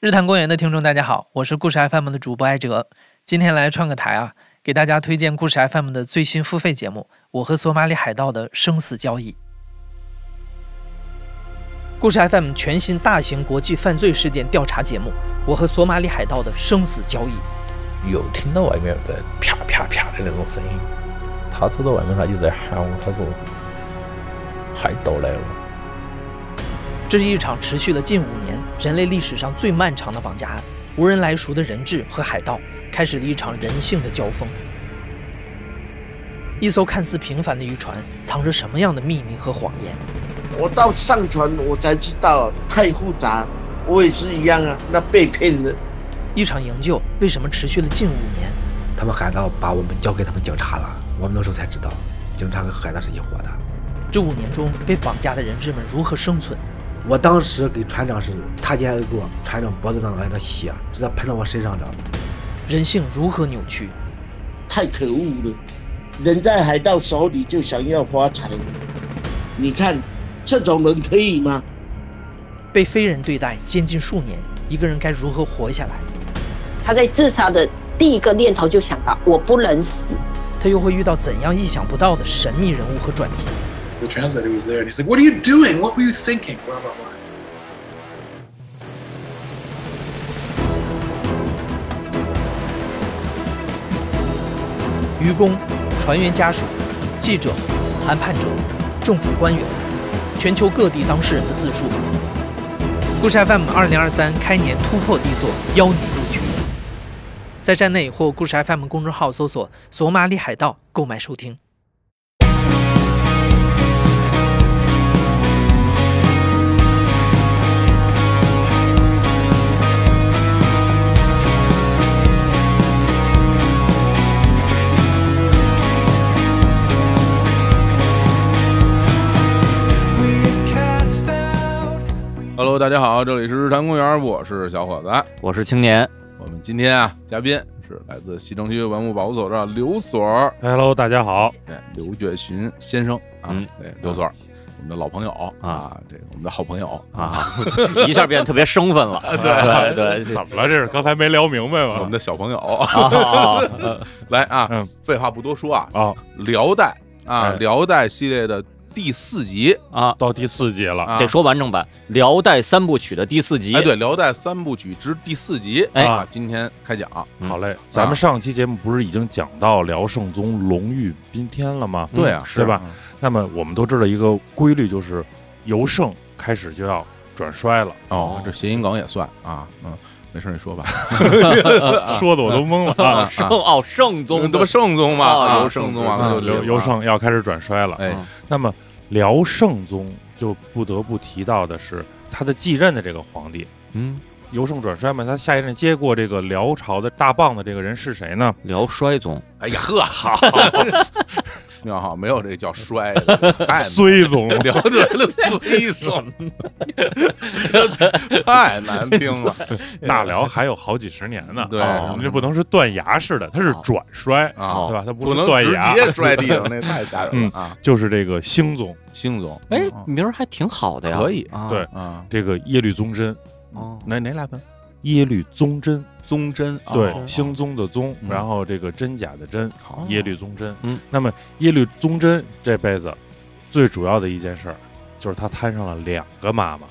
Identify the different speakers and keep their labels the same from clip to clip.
Speaker 1: 日坛公园的听众，大家好，我是故事 FM 的主播艾哲，今天来串个台啊，给大家推荐故事 FM 的最新付费节目《我和索马里海盗的生死交易》。故事 FM 全新大型国际犯罪事件调查节目《我和索马里海盗的生死交易》。
Speaker 2: 有听到外面有在啪啪啪的那种声音，他走到外面他就在喊我，他说海盗来了。
Speaker 1: 这是一场持续了近五年、人类历史上最漫长的绑架案，无人来赎的人质和海盗开始了一场人性的交锋。一艘看似平凡的渔船，藏着什么样的秘密和谎言？
Speaker 3: 我到上船我才知道太复杂，我也是一样啊，那被骗的。
Speaker 1: 一场营救为什么持续了近五年？
Speaker 4: 他们海盗把我们交给他们警察了，我们那时候才知道，警察和海盗是一伙的。
Speaker 1: 这五年中，被绑架的人质们如何生存？
Speaker 4: 我当时给船长是擦肩而过，船长脖子上还的血，直接喷到我身上的。
Speaker 1: 人性如何扭曲？
Speaker 3: 太可恶了！人在海盗手里就想要发财，你看这种人可以吗？
Speaker 1: 被非人对待，监禁数年，一个人该如何活下来？
Speaker 5: 他在自杀的第一个念头就想到我不能死。
Speaker 1: 他又会遇到怎样意想不到的神秘人物和转机？
Speaker 6: the translator was there and he's like, What are you doing? What were you thinking? Blah, blah, blah.
Speaker 1: 渔工、船员家属、记者、谈判者、政府官员，全球各地当事人的自述。故事 FM 二零二三开年突破力作，邀你入局。在站内或故事 FM 公众号搜索“索马里海盗”购买收听。
Speaker 7: Hello，大家好，这里是日坛公园，我是小伙子。
Speaker 8: 我是青年，
Speaker 7: 我们今天啊，嘉宾是来自西城区文物保护所的刘所，
Speaker 9: Hello，大家好，
Speaker 7: 哎，刘觉群先生啊，
Speaker 8: 嗯
Speaker 7: 对，刘所，我们的老朋友啊，对，我们的好朋友
Speaker 8: 啊， 一下变得特别生分 了。对对对，
Speaker 9: 怎么了？这是刚才没聊明白
Speaker 7: 我们
Speaker 9: 吗？
Speaker 7: 的小朋友，
Speaker 8: 啊，
Speaker 7: 来啊
Speaker 9: 嗯，
Speaker 7: 废话不多说啊，
Speaker 9: 啊，
Speaker 7: 辽代啊，
Speaker 9: 哎
Speaker 7: 辽代系列的第四集
Speaker 8: 啊，
Speaker 9: 到第四集了，
Speaker 7: 啊，
Speaker 8: 得说完整版《辽代三部曲》的第四集。
Speaker 7: 哎，对，辽代三部曲之第四集
Speaker 8: 哎
Speaker 7: 啊，今天开讲，啊
Speaker 8: 嗯
Speaker 9: 好嘞。咱们上期节目不是已经讲到辽圣宗龙御宾天了吗？
Speaker 7: 对啊，
Speaker 9: 对吧？那么我们都知道一个规律，就是由盛开始就要转衰了，
Speaker 7: 哦，这谐音梗也算啊，嗯，没事，你说吧，
Speaker 9: 说的我都懵了 啊。
Speaker 8: 圣哦，圣 宗
Speaker 7: 这不圣宗吗？
Speaker 8: 啊
Speaker 7: 啊，
Speaker 8: 刘
Speaker 7: 圣
Speaker 8: 圣
Speaker 7: 宗
Speaker 8: 宗
Speaker 7: 完
Speaker 8: 啊嗯
Speaker 7: 了就
Speaker 9: 嗯
Speaker 7: 这个
Speaker 9: 由由盛要开始转衰了。
Speaker 7: 哎，
Speaker 9: 那么辽圣宗
Speaker 8: 哎
Speaker 9: 就不得不提到的是他的继任的这个皇帝
Speaker 8: 嗯，
Speaker 9: 由盛转衰嘛，他下一任接过这个辽朝的大棒的这个人是谁呢？
Speaker 8: 辽衰宗
Speaker 7: 哎呀呵，好， 你好，没有这叫摔 的，太
Speaker 9: 睢 宗。
Speaker 7: 聊对了，衰损，太难听 了。
Speaker 9: 大辽还有好几十年呢，
Speaker 7: 对
Speaker 8: 哦
Speaker 9: 啊你这不能是断崖式的，它是转衰，
Speaker 7: 啊
Speaker 9: 对吧？它不
Speaker 7: 不
Speaker 9: 是
Speaker 7: 能
Speaker 9: 断
Speaker 7: 直
Speaker 9: 崖，嗯
Speaker 7: 接摔地上，那太吓人了啊！
Speaker 9: 就是这个兴宗，
Speaker 7: 星总，嗯
Speaker 8: 哎，名儿还挺好的呀，
Speaker 7: 可以
Speaker 8: 啊
Speaker 9: 对
Speaker 7: 嗯啊，
Speaker 9: 这个耶律宗真，
Speaker 8: 哦
Speaker 7: 哪哪俩分？
Speaker 9: 耶律宗真，
Speaker 7: 宗真，哦
Speaker 9: 对，兴宗的宗，
Speaker 7: 嗯
Speaker 9: 然后这个真假的真，
Speaker 7: 好
Speaker 9: 耶律宗真。
Speaker 8: 嗯，
Speaker 9: 那么耶律宗真这辈子最主要的一件事儿，就是他摊上了两个妈妈。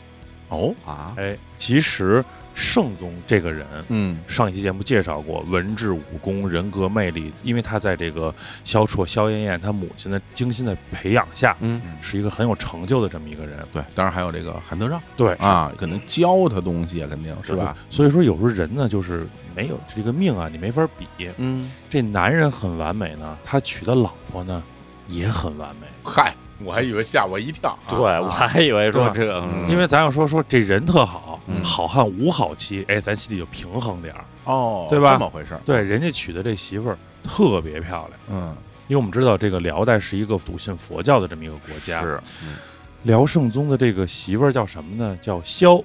Speaker 7: 哦，
Speaker 8: 啊，
Speaker 9: 哎，其实圣宗这个人，
Speaker 7: 嗯
Speaker 9: 上一期节目介绍过，文治武功、人格魅力，因为他在这个萧绰、萧燕燕他母亲的精心的培养下，
Speaker 8: 嗯，
Speaker 9: 是一个很有成就的这么一个人。嗯
Speaker 7: 对，当然还有这个韩德让
Speaker 9: 对，
Speaker 7: 啊，可能教他东西啊肯定是吧？
Speaker 9: 所以说，有时候人呢，就是没有这个命啊，你没法比。
Speaker 7: 嗯，
Speaker 9: 这男人很完美呢，他娶的老婆呢也很完美，
Speaker 7: 嗨，我还以为吓我一跳啊，
Speaker 8: 对，我还以为说
Speaker 9: 对
Speaker 8: 这个，嗯
Speaker 7: 嗯
Speaker 9: 因为咱要说说这人特好，
Speaker 7: 嗯
Speaker 9: 好汉无好妻，哎，咱心里就平衡点儿。
Speaker 7: 哦，
Speaker 9: 对吧
Speaker 7: 这么回事儿，
Speaker 9: 对，人家娶的这媳妇儿特别漂亮，
Speaker 7: 嗯，
Speaker 9: 因为我们知道这个辽代是一个笃信佛教的这么一个国家，
Speaker 8: 是嗯
Speaker 9: 辽圣宗的这个媳妇儿叫什么呢？叫萧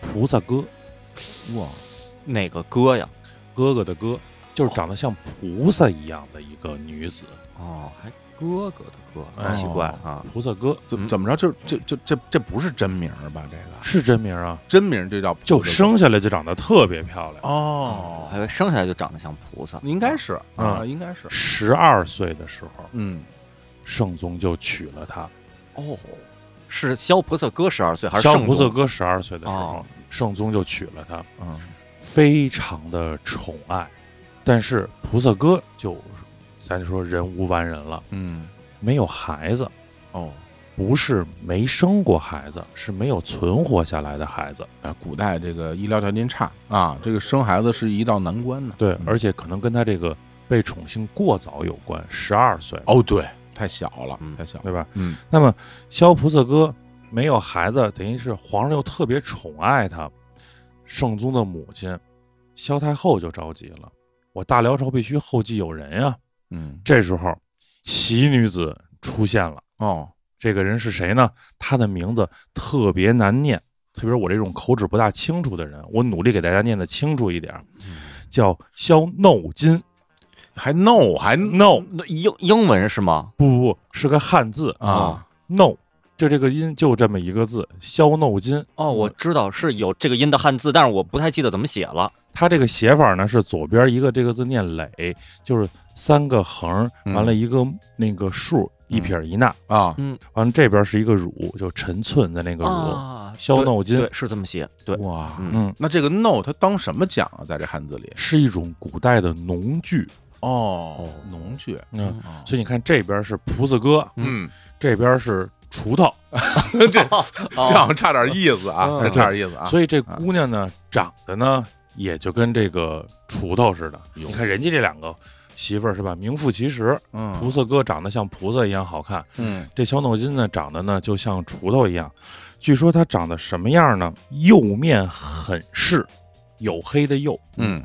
Speaker 9: 菩萨哥，
Speaker 7: 哇，
Speaker 8: 哪个哥呀？
Speaker 9: 哥哥的哥，就是长得像菩萨一样的一个女子。
Speaker 8: 哦，还哥哥的哥，
Speaker 9: 哎嗯
Speaker 8: 奇怪啊！
Speaker 9: 菩萨哥
Speaker 7: 怎怎么着？哦就这这这这不是真名儿吧？这个
Speaker 9: 是真名啊，
Speaker 7: 真名就叫
Speaker 9: 就
Speaker 7: 普子
Speaker 9: 生下来就长得特别漂亮。
Speaker 7: 哦
Speaker 8: 我，还以为生下来就长得像菩萨，
Speaker 7: 应该是
Speaker 9: 嗯
Speaker 7: 啊，应该是
Speaker 9: 十二岁的时候，
Speaker 7: 嗯，
Speaker 9: 圣宗就娶了她。
Speaker 8: 哦，是萧菩萨哥十二岁还是
Speaker 9: 萧
Speaker 8: 圣
Speaker 9: 菩萨
Speaker 8: 宗
Speaker 9: 哥十二岁的时候
Speaker 8: 哦，
Speaker 9: 圣宗就娶了她，
Speaker 7: 嗯
Speaker 9: 非常的宠爱。但是菩萨哥就咱就说人无完人了，
Speaker 7: 嗯
Speaker 9: 没有孩子，
Speaker 7: 哦，
Speaker 9: 不是没生过孩子，是没有存活下来的孩子。
Speaker 7: 啊，古代这个医疗条件差啊，这个生孩子是一道难关呢。
Speaker 9: 对
Speaker 7: 嗯，
Speaker 9: 而且可能跟他这个被宠幸过早有关，十二岁，
Speaker 7: 哦，对，太小了
Speaker 8: 嗯，
Speaker 7: 太小了，
Speaker 9: 对吧？
Speaker 7: 嗯
Speaker 9: 那么萧菩萨哥没有孩子，等于是皇上又特别宠爱他。圣宗的母亲萧太后就着急了，我大辽朝必须后继有人呀、
Speaker 7: 嗯
Speaker 9: 这时候，奇女子出现了。
Speaker 7: 哦，
Speaker 9: 这个人是谁呢？他的名字特别难念，特别是我这种口齿不大清楚的人，我努力给大家念得清楚一点儿，
Speaker 7: 嗯
Speaker 9: 叫萧耨金。
Speaker 7: 还 no 还
Speaker 9: no
Speaker 8: 那英英文是吗？
Speaker 9: 不不不是个汉字
Speaker 7: 啊，
Speaker 9: ，no 就这个音就这么一个字，萧耨金。
Speaker 8: 哦，我知道是有这个音的汉字，但是我不太记得怎么写了。
Speaker 9: 它这个写法呢是左边一个这个字念磊，就是三个横，
Speaker 7: 嗯
Speaker 9: 完了一个那个竖，
Speaker 8: 嗯
Speaker 9: 一撇一捺，
Speaker 7: 啊，
Speaker 9: 完了这边是一个汝，就陈寸的那个汝。
Speaker 8: 啊
Speaker 9: 萧耨金
Speaker 8: 对，是这么写，对，
Speaker 7: 哇，
Speaker 8: 嗯
Speaker 9: 嗯，
Speaker 7: 那这个 no 它当什么讲啊？在这汉字里
Speaker 9: 是一种古代的农具。
Speaker 7: 哦，农具，
Speaker 9: 嗯，
Speaker 7: 哦
Speaker 9: 所以你看这边是菩萨哥，
Speaker 7: 嗯，
Speaker 9: 这边是锄头，
Speaker 8: 哦
Speaker 7: 这好像差点意思啊，
Speaker 9: 嗯
Speaker 7: 差点意思啊，
Speaker 9: 所以这姑娘呢长得呢也就跟这个锄头似的。
Speaker 7: 哟
Speaker 9: 你看人家这两个媳妇儿是吧，名副其实。菩
Speaker 7: 嗯
Speaker 9: 萨哥长得像菩萨一样好看，
Speaker 7: 嗯，
Speaker 9: 这小脑筋呢长得呢就像锄头一样。据说他长得什么样呢？右面很是，黝黑的黝，
Speaker 7: 嗯，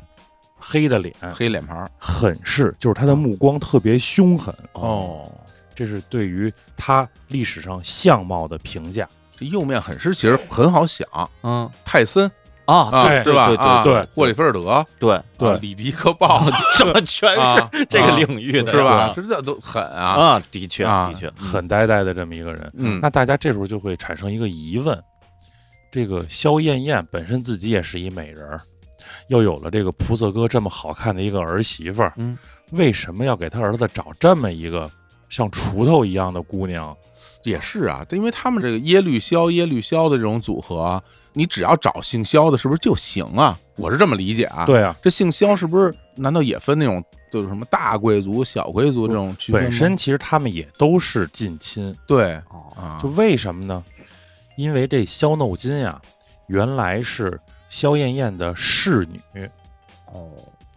Speaker 9: 黑的脸，
Speaker 7: 黑脸盘儿
Speaker 9: 很是就是他的目光特别凶狠。
Speaker 7: 哦。
Speaker 9: 这是对于他历史上相貌的评价。
Speaker 7: 这右面很是，其实很好想，
Speaker 8: 嗯
Speaker 7: 泰森
Speaker 8: 啊，
Speaker 7: 啊，
Speaker 9: 对
Speaker 7: 对吧？
Speaker 8: 对对
Speaker 7: 啊，
Speaker 9: 对对
Speaker 7: 霍利菲尔德，
Speaker 8: 对，
Speaker 9: 对
Speaker 7: 啊里迪科 鲍，
Speaker 8: 怎么全
Speaker 7: 啊
Speaker 8: 是 这个领域的
Speaker 7: 是吧？
Speaker 8: 呀？
Speaker 7: 这这都狠
Speaker 8: 对
Speaker 7: 啊，
Speaker 8: 啊，的确，
Speaker 7: 啊
Speaker 8: 的确，
Speaker 9: 很呆呆的这么一个人。
Speaker 7: 嗯
Speaker 9: 那大家这时候就会产生一个疑问：这个萧燕燕本身自己也是一美人儿，又有了这个菩萨哥这么好看的一个儿媳妇儿，
Speaker 8: 嗯，
Speaker 9: 为什么要给他儿子找这么一个像锄头一样的姑娘？
Speaker 7: 也是啊，因为他们这个耶律萧、耶律萧的这种组合，啊你只要找姓萧的，是不是就行啊？我是这么理解啊。，
Speaker 9: 对啊，
Speaker 7: 这姓萧是不是难道也分那种就是什么大贵族、小贵族这种区分吗？
Speaker 9: 本身其实他们也都是近亲，
Speaker 7: 对
Speaker 8: 哦，
Speaker 7: 啊
Speaker 9: 就，为什么呢？因为这萧耨金呀、原来是萧燕燕的侍女，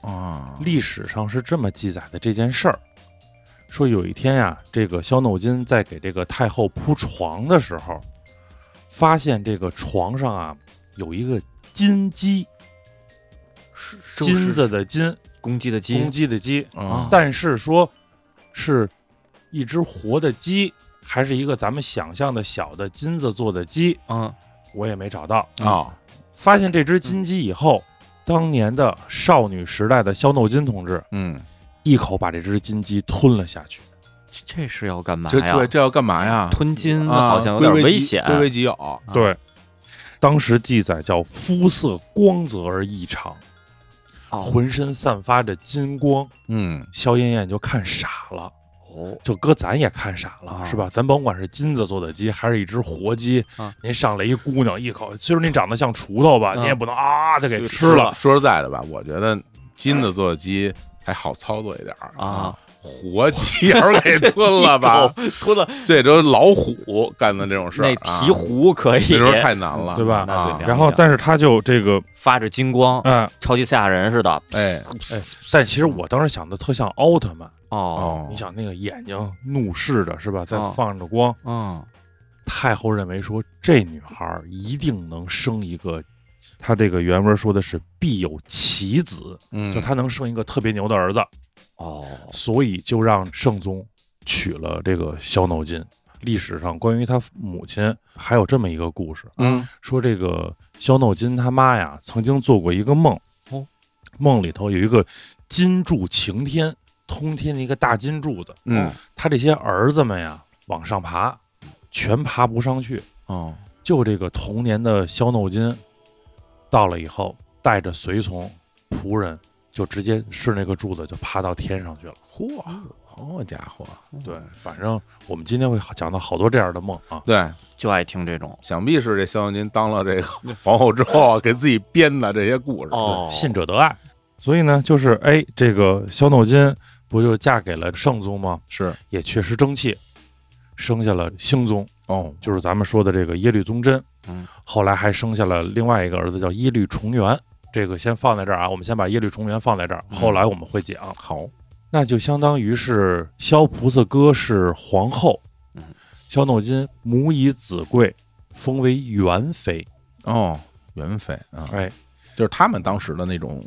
Speaker 7: 啊，
Speaker 9: 历史上是这么记载的这件事儿，说有一天呀、这个萧耨金在给这个太后铺床的时候，发现这个床上啊有一个金鸡，
Speaker 8: 是是不是
Speaker 9: 金子的金，
Speaker 8: 公鸡的
Speaker 9: 公
Speaker 8: 鸡，
Speaker 9: 鸡的鸡，
Speaker 7: 啊
Speaker 9: 但是说是一只活的鸡，还是一个咱们想象的小的金子做的鸡，
Speaker 8: 嗯，
Speaker 9: 我也没找到。
Speaker 7: 啊，
Speaker 9: 发现这只金鸡以后，当年的少女时代的萧耨金同志
Speaker 7: 嗯，
Speaker 9: 一口把这只金鸡吞了下去。
Speaker 8: 这是要干嘛
Speaker 7: 这这
Speaker 8: 哎呀？
Speaker 7: 这要干嘛呀？
Speaker 8: 吞金
Speaker 7: 啊，
Speaker 8: 好像有点
Speaker 7: 归为
Speaker 8: 危
Speaker 7: 己
Speaker 8: 险，
Speaker 7: 归为己有。
Speaker 8: 啊
Speaker 9: 对，当时记载叫肤色光泽而异常，
Speaker 8: 哦
Speaker 9: 浑身散发着金光。
Speaker 7: 嗯，
Speaker 9: 萧燕燕就看傻了，
Speaker 8: 哦
Speaker 9: 就搁咱也看傻了，
Speaker 8: 啊
Speaker 9: 是吧？咱甭管是金子做的鸡，还是一只活鸡，
Speaker 8: 啊
Speaker 9: 您上来一姑娘一口，虽说您长得像锄头吧，
Speaker 8: 啊
Speaker 9: 你也不能啊的给
Speaker 8: 就
Speaker 9: 吃了。
Speaker 7: 说实在的吧，我觉得金子做的鸡还好操作一点儿
Speaker 8: 啊，
Speaker 7: 活鸡要是给吞了吧，
Speaker 8: 一口吞了
Speaker 7: 这都老虎干的这种事儿
Speaker 8: 那
Speaker 7: 啊，
Speaker 8: 鹈鹕可以
Speaker 7: 这，时候太难了，
Speaker 9: 对吧
Speaker 8: 那
Speaker 7: 啊
Speaker 8: 最，
Speaker 9: 然后，但是他就这个，
Speaker 8: 发着金光，
Speaker 9: 嗯，
Speaker 8: 超级赛亚人似的，
Speaker 7: 哎
Speaker 9: 但其实我当时想的特像奥特曼，啊
Speaker 8: 哦，
Speaker 7: 哦
Speaker 9: 你，想那个眼睛怒视着是吧，在
Speaker 8: 啊
Speaker 9: 放着光，
Speaker 8: 嗯，
Speaker 9: 太后认为说这女孩儿一定能生一个，她这个原文说的是必有其子，
Speaker 7: 嗯
Speaker 9: 就她能生一个特别牛的儿子，
Speaker 8: 哦，
Speaker 9: 所以就让圣宗娶了这个萧耨金。历史上关于他母亲还有这么一个故事，
Speaker 7: 嗯
Speaker 9: 说这个萧耨金他妈呀曾经做过一个梦，
Speaker 8: 哦，
Speaker 9: 梦里头有一个金柱擎天，通天的一个大金柱子，
Speaker 7: 嗯，
Speaker 9: 他这些儿子们呀往上爬，全爬不上去，
Speaker 7: 哦，
Speaker 9: 就这个童年的肖诺金，到了以后带着随从仆人，就直接顺那个柱子就爬到天上去了。
Speaker 7: 嚯，好家伙，
Speaker 9: 对，反正我们今天会讲到好多这样的梦啊。
Speaker 7: 对，
Speaker 8: 就爱听这种
Speaker 7: 想必是这萧红金当了这个皇后之后啊，给自己编的这些故事。
Speaker 8: 哦，
Speaker 9: 信者得爱。所以呢，就是哎，这个萧诺金不就嫁给了圣宗吗？
Speaker 7: 是
Speaker 9: 也确实争气，生下了兴宗，
Speaker 7: 哦，
Speaker 9: 就是咱们说的这个耶律宗真。
Speaker 8: 嗯，
Speaker 9: 后来还生下了另外一个儿子叫耶律重元。这个先放在这儿啊，我们先把耶律重元放在这儿，
Speaker 7: 嗯
Speaker 9: 后来我们会讲。
Speaker 7: 好，
Speaker 9: 那就相当于是萧菩萨哥是皇后
Speaker 8: 嗯，
Speaker 9: 萧诺金母以子贵，封为元妃。
Speaker 7: 哦，元妃啊，
Speaker 8: 嗯
Speaker 9: 哎，
Speaker 7: 就是他们当时的那种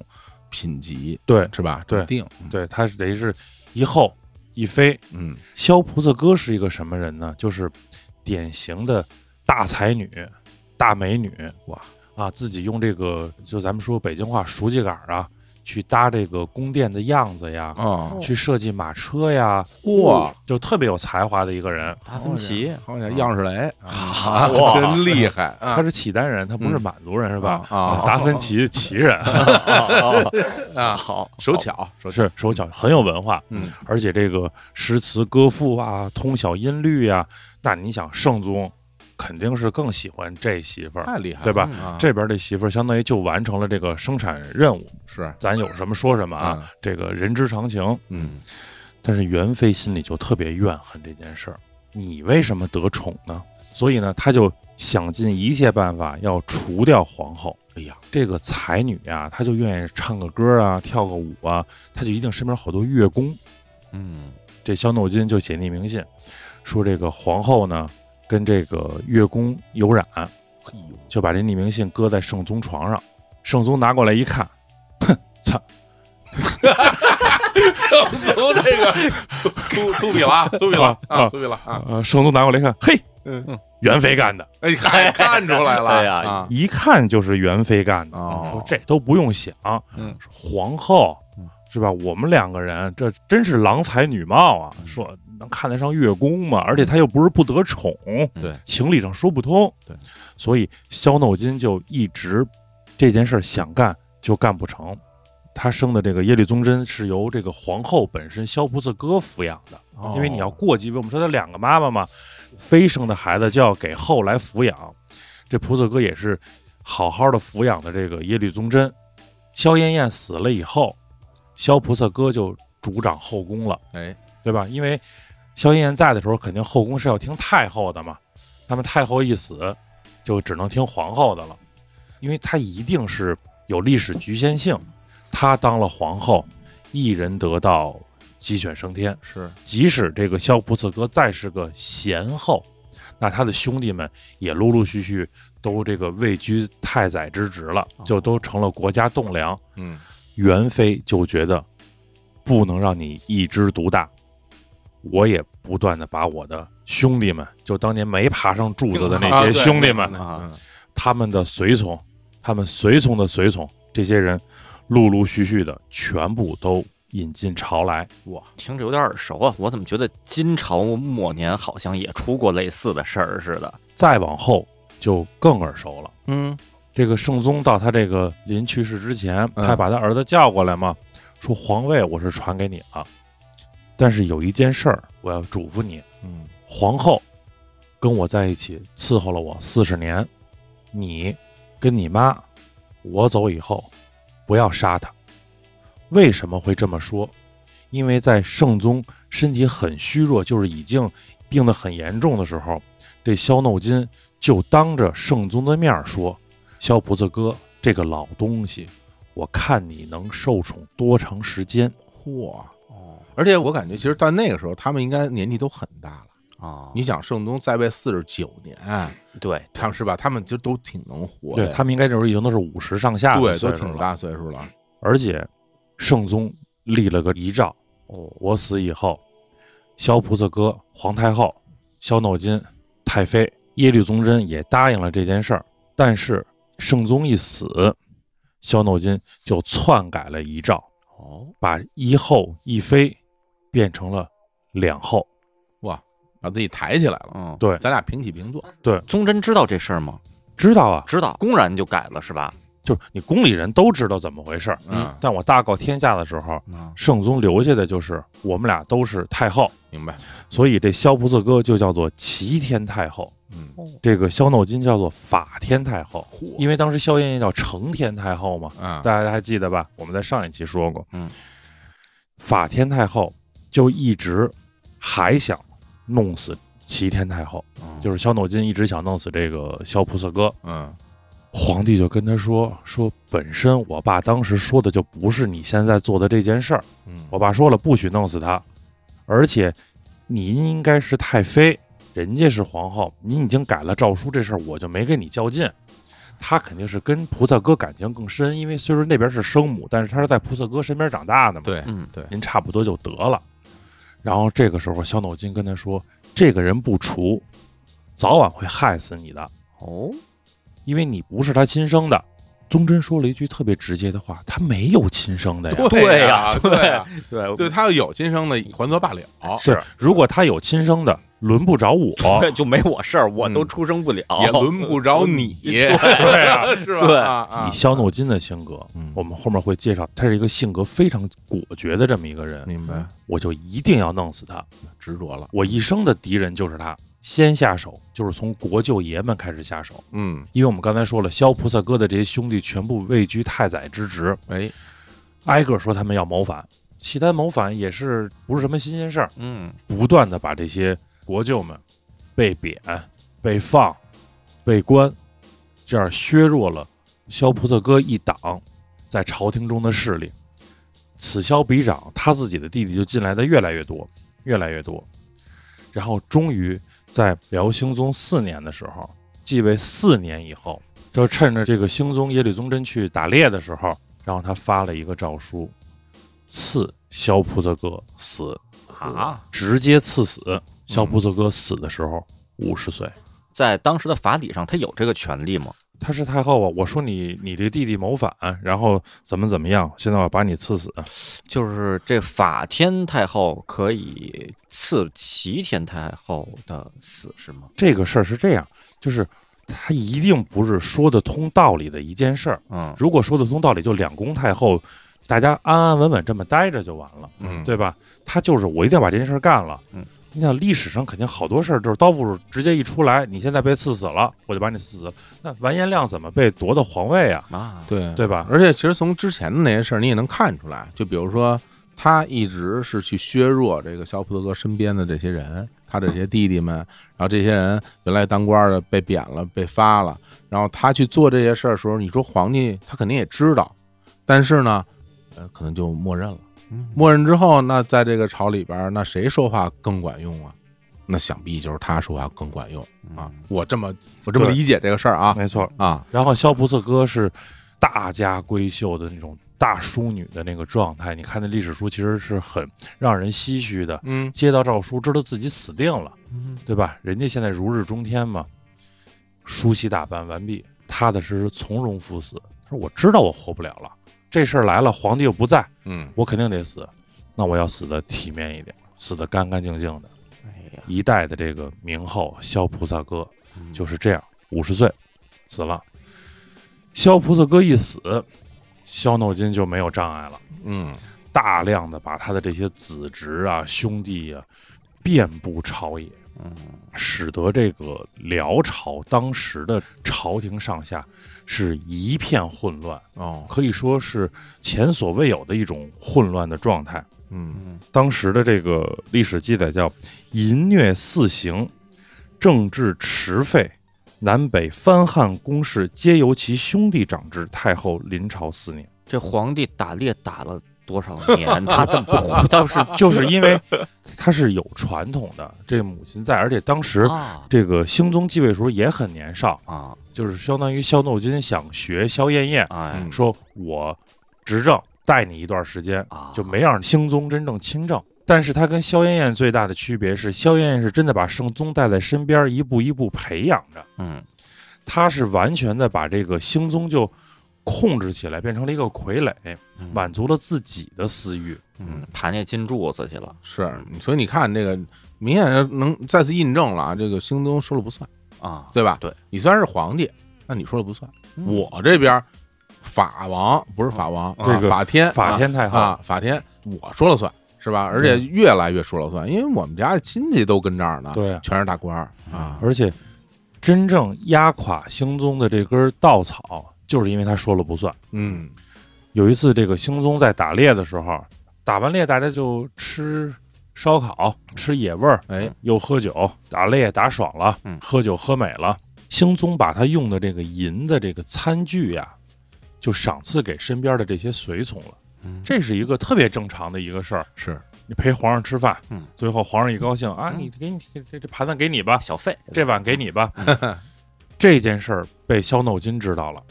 Speaker 7: 品级，
Speaker 9: 对
Speaker 7: 是吧？
Speaker 9: 对
Speaker 7: 指定，嗯
Speaker 9: 对，他是等于是一后一妃，
Speaker 7: 嗯，
Speaker 9: 萧菩萨哥是一个什么人呢？就是典型的大才女、大美女
Speaker 7: 哇
Speaker 9: 啊，自己用这个就咱们说北京话熟秸秆儿啊，去搭这个宫殿的样子呀，
Speaker 7: 哦，
Speaker 9: 去设计马车呀，
Speaker 7: 哇，
Speaker 9: 就特别有才华的一个人。
Speaker 8: 达芬奇
Speaker 7: 好像样式雷，
Speaker 8: 好
Speaker 7: 啊真厉害
Speaker 9: 他
Speaker 7: 啊
Speaker 9: 是契丹人，他不是满族人，是吧？
Speaker 7: 啊啊
Speaker 9: 达芬奇奇 人
Speaker 7: 啊！好，手巧，手巧，
Speaker 9: 是手脚很有文化，
Speaker 7: 嗯，
Speaker 9: 而且这个诗词歌赋啊，通晓音律呀、那你想圣宗肯定是更喜欢这媳妇儿，
Speaker 7: 太厉害了，
Speaker 9: 对吧
Speaker 7: 啊
Speaker 9: 这边这媳妇儿相当于就完成了这个生产任务，
Speaker 7: 是，
Speaker 9: 咱有什么说什么啊，
Speaker 7: 嗯
Speaker 9: 这个人之常情。
Speaker 7: 嗯，
Speaker 9: 但是元妃心里就特别怨恨这件事儿，你为什么得宠呢？所以呢，她就想尽一切办法要除掉皇后。
Speaker 7: 哎呀，
Speaker 9: 这个才女啊，她就愿意唱个歌啊，跳个舞啊，她就一定身边好多乐工。
Speaker 7: 嗯，
Speaker 9: 这萧诺金就写匿名信，说这个皇后呢跟这个乐工有染，
Speaker 7: 哎
Speaker 9: 就把这匿名信搁在圣宗床上。圣宗拿过来一看，哼，操，
Speaker 7: 从这个粗粗粗鄙了，粗鄙了啊，
Speaker 9: 啊
Speaker 7: 粗鄙了啊！
Speaker 9: 呃，圣宗拿过来一看，嘿，元妃干的，
Speaker 7: 哎，还看出来了，
Speaker 8: 哎呀
Speaker 7: 啊，
Speaker 9: 一看就是元妃干的。
Speaker 7: 哦
Speaker 9: 说这都不用想，
Speaker 7: 嗯
Speaker 9: 说皇后是吧？我们两个人这真是郎才女貌啊！
Speaker 7: 嗯
Speaker 9: 说能看得上乐工吗？而且他又不是不得宠，
Speaker 7: 对，
Speaker 9: 情理上说不通。
Speaker 7: 对，
Speaker 9: 所以萧诺金就一直这件事儿想干就干不成。他生的这个耶律宗真是由这个皇后本身萧菩萨哥抚养的，
Speaker 7: 哦
Speaker 9: 因为你要过继位，我们说他两个妈妈嘛，非生的孩子就要给后来抚养。这菩萨哥也是好好的抚养的这个耶律宗真。萧燕燕死了以后，萧菩萨哥就主掌后宫了，
Speaker 7: 哎，
Speaker 9: 对吧？因为萧燕燕在的时候，肯定后宫是要听太后的嘛。那么太后一死，就只能听皇后的了，因为她一定是有历史局限性。她当了皇后，一人得道，鸡犬升天。
Speaker 7: 是，
Speaker 9: 即使这个萧菩萨哥再是个贤后，那他的兄弟们也陆陆续续都这个位居太宰之职了，就都成了国家栋梁。
Speaker 7: 哦嗯，
Speaker 9: 元妃就觉得不能让你一枝独大，我也不断的把我的兄弟们，就当年没爬上柱子的那些兄弟们，
Speaker 7: 啊
Speaker 9: 他们的随从，他们随从的随从，这些人陆陆续续的全部都引进朝来。
Speaker 8: 听着有点耳熟啊，我怎么觉得金朝末年好像也出过类似的事儿似的？
Speaker 9: 再往后就更耳熟了。
Speaker 7: 嗯，
Speaker 9: 这个圣宗到他这个临去世之前，
Speaker 7: 嗯
Speaker 9: 他把他儿子叫过来嘛，说皇位我是传给你了，但是有一件事儿我要嘱咐你，
Speaker 7: 嗯，
Speaker 9: 皇后跟我在一起伺候了我四十年，你跟你妈，我走以后不要杀她。为什么会这么说？因为在圣宗身体很虚弱，就是已经病得很严重的时候，这萧诺金就当着圣宗的面儿说：“萧菩萨哥，这个老东西，我看你能受宠多长时间。
Speaker 7: 嚯，而且我感觉，其实到那个时候，他们应该年纪都很大了。
Speaker 8: 啊
Speaker 7: 你想，圣宗在位四十九年，
Speaker 8: 对，
Speaker 7: 他们是吧？他们就都挺能活
Speaker 9: 对
Speaker 7: 的，
Speaker 9: 他们应该这时候已经都是五十上下的
Speaker 7: 对
Speaker 9: 岁
Speaker 7: 都
Speaker 9: 数
Speaker 7: 挺
Speaker 9: 了。
Speaker 7: 大岁数了。
Speaker 9: 而且圣宗立了个遗诏，哦我死以后，萧菩萨哥、皇太后、萧诺金、太妃、耶律宗真也答应了这件事儿。但是圣宗一死，萧诺金就篡改了遗诏，
Speaker 8: 哦，
Speaker 9: 把一后一妃变成了两后。
Speaker 7: 把自己抬起来了。
Speaker 8: 嗯，
Speaker 9: 对，
Speaker 7: 咱俩平起平坐，
Speaker 8: 宗真知道这事儿吗？
Speaker 9: 知道啊，
Speaker 8: 知道，公然就改了是吧？
Speaker 9: 就是你宫里人都知道怎么回事儿。
Speaker 7: 嗯，
Speaker 9: 但我大告天下的时候，
Speaker 8: 啊，
Speaker 9: 圣宗留下的就是我们俩都是太后，
Speaker 7: 明白？
Speaker 9: 所以这萧菩萨哥就叫做齐天太后，
Speaker 7: 嗯，
Speaker 9: 这个萧诺金叫做法天太后，
Speaker 7: 嚯
Speaker 9: 因为当时萧燕燕叫承天太后嘛，
Speaker 7: 啊，
Speaker 9: 大家还记得吧？我们在上一期说过，
Speaker 8: 嗯，
Speaker 9: 法天太后就一直还想弄死齐天太后，就是萧诺金一直想弄死这个萧菩萨哥。
Speaker 7: 嗯
Speaker 9: 皇帝就跟他说：“说本身我爸当时说的就不是你现在做的这件事儿，
Speaker 7: 嗯，
Speaker 9: 我爸说了不许弄死他，而且您应该是太妃，人家是皇后，您已经改了诏书，这事儿我就没跟你较劲。他肯定是跟菩萨哥感情更深，因为虽说那边是生母，但是他是在菩萨哥身边长大的嘛，
Speaker 7: 对
Speaker 8: 嗯
Speaker 7: 对，
Speaker 9: 您差不多就得了。然后这个时候，萧斗金跟他说：“这个人不除，早晚会害死你的，
Speaker 8: 哦，
Speaker 9: 因为你不是他亲生的。”宗真说了一句特别直接的话：“他没有亲 生的呀。”
Speaker 7: 对
Speaker 8: 呀，
Speaker 7: 对呀，
Speaker 8: 对
Speaker 7: 对他要有今生的，还则罢了。
Speaker 9: 是，如果他有亲生的，轮不着我。
Speaker 8: 对， 就没我事儿，我都出生不了，
Speaker 7: 嗯也轮不着你， 对啊是吧？
Speaker 8: 对
Speaker 7: 啊啊
Speaker 9: 以肖诺金的性格，
Speaker 7: 嗯
Speaker 9: 我们后面会介绍，他是一个性格非常果决的这么一个人，
Speaker 7: 明白，
Speaker 9: 我就一定要弄死他，
Speaker 7: 执着了，
Speaker 9: 我一生的敌人就是他。先下手就是从国舅爷们开始下手，
Speaker 7: 嗯，
Speaker 9: 因为我们刚才说了，萧菩萨哥的这些兄弟全部位居太宰之职，
Speaker 7: 哎，
Speaker 9: 挨个说他们要谋反。契丹谋反也是不是什么新鲜事儿，
Speaker 8: 嗯，
Speaker 9: 不断的把这些国舅们被贬、被放、被关，这样削弱了萧菩萨哥一党在朝廷中的势力。此消彼长，他自己的弟弟就进来的越来越多，越来越多。然后终于在辽兴宗四年的时候，继位四年以后，就趁着这个兴宗耶律宗真去打猎的时候，然后他发了一个诏书，赐萧菩萨哥死。
Speaker 8: 啊，
Speaker 9: 直接刺
Speaker 8: 嗯
Speaker 9: 死萧菩萨哥死的时候五十岁，
Speaker 8: 在当时的法理上，他有这个权利吗？
Speaker 9: 她是太后啊。我说你你这弟弟谋反，然后怎么怎么样，现在我把你刺死。
Speaker 8: 就是这法天太后可以赐齐天太后的死是吗？
Speaker 9: 这个事儿是这样，就是他一定不是说得通道理的一件事儿。
Speaker 8: 嗯，
Speaker 9: 如果说得通道理，就两宫太后，大家安安稳稳这么待着就完了，
Speaker 7: 嗯，
Speaker 9: 对吧？他就是我一定要把这件事儿干了。
Speaker 8: 嗯。
Speaker 9: 你想历史上肯定好多事儿，就是刀斧直接一出来，你现在被刺死了，我就把你刺死了。那完颜亮怎么被夺的皇位啊？
Speaker 8: 啊，
Speaker 7: 对
Speaker 9: 对吧？
Speaker 7: 而且其实从之前的那些事儿，你也能看出来，就比如说他一直是去削弱这个小普特哥身边的这些人，他的这些弟弟们，然后这些人原来当官的被贬了，被发了，然后他去做这些事儿的时候，你说皇帝他肯定也知道，但是呢，呃，可能就默认了。
Speaker 9: 嗯
Speaker 7: 默认之后，那在这个朝里边儿，那谁说话更管用啊？那想必就是他说话更管用啊！我这么我这么
Speaker 9: 嗯对
Speaker 7: 理解这个事儿啊
Speaker 9: 没错，
Speaker 7: 啊，
Speaker 9: 然后萧菩萨哥是大家闺秀的那种大淑女的那个状态，你看那历史书其实是很让人唏嘘的。
Speaker 7: 嗯
Speaker 9: 接到诏书，知道自己死定了，对吧？人家现在如日中天嘛，梳洗打扮完毕，踏踏实实从容赴死。他说：“我知道我活不了了，这事儿来了，皇帝又不在，
Speaker 7: 嗯，
Speaker 9: 我肯定得死。那我要死的体面一点，死的干干净净的。”
Speaker 8: 哎呀，
Speaker 9: 一代的这个名后萧菩萨哥
Speaker 7: 嗯
Speaker 9: 就是这样，五十岁死了。萧菩萨哥一死，萧诺金就没有障碍了，
Speaker 7: 嗯。
Speaker 9: 大量的把他的这些子侄啊、兄弟啊遍布朝野，使得这个辽朝当时的朝廷上下是一片混乱，
Speaker 7: 哦，
Speaker 9: 可以说是前所未有的一种混乱的状态。
Speaker 7: 嗯
Speaker 9: 当时的这个历史记载叫“淫虐四行，政治持废，南北藩汉公室皆由其兄弟长之。太后临朝四年，
Speaker 8: 这皇帝打猎打了多少年？他怎么不活？倒是
Speaker 9: 就是因为他是有传统的，这母亲在，而且当时
Speaker 8: 啊
Speaker 9: 这个兴宗继位的时候也很年少，
Speaker 8: 啊，
Speaker 9: 就是相当于萧诺金想学萧燕燕，
Speaker 8: 哎
Speaker 7: 嗯
Speaker 9: 说我执政带你一段时间，
Speaker 8: 啊，
Speaker 9: 就没让兴宗真正亲政。但是他跟萧燕燕最大的区别是，萧燕燕是真的把圣宗带在身边，一步一步培养着，
Speaker 8: 嗯
Speaker 9: 他是完全的把这个兴宗就控制起来，变成了一个傀儡，
Speaker 8: 嗯
Speaker 9: 满足了自己的私欲。
Speaker 8: 嗯，盘那金柱子去了
Speaker 7: 是，所以你看这个明显能再次印证了啊，这个兴宗说了不算，
Speaker 8: 啊，
Speaker 7: 对吧？
Speaker 8: 对，
Speaker 7: 你虽然是皇帝，那你说了不算。
Speaker 8: 嗯
Speaker 7: 我这边法王不是法王，
Speaker 9: 这个
Speaker 7: 啊法天
Speaker 9: 法天太
Speaker 7: 啊
Speaker 9: 后，嗯
Speaker 7: 啊，法天我说了算是吧？而且越来越说了算，因为我们家亲戚都跟这儿呢，
Speaker 9: 对啊
Speaker 7: 全是大官儿啊。
Speaker 9: 而且真正压垮兴宗的这根稻草，就是因为他说了不算。
Speaker 7: 嗯
Speaker 9: 有一次，这个兴宗在打猎的时候，打完猎大家就吃烧烤、吃野味儿，
Speaker 7: 哎，
Speaker 9: 又喝酒，打猎打爽了，
Speaker 8: 嗯
Speaker 9: 喝酒喝美了。兴宗把他用的这个银的这个餐具呀、就赏赐给身边的这些随从了。
Speaker 8: 嗯
Speaker 9: 这是一个特别正常的一个事儿。
Speaker 7: 是
Speaker 9: 你陪皇上吃饭，
Speaker 8: 嗯
Speaker 9: 最后皇上一高兴啊，
Speaker 8: 嗯
Speaker 9: 你给你这这这盘子给你吧，
Speaker 8: 小费
Speaker 9: 这碗给你吧。
Speaker 8: 嗯
Speaker 9: 这件事儿被萧诺金知道了，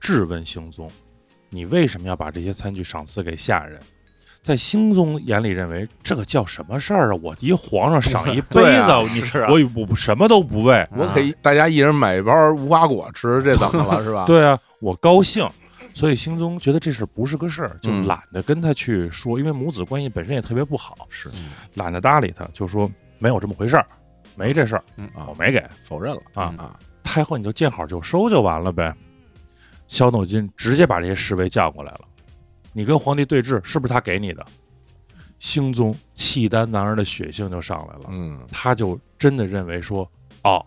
Speaker 9: 质问兴宗：“你为什么要把这些餐具赏赐给下人？”在兴宗眼里，认为这个叫什么事儿啊？我一皇上赏 一杯
Speaker 7: 对
Speaker 9: 子，
Speaker 7: 啊
Speaker 9: 你
Speaker 8: 是啊
Speaker 9: 我我什么都不为。
Speaker 7: 我可以大家一人买一包无花果吃，这怎么了是吧？
Speaker 9: 对啊，我高兴。所以兴宗觉得这事儿不是个事儿，就
Speaker 7: 嗯
Speaker 9: 懒得跟他去说，因为母子关系本身也特别不好，
Speaker 7: 是
Speaker 9: 懒得搭理他，就说没有这么回事儿，没这事儿，
Speaker 7: 啊
Speaker 9: 我，没给。
Speaker 7: 否认了
Speaker 9: 啊
Speaker 7: 啊，
Speaker 9: 太后你就见好就收就完了呗。萧斗金直接把这些侍卫叫过来了，你跟皇帝对峙，是不是他给你的？兴宗契丹男儿的血性就上来了，
Speaker 7: 嗯
Speaker 9: 他就真的认为说，哦，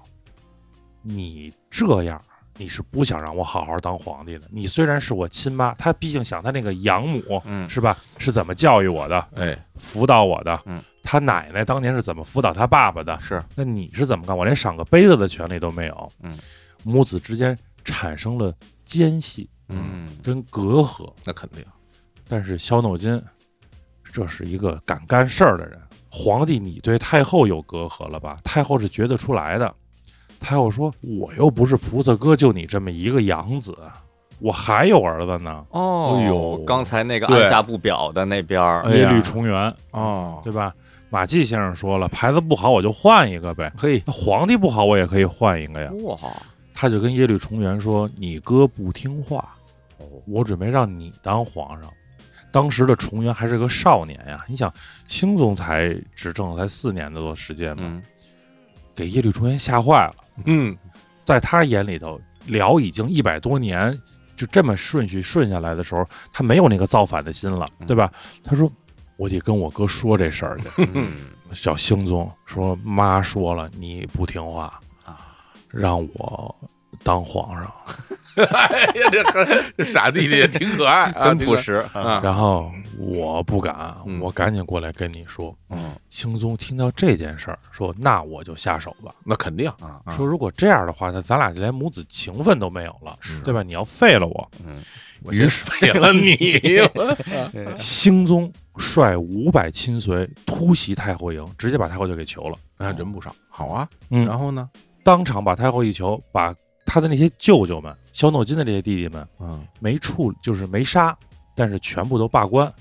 Speaker 9: 你这样，你是不想让我好好当皇帝的。你虽然是我亲妈，他毕竟想他那个养母，
Speaker 8: 嗯
Speaker 9: 是吧？是怎么教育我的，
Speaker 7: 哎
Speaker 9: 辅导我的，
Speaker 8: 嗯，
Speaker 9: 他奶奶当年是怎么辅导他爸爸的，
Speaker 8: 是
Speaker 9: 那你是怎么干？我连赏个杯子的权利都没有。
Speaker 8: 嗯，
Speaker 9: 母子之间产生了间隙
Speaker 8: 嗯
Speaker 9: 跟隔阂，
Speaker 7: 那肯定
Speaker 9: 但是萧诺金这是一个敢干事儿的人。皇帝，你对太后有隔阂了吧？太后是觉得出来的。太后说：“我又不是菩萨哥，就你这么一个养子，我还有儿子呢。
Speaker 8: 哦
Speaker 9: 哎呦
Speaker 8: 刚才那个
Speaker 7: 对
Speaker 8: 按下不表的那边儿，
Speaker 7: 哎
Speaker 9: 耶
Speaker 7: 呀
Speaker 9: 律重圆，
Speaker 7: 哦，
Speaker 9: 对吧？马季先生说了，牌子不好我就换一个呗。
Speaker 7: 嘿，
Speaker 9: 那皇帝不好我也可以换一个
Speaker 7: 哎
Speaker 9: 呀。
Speaker 8: 哇，
Speaker 9: 他就跟耶律重元说：“你哥不听话，
Speaker 8: 哦
Speaker 9: 我准备让你当皇上。”当时的重元还是个少年呀，你想，兴宗才执政才四年多时间嘛，
Speaker 8: 嗯
Speaker 9: 给耶律重元吓坏了。
Speaker 7: 嗯
Speaker 9: 在他眼里头，辽已经一百多年，就这么顺序顺下来的时候，他没有那个造反的心了，对吧？他说：“我得跟我哥说这事儿去。”
Speaker 8: 嗯
Speaker 9: 小兴宗说：“妈说了，你不听话
Speaker 8: 啊，
Speaker 9: 让我当皇上。”
Speaker 7: 哎呀，这很这傻弟弟也挺可爱啊，
Speaker 8: 真
Speaker 7: 挺
Speaker 8: 朴
Speaker 7: 可爱
Speaker 8: 实啊，
Speaker 7: 啊，
Speaker 9: 然后我不敢，
Speaker 7: 嗯
Speaker 9: 我赶紧过来跟你说。
Speaker 8: 嗯
Speaker 9: 兴宗听到这件事儿，说：“那我就下手吧。
Speaker 7: 那肯定
Speaker 8: 啊
Speaker 7: 啊
Speaker 9: 说如果这样的话，那咱俩连母子情分都没有了，对吧？你要废了我。
Speaker 8: 嗯，
Speaker 7: 我先废了 你，
Speaker 9: 兴宗率五百亲随突袭太后营，直接把太后就给囚了。
Speaker 7: 啊，人不少，好啊。
Speaker 9: 嗯
Speaker 7: 然后呢？
Speaker 9: 当场把太后一囚，把他的那些舅舅们、萧诺金的这些弟弟们
Speaker 7: 嗯，
Speaker 9: 没处就是没杀，但是全部都罢官。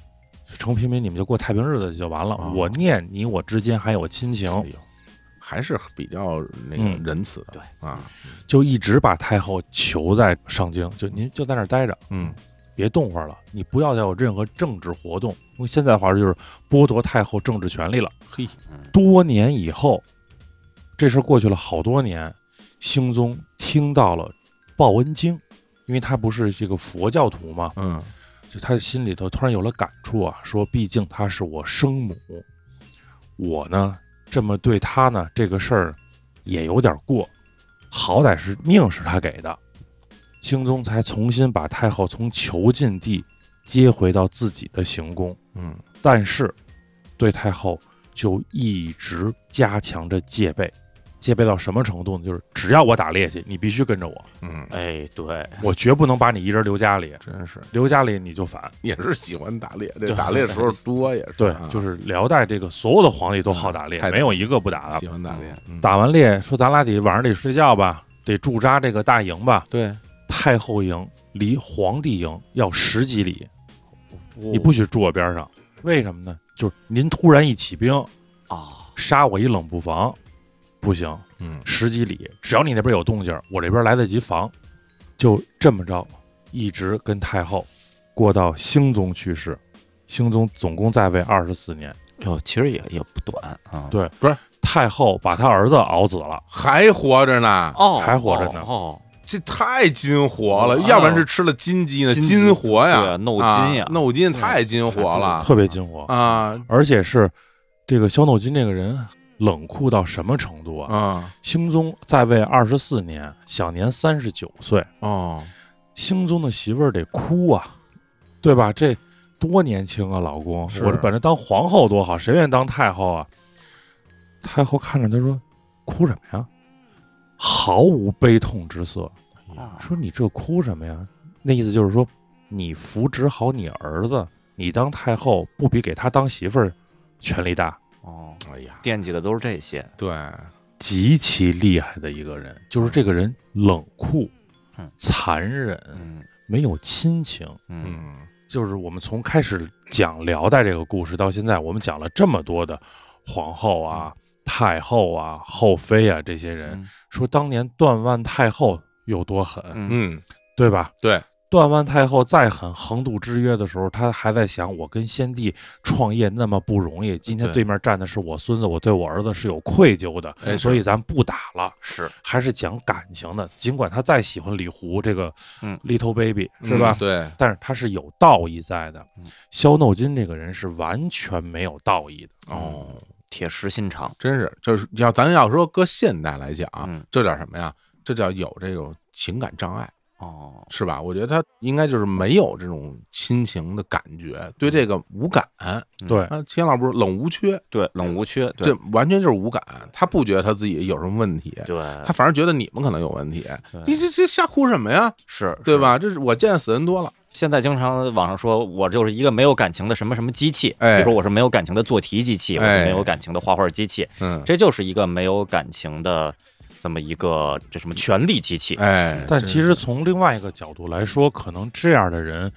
Speaker 9: 成平民，你们就过太平日子就完了。
Speaker 7: 哦
Speaker 9: 我念你我之间还有亲情。
Speaker 7: 哎呦，还是比较那个
Speaker 9: 嗯
Speaker 7: 仁慈的，对啊，
Speaker 9: 就一直把太后囚在上京，就您就在那儿待着，
Speaker 7: 嗯，
Speaker 9: 别动活了，你不要再有任何政治活动，用现在的话说就是剥夺太后政治权利了。
Speaker 7: 嘿，
Speaker 9: 多年以后，这事儿过去了好多年，兴宗听到了报恩经，因为他不是这个佛教徒嘛，
Speaker 7: 嗯，
Speaker 9: 就他心里头突然有了感触啊，说毕竟她是我生母，我呢这么对她呢，这个事儿也有点过，好歹是命是他给的。兴宗才重新把太后从囚禁地接回到自己的行宫，
Speaker 7: 嗯，
Speaker 9: 但是对太后就一直加强着戒备，戒备到什么程度呢？就是只要我打猎去，你必须跟着我，
Speaker 7: 嗯，
Speaker 8: 哎对，
Speaker 9: 我绝不能把你一人留家里，
Speaker 7: 真是
Speaker 9: 留家里你就反。
Speaker 7: 也是喜欢打猎，这
Speaker 9: 对
Speaker 7: 打猎时候多也是，
Speaker 9: 对
Speaker 7: 啊，
Speaker 9: 就是辽代这个所有的皇帝都好打猎
Speaker 7: 太，
Speaker 9: 没有一个不打的。
Speaker 7: 喜欢打猎，嗯
Speaker 9: 打完猎说咱俩得晚上得睡觉吧，得驻扎这个大营吧。
Speaker 7: 对，
Speaker 9: 太后营离皇帝营要十几里，你不许住我边上，为什么呢？就是您突然一起兵
Speaker 8: 啊，
Speaker 9: 杀我一冷不防，不行，
Speaker 7: 嗯，
Speaker 9: 十几里，只要你那边有动静，我这边来得及防。就这么着，一直跟太后过到兴宗去世。兴宗总共在位二十四年，
Speaker 8: 哟，其实也也不短啊。
Speaker 9: 对，
Speaker 7: 不是
Speaker 9: 太后把他儿子熬死了，
Speaker 7: 还活着呢，
Speaker 8: 哦，
Speaker 9: 还活着呢
Speaker 8: 哦，
Speaker 7: 这太金活了，
Speaker 8: 哦
Speaker 7: 要不然是吃了金鸡呢，
Speaker 8: 金鸡
Speaker 7: 金活呀，
Speaker 8: 对弄
Speaker 7: 啊
Speaker 8: 金呀
Speaker 7: 弄金太金活
Speaker 8: 哦
Speaker 7: 了
Speaker 9: 特别惊火
Speaker 7: 啊
Speaker 9: 而且是这个萧诺金这个人冷酷到什么程度
Speaker 8: 嗯
Speaker 9: 啊？
Speaker 7: 啊
Speaker 9: 兴宗在位二十四年，享年三十九岁。
Speaker 7: 哦，
Speaker 9: 兴宗的媳妇儿得哭啊，对吧？这多年轻啊，老公，
Speaker 7: 是
Speaker 9: 我这本着当皇后多好，谁愿意当太后啊？太后看着他说：“哭什么呀？”毫无悲痛之色，说：“你这哭什么呀？”那意思就是说，你扶植好你儿子，你当太后不比给他当媳妇儿权力大？
Speaker 8: 哦，
Speaker 7: 哎呀，
Speaker 8: 惦记的都是这些。
Speaker 7: 对，
Speaker 9: 极其厉害的一个人，就是这个人冷酷
Speaker 8: 嗯、
Speaker 9: 残忍，
Speaker 8: 嗯
Speaker 9: 没有亲情。
Speaker 8: 嗯
Speaker 7: 嗯
Speaker 9: 就是我们从开始讲辽代这个故事到现在，我们讲了这么多的皇后啊、太后啊、后妃啊这些人，
Speaker 8: 嗯
Speaker 9: 说当年段万太后有多狠，
Speaker 8: 嗯
Speaker 7: 嗯，
Speaker 9: 对吧？
Speaker 7: 对，
Speaker 9: 段万太后再狠，横渡之约的时候，她还在想，我跟先帝创业那么不容易，今天
Speaker 7: 对
Speaker 9: 对面站的是我孙子，我对我儿子是有愧疚的，
Speaker 7: 哎是
Speaker 9: 所以咱不打了，
Speaker 8: 是
Speaker 9: 还是讲感情的。尽管她再喜欢李胡这个，
Speaker 8: 嗯
Speaker 9: ，little baby
Speaker 7: 嗯
Speaker 9: 是吧？
Speaker 7: 对，
Speaker 9: 但是他是有道义在的
Speaker 8: 嗯。
Speaker 9: 萧诺金这个人是完全没有道义的，嗯
Speaker 7: 哦，
Speaker 8: 铁石心肠。
Speaker 7: 真是，就是要咱要说搁现代来讲
Speaker 8: 嗯，
Speaker 7: 这叫什么呀？这叫有这种情感障碍，
Speaker 8: 哦，
Speaker 7: 是吧？我觉得他应该就是没有这种亲情的感觉，对这个无感。
Speaker 8: 嗯
Speaker 9: 对嗯
Speaker 7: 啊，钱老不是冷无缺，
Speaker 8: 对，冷无缺，对
Speaker 7: 这完全就是无感，他不觉得他自己有什么问题，
Speaker 8: 对，
Speaker 7: 他反而觉得你们可能有问题
Speaker 8: 对。
Speaker 7: 你这这瞎哭什么呀？
Speaker 8: 是
Speaker 7: 对？
Speaker 8: 是
Speaker 7: 吧？这是我见死人多了，
Speaker 8: 现在经常网上说我就是一个没有感情的什么什么机器，
Speaker 7: 哎
Speaker 8: 比如说我是没有感情的做题机器，我
Speaker 7: 哎
Speaker 8: 是没有感情的画画机器，
Speaker 7: 嗯，
Speaker 8: 这就是一个没有感情的这么一个这什么权力机器。
Speaker 7: 哎，
Speaker 9: 但
Speaker 7: 真
Speaker 9: 其实从另外一个角度来说，可能这样的人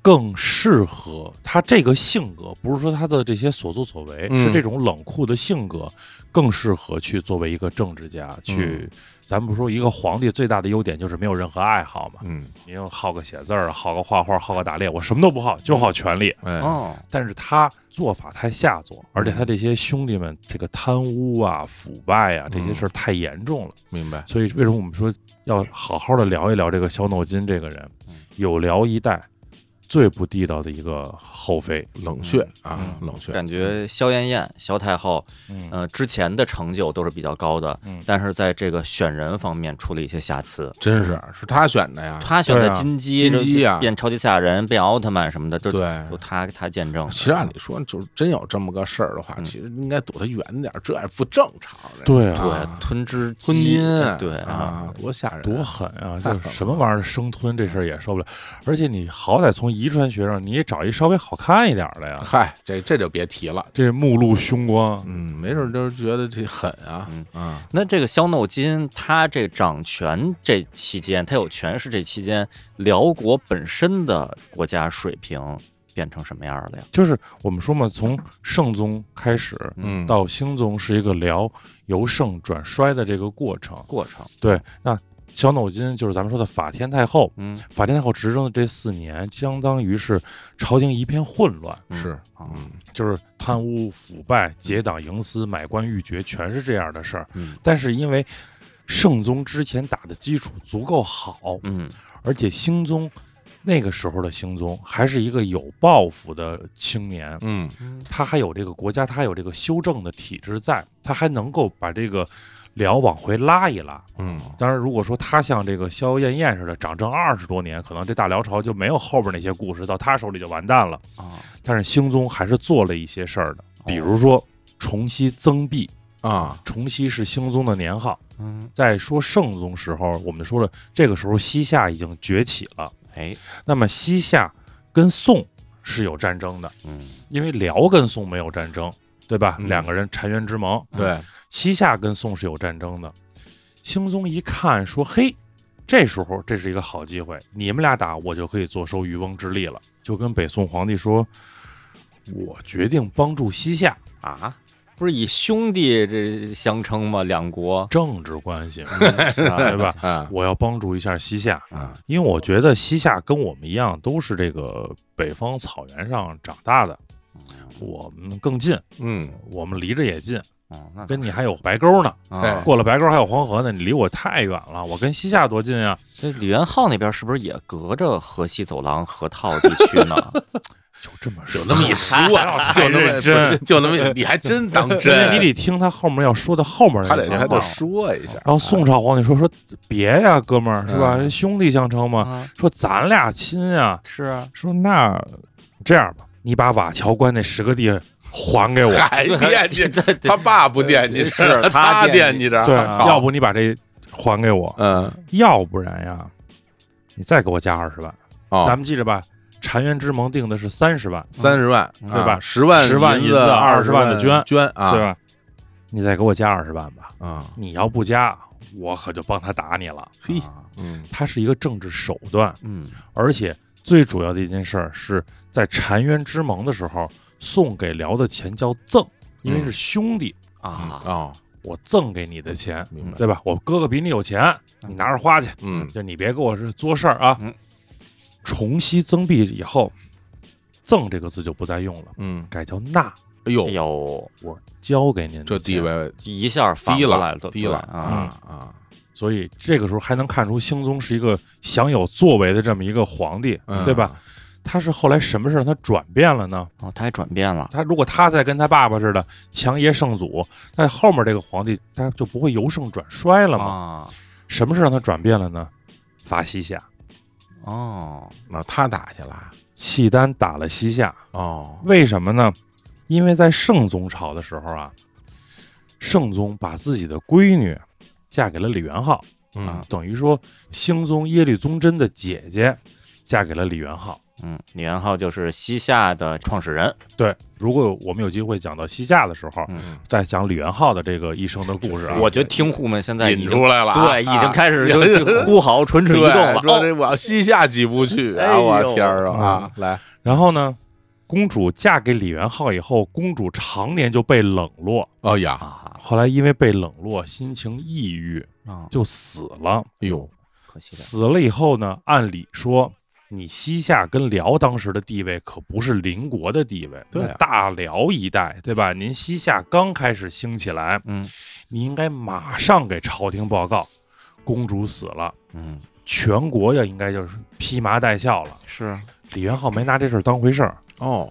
Speaker 9: 更适合他这个性格，不是说他的这些所作所为，
Speaker 7: 嗯
Speaker 9: 是这种冷酷的性格更适合去作为一个政治家去。
Speaker 7: 嗯
Speaker 9: 咱们不说一个皇帝最大的优点就是没有任何爱好嘛，
Speaker 7: 嗯，
Speaker 9: 你又好个写字儿，好个画画，好个打猎，我什么都不好，就
Speaker 8: 嗯
Speaker 9: 好权力。
Speaker 7: 哎，
Speaker 8: 哦，
Speaker 9: 但是他做法太下作，而
Speaker 8: 嗯
Speaker 9: 且他这些兄弟们这个贪污啊、腐败啊
Speaker 8: 嗯
Speaker 9: 这些事儿太严重了，
Speaker 7: 明白，
Speaker 9: 所以为什么我们说要好好的聊一聊这个萧诺金这个人
Speaker 8: 嗯，
Speaker 9: 有辽一代最不地道的一个后妃，
Speaker 7: 冷血啊，
Speaker 8: 嗯
Speaker 7: 冷血，
Speaker 8: 感觉萧燕燕、萧太后，
Speaker 9: 嗯
Speaker 8: 呃，之前的成就都是比较高的
Speaker 9: 嗯，
Speaker 8: 但是在这个选人方面出了一些瑕疵。
Speaker 7: 真是是他选的呀，
Speaker 8: 她选
Speaker 9: 对
Speaker 8: 的
Speaker 9: 啊
Speaker 8: 金鸡，
Speaker 7: 金鸡呀
Speaker 8: 变超级赛亚人，变奥特曼什么的，都
Speaker 7: 对
Speaker 8: 都她她见证的。
Speaker 7: 其实按理说，就是真有这么个事儿的话，
Speaker 8: 嗯
Speaker 7: 其实应该躲得远点儿，这也不正常。这
Speaker 9: 对啊
Speaker 7: 啊
Speaker 8: 对，吞之
Speaker 7: 吞
Speaker 8: 鸡
Speaker 7: 金，
Speaker 8: 对
Speaker 7: 啊，，多吓人，
Speaker 9: 多狠啊！
Speaker 7: 太
Speaker 9: 就
Speaker 7: 狠
Speaker 9: 是
Speaker 7: 了
Speaker 9: 什么玩意儿生吞这事儿也受不了，而且你好歹从遗传学上你也找一稍微好看一点儿的 呀，
Speaker 7: 嗨，这这就别提了。
Speaker 9: 这目露凶光，
Speaker 7: 嗯，没准儿就是觉得这狠啊
Speaker 8: 嗯
Speaker 7: 啊，
Speaker 8: 那这个萧诺金，他这掌权这期间，他有权势这期间，辽国本身的国家水平变成什么样了呀？
Speaker 9: 就是我们说嘛，从圣宗开始，
Speaker 7: 嗯，
Speaker 9: 到兴宗是一个辽由盛转衰的这个过程。
Speaker 8: 过程，
Speaker 9: 对，那小脑筋就是咱们说的法天太后，
Speaker 8: 嗯，
Speaker 9: 法天太后执政的这四年，相当于是朝廷一片混乱，
Speaker 7: 是，
Speaker 8: 啊
Speaker 7: 嗯
Speaker 9: 就是贪污腐败、结党营私、买官鬻爵，全是这样的事儿。
Speaker 8: 嗯
Speaker 9: 但是因为圣宗之前打的基础足够好，
Speaker 8: 嗯
Speaker 9: 而且兴宗那个时候的兴宗还是一个有抱负的青年，
Speaker 7: 嗯，
Speaker 9: 他还有这个国家，他还有这个修正的体制在，他还能够把这个辽往回拉一拉。
Speaker 7: 嗯，
Speaker 9: 当然，如果说他像这个萧燕燕似的掌政二十多年，可能这大辽朝就没有后边那些故事，到他手里就完蛋了。
Speaker 8: 啊，哦
Speaker 9: 但是兴宗还是做了一些事儿的，比如说重熙增币，
Speaker 7: 啊，
Speaker 9: 重熙是兴宗的年号。
Speaker 8: 嗯，
Speaker 9: 在说圣宗时候，我们说了，这个时候西夏已经崛起了。
Speaker 8: 哎，
Speaker 9: 那么西夏跟宋是有战争的，
Speaker 8: 嗯
Speaker 9: 因为辽跟宋没有战争，对吧？
Speaker 7: 嗯
Speaker 9: 两个人澶渊之盟。
Speaker 8: 嗯
Speaker 7: 对，
Speaker 9: 西夏跟宋是有战争的。兴宗一看说：“嘿，这时候这是一个好机会，你们俩打，我就可以坐收渔翁之利了。”就跟北宋皇帝说：“我决定帮助西夏，
Speaker 8: 啊，不是以兄弟这相称吗？两国
Speaker 9: 政治关系，
Speaker 8: 是吧
Speaker 9: 对吧？
Speaker 7: 啊
Speaker 9: 我要帮助一下西夏，
Speaker 7: 啊，
Speaker 9: 因为我觉得西夏跟我们一样，都是这个北方草原上长大的，
Speaker 8: 嗯
Speaker 9: 我们更近，
Speaker 7: 嗯，
Speaker 9: 我们离着也近，
Speaker 8: 哦，那
Speaker 9: 跟你还有白沟呢，
Speaker 8: 啊
Speaker 7: 对，
Speaker 9: 过了白沟还有黄河呢，你离我太远了，我跟西夏多近啊！
Speaker 8: 这李元昊那边是不是也隔着河西走廊河套地区呢？
Speaker 9: 就这么
Speaker 7: 就
Speaker 9: 说，
Speaker 7: 那么一说啊，就那么
Speaker 9: 太认真
Speaker 7: 不是就那么，你还真当
Speaker 9: 因为你
Speaker 7: 真，
Speaker 9: 得听他后面要说的后面
Speaker 7: 他
Speaker 9: 那
Speaker 7: 得
Speaker 9: 些
Speaker 7: 他
Speaker 9: 话
Speaker 7: 得。说一 下，
Speaker 9: 然后宋朝皇帝说说别呀，哥们儿是吧？
Speaker 7: 嗯
Speaker 9: 兄弟相称嘛。
Speaker 8: 啊，
Speaker 9: 说咱俩亲呀。
Speaker 8: 是啊，
Speaker 9: 说那这样吧，你把瓦桥关那十个地还给我。
Speaker 7: 还惦 记
Speaker 8: 这这
Speaker 7: 他爸不惦记，
Speaker 8: 是
Speaker 7: 他
Speaker 8: 他
Speaker 7: 惦记着，
Speaker 9: 对，
Speaker 7: 好
Speaker 9: 要不你把这还给我，
Speaker 7: 嗯
Speaker 9: 要不然呀，你再给我加二十万。咱
Speaker 7: 哦，
Speaker 9: 们记着吧，澶渊之盟定的是三十万，
Speaker 7: 三十万啊
Speaker 9: 嗯对吧
Speaker 7: 十万
Speaker 9: 10万
Speaker 7: 银
Speaker 9: 银子
Speaker 7: 二
Speaker 9: 20
Speaker 7: 万
Speaker 9: 万的捐
Speaker 7: 捐啊，
Speaker 9: 对吧？你再给我加二十万吧。
Speaker 7: 啊，
Speaker 9: 你要不加，我可就帮他打你了。
Speaker 7: 嘿
Speaker 8: 啊
Speaker 7: 嗯
Speaker 9: 它是一个政治手段，
Speaker 8: 嗯，
Speaker 9: 而且最主要的一件事儿是在澶渊之盟的时候，送给辽的钱叫赠，
Speaker 7: 嗯
Speaker 9: 因为是兄弟，嗯
Speaker 8: 啊，
Speaker 7: 哦，
Speaker 9: 我赠给你的钱，
Speaker 7: 明白，
Speaker 9: 对吧？我哥哥比你有钱，你拿着花去，
Speaker 7: 嗯
Speaker 9: 就你别给我是做事儿啊
Speaker 8: 嗯。
Speaker 9: 重熙增币以后，“赠”这个字就不再用了，
Speaker 7: 嗯，
Speaker 9: 改叫“纳
Speaker 7: 哎
Speaker 8: 哎
Speaker 7: 呦，
Speaker 8: 呦，”，
Speaker 9: 交给您的
Speaker 7: 这地
Speaker 9: 钱。
Speaker 7: 位
Speaker 8: 一下反
Speaker 7: 低
Speaker 8: 过来
Speaker 7: 了
Speaker 8: 了，，
Speaker 7: 低了
Speaker 8: 对啊，
Speaker 7: 啊，
Speaker 9: 所以这个时候还能看出兴宗是一个享有作为的这么一个皇帝，
Speaker 7: 嗯
Speaker 9: 对吧？？他是后来什么事让他转变了呢？
Speaker 8: 哦，他还转变了，
Speaker 9: 他如果他再跟他爸爸似的强爷圣祖，那后面这个皇帝他就不会由盛转衰了嘛？
Speaker 8: 啊，
Speaker 9: 什么事让他转变了呢？伐西夏，啊
Speaker 8: 哦，
Speaker 7: 那他打去了，
Speaker 9: 契丹打了西夏，
Speaker 7: 哦，
Speaker 9: 为什么呢？因为在圣宗朝的时候啊，圣宗把自己的闺女嫁给了李元昊，啊
Speaker 7: 嗯
Speaker 9: 等于说兴宗耶律宗真的姐姐嫁给了李元昊。
Speaker 8: 嗯，李元昊就是西夏的创始人，
Speaker 9: 对，如果我们有机会讲到西夏的时候，
Speaker 8: 嗯
Speaker 9: 再讲李元昊的这个一生的故事啊。
Speaker 8: 我觉得听户们现在已
Speaker 7: 引
Speaker 8: 经
Speaker 7: 出来了啊，
Speaker 8: 对，已经开始
Speaker 7: 啊
Speaker 8: 就
Speaker 7: 对
Speaker 8: 就呼嚎蠢蠢欲动 了。
Speaker 7: 说
Speaker 8: 哦
Speaker 7: 这我要西夏几部去
Speaker 8: 哎
Speaker 7: 啊，
Speaker 8: 呦
Speaker 7: 我天儿啊，来，
Speaker 9: 然后呢，公主嫁给李元昊以后，公主常年就被冷落，
Speaker 7: 哎呀，
Speaker 8: 啊
Speaker 9: 后来因为被冷落，心情抑郁，
Speaker 8: 啊，
Speaker 9: 就死了。
Speaker 7: 哎呦，
Speaker 8: 可惜了。
Speaker 9: 死了以后呢，按理说。你西夏跟辽当时的地位可不是邻国的地位，
Speaker 7: 对啊
Speaker 9: 大辽一带，对吧？您西夏刚开始兴起来，
Speaker 8: 嗯
Speaker 9: 你应该马上给朝廷报告，公主死了，
Speaker 8: 嗯，
Speaker 9: 全国呀应该就是披麻戴孝了。
Speaker 8: 是
Speaker 9: 李元昊没拿这事儿当回事儿，
Speaker 7: 哦，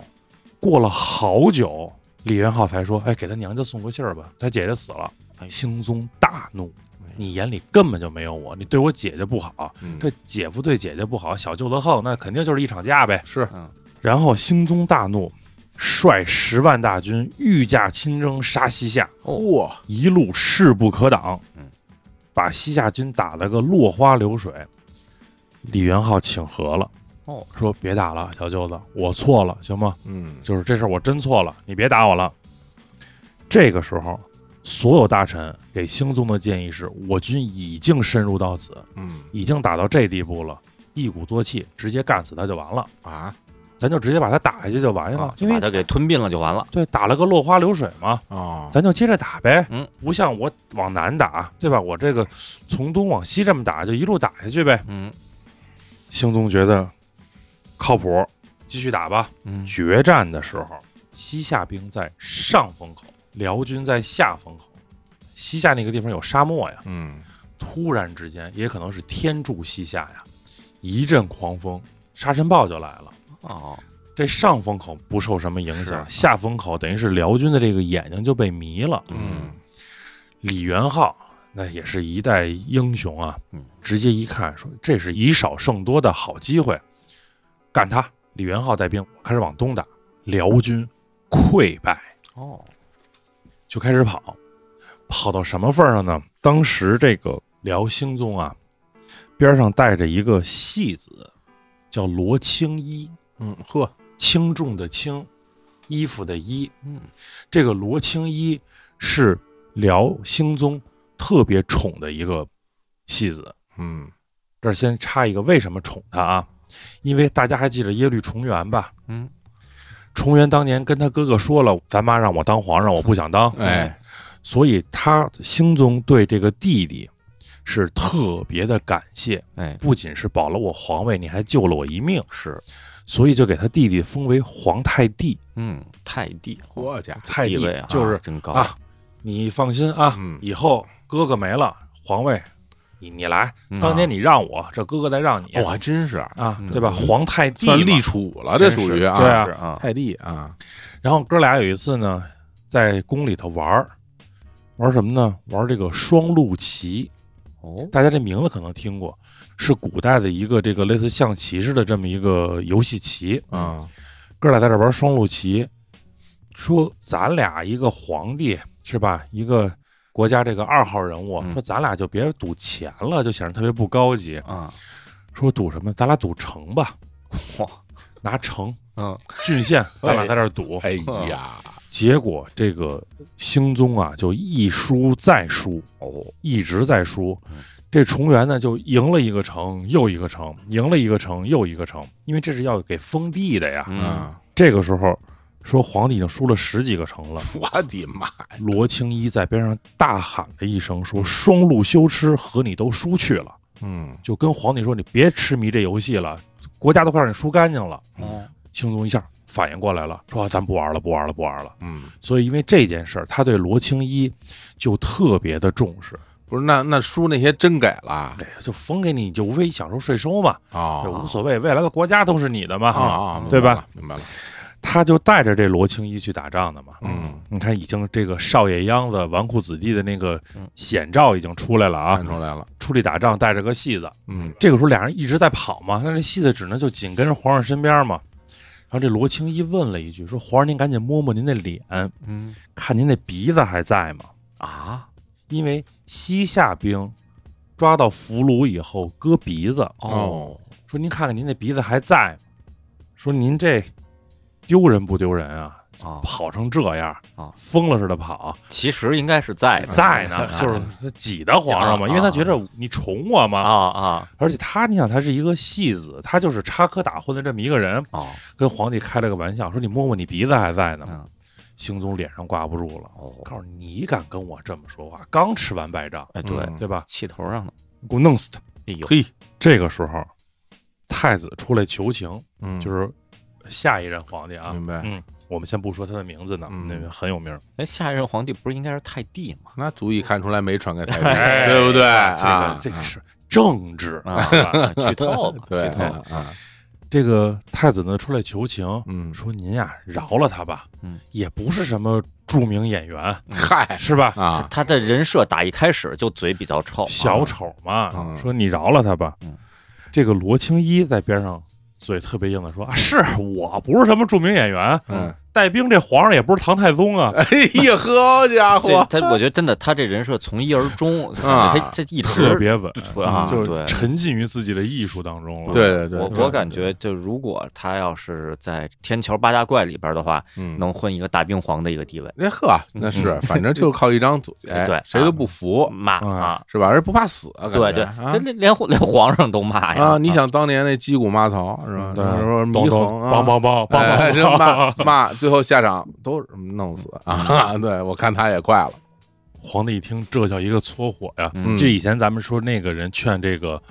Speaker 9: 过了好久，李元昊才说：“哎，给他娘家送个信儿吧，他姐姐死了。”
Speaker 7: 哎
Speaker 9: 兴宗大怒：“你眼里根本就没有我，你对我姐姐不好，
Speaker 7: 嗯
Speaker 9: 这姐夫对姐姐不好，小舅子横，那肯定就是一场架呗。”
Speaker 7: 是，
Speaker 8: 嗯
Speaker 9: 然后兴宗大怒，率十万大军御驾亲征杀西夏，
Speaker 7: 嚯，
Speaker 9: 一路势不可挡
Speaker 8: 嗯，
Speaker 9: 把西夏军打了个落花流水。李元昊请和了，
Speaker 8: 哦，
Speaker 9: 说别打了，小舅子，我错了，行吗？
Speaker 7: 嗯，
Speaker 9: 就是这事儿我真错了，你别打我了。这个时候，所有大臣给兴宗的建议是：我军已经深入到此，
Speaker 7: 嗯
Speaker 9: 已经打到这地步了，一鼓作气，直接干死他就完了，
Speaker 7: 啊
Speaker 9: 咱就直接把他打下去就完了，
Speaker 8: 啊，就
Speaker 9: 因
Speaker 8: 把
Speaker 9: 为
Speaker 8: 他给吞并了就完了。
Speaker 9: 对打了个落花流水嘛。
Speaker 7: 哦，
Speaker 9: 咱就接着打呗。
Speaker 8: 嗯，
Speaker 9: 不像我往南打，对吧？我这个从东往西这么打，就一路打下去呗。
Speaker 8: 嗯
Speaker 9: 兴宗觉得靠谱，继续打吧。
Speaker 8: 嗯
Speaker 9: 决战的时候，西夏兵在上风口，辽军在下风口。西夏那个地方有沙漠呀，
Speaker 7: 嗯
Speaker 9: 突然之间，也可能是天助西夏呀，一阵狂风，沙尘暴就来了。
Speaker 8: 哦，
Speaker 9: 这上风口不受什么影响，
Speaker 8: 是
Speaker 9: 下风口等于是辽军的这个眼睛就被迷了。
Speaker 7: 嗯，
Speaker 9: 李元昊那也是一代英雄啊
Speaker 8: 嗯，
Speaker 9: 直接一看说这是以少胜多的好机会，干他！李元昊带兵开始往东打，辽军溃败，
Speaker 8: 哦，
Speaker 9: 就开始跑，跑到什么份儿上呢？当时这个辽兴宗啊，边上带着一个戏子，叫罗青衣，
Speaker 7: 嗯，呵，
Speaker 9: 轻重的轻，衣服的衣。
Speaker 8: 嗯，
Speaker 9: 这个罗青衣是辽兴宗特别宠的一个戏子。
Speaker 7: 嗯
Speaker 9: 这儿先插一个，为什么宠他啊？因为大家还记得耶律重元吧？
Speaker 8: 嗯，
Speaker 9: 重元当年跟他哥哥说了，咱妈让我当皇上，我不想当，
Speaker 7: 哎，
Speaker 9: 所以他兴宗对这个弟弟是特别的感谢，
Speaker 8: 哎，
Speaker 9: 不仅是保了我皇位，你还救了我一命，
Speaker 8: 是，
Speaker 9: 所以就给他弟弟封为皇太帝。
Speaker 8: 嗯，太帝，
Speaker 7: 我家伙
Speaker 9: 太
Speaker 8: 地
Speaker 9: 帝
Speaker 8: 位啊
Speaker 9: 就是
Speaker 8: 真高
Speaker 9: 啊，你放心啊，
Speaker 7: 嗯
Speaker 9: 以后哥哥没了，皇位你你来，
Speaker 8: 嗯
Speaker 9: 当年你让我，这哥哥再让你
Speaker 7: 哦，还真是
Speaker 9: 啊
Speaker 8: 嗯，
Speaker 9: 对吧？皇太帝
Speaker 7: 算
Speaker 9: 嘛
Speaker 7: 立储了，这
Speaker 8: 真
Speaker 7: 属
Speaker 8: 是
Speaker 7: 于啊，
Speaker 9: 对
Speaker 8: 啊
Speaker 9: 啊
Speaker 8: 是啊，
Speaker 7: 泰帝啊，
Speaker 9: 然后哥俩有一次呢，在宫里头玩儿，玩什么呢？玩这个双陆棋。
Speaker 8: 哦，
Speaker 9: 大家这名字可能听过，是古代的一个这个类似象棋似的这么一个游戏棋。
Speaker 7: 啊，
Speaker 9: 哥俩在这玩双陆棋，说咱俩一个皇帝是吧？一个国家这个二号人物，
Speaker 8: 嗯
Speaker 9: 说咱俩就别赌钱了，就显得特别不高级。
Speaker 8: 啊，
Speaker 9: 说赌什么？咱俩赌城吧，
Speaker 8: 嚯，
Speaker 9: 拿城
Speaker 8: 嗯，
Speaker 9: 郡县，咱俩在这儿赌。
Speaker 7: 哎呀，
Speaker 9: 结果这个兴宗啊，就一输再输，
Speaker 8: 哦，
Speaker 9: 一直在输。这重元呢，就赢了一个城又一个城，赢了一个城又一个城，因为这是要给封地的呀。
Speaker 8: 嗯，
Speaker 7: 啊，
Speaker 9: 这个时候，说皇帝已经输了十几个城了。
Speaker 7: 我的妈呀，
Speaker 9: 罗青衣在边上大喊了一声，说：“双路修痴，和你都输去了。
Speaker 7: 嗯”，
Speaker 9: 就跟皇帝说：“你别痴迷这游戏了，国家都快让你输干净了。
Speaker 7: 嗯
Speaker 8: 哦，”
Speaker 9: 轻松一下反应过来了，说啊：“咱不玩了，不玩了，不玩了。”
Speaker 7: 嗯，
Speaker 9: 所以因为这件事儿，他对罗青衣就特别的重视，
Speaker 7: 不是，那那书那些真给了
Speaker 9: 给就封给你，你就无非享受税收嘛，这
Speaker 7: 哦
Speaker 9: 无所谓，未来的国家都是你的嘛，
Speaker 7: 啊啊，明
Speaker 9: 对
Speaker 7: 白
Speaker 9: 吧
Speaker 7: 了？明白了，
Speaker 9: 他就带着这罗青衣去打仗的嘛。
Speaker 7: 嗯，
Speaker 9: 你看，已经这个少爷秧子、纨绔子弟的那个
Speaker 8: 嗯
Speaker 9: 显兆已经出来了啊
Speaker 7: 看，出来了，
Speaker 9: 出去打仗带着个戏子，
Speaker 7: 嗯，
Speaker 9: 这个时候俩人一直在跑嘛，那这戏子只能就紧跟着皇上身边嘛。然后这罗青衣问了一句，说：“皇上，您赶紧摸摸您的脸，
Speaker 8: 嗯，
Speaker 9: 看您那鼻子还在吗？”
Speaker 8: 啊，
Speaker 9: 因为西夏兵抓到俘虏以后割鼻子，
Speaker 7: 哦，
Speaker 9: 说您看看您那鼻子还在吗，说您这丢人不丢人啊？
Speaker 8: 啊，
Speaker 9: 跑成这样
Speaker 8: 啊
Speaker 9: 疯了似的跑，
Speaker 8: 其实应该是在的
Speaker 9: 在 呢，就是他挤得皇上嘛，
Speaker 8: 啊
Speaker 9: 因为他觉得你宠我
Speaker 8: 啊
Speaker 9: 嘛。
Speaker 8: 啊
Speaker 9: 而且他，你想，他是一个戏子，他就是插科打诨的这么一个人，
Speaker 8: 哦，
Speaker 9: 跟皇帝开了个玩笑，说你摸摸你鼻子还在呢吗
Speaker 8: 嗯？
Speaker 9: 兴宗脸上挂不住了，
Speaker 8: 哦，
Speaker 9: 告诉你你敢跟我这么说话，刚吃完败仗，
Speaker 8: 哎，对，
Speaker 7: 嗯
Speaker 9: 对吧？
Speaker 8: 气头上呢，
Speaker 9: 给我弄死他！
Speaker 8: 哎呦，
Speaker 7: 嘿，
Speaker 9: 这个时候，太子出来求情，
Speaker 7: 嗯，
Speaker 9: 就是下一任皇帝啊。
Speaker 7: 明白，
Speaker 9: 嗯，我们先不说他的名字呢，
Speaker 7: 嗯
Speaker 9: 那个很有名儿。
Speaker 8: 哎，下一任皇帝不是应该是太帝吗？
Speaker 7: 那足以看出来没传给 泰
Speaker 9: 哎
Speaker 7: 帝，对不对？
Speaker 9: 这个、
Speaker 7: 啊，
Speaker 9: 这个是政治。
Speaker 8: 啊，剧透吧，
Speaker 7: 对
Speaker 8: 剧透，
Speaker 7: 啊，
Speaker 9: 这个太子呢出来求情，
Speaker 7: 嗯，
Speaker 9: 说您呀、饶了他吧，
Speaker 8: 嗯，
Speaker 9: 也不是什么著名演员，
Speaker 7: 嗨
Speaker 9: 是吧？
Speaker 8: 他
Speaker 7: 啊，
Speaker 8: 他的人设打一开始就嘴比较臭，
Speaker 9: 小丑嘛，
Speaker 7: 嗯
Speaker 9: 说你饶了他吧。
Speaker 8: 嗯
Speaker 9: 这个罗青衣在边上嘴特别硬的说：“啊，是我不是什么著名演员，
Speaker 7: 嗯，
Speaker 9: 带兵这皇上也不是唐太宗啊，
Speaker 7: 哎呀，好家
Speaker 8: 这
Speaker 7: 伙，
Speaker 8: 他，我觉得真的，他这人设从一而终，
Speaker 7: 啊
Speaker 8: 他他一直
Speaker 9: 特别稳，
Speaker 8: 对啊，
Speaker 9: 就
Speaker 8: 对
Speaker 9: 是沉浸于自己的艺术当中了。”
Speaker 7: 对对对，
Speaker 8: 我我感觉，就如果他要是在天桥八大怪里边的话，
Speaker 7: 嗯。
Speaker 8: 能混一个大兵皇的一个地位，，
Speaker 7: 那哎呵，那是，反正就靠一张嘴
Speaker 8: 对
Speaker 7: 谁都不服，
Speaker 8: 骂
Speaker 9: 啊
Speaker 8: 啊，
Speaker 7: 是吧？人不怕死，感觉
Speaker 8: 对对，
Speaker 7: 啊
Speaker 8: 这连连连皇上都骂哎呀
Speaker 7: 啊！你想当年那击鼓骂曹是吧？
Speaker 9: 对
Speaker 7: 那时候
Speaker 9: 咚
Speaker 7: 祢衡
Speaker 9: 咚，
Speaker 7: 啊
Speaker 9: 梆，梆梆梆
Speaker 7: 哎 这
Speaker 9: 梆梆，
Speaker 7: 骂骂，最后下场都是弄死啊！ 对我看他也快了，
Speaker 9: 皇帝一听这叫一个搓火呀！
Speaker 8: 嗯
Speaker 9: 记得以前咱们说那个人劝这个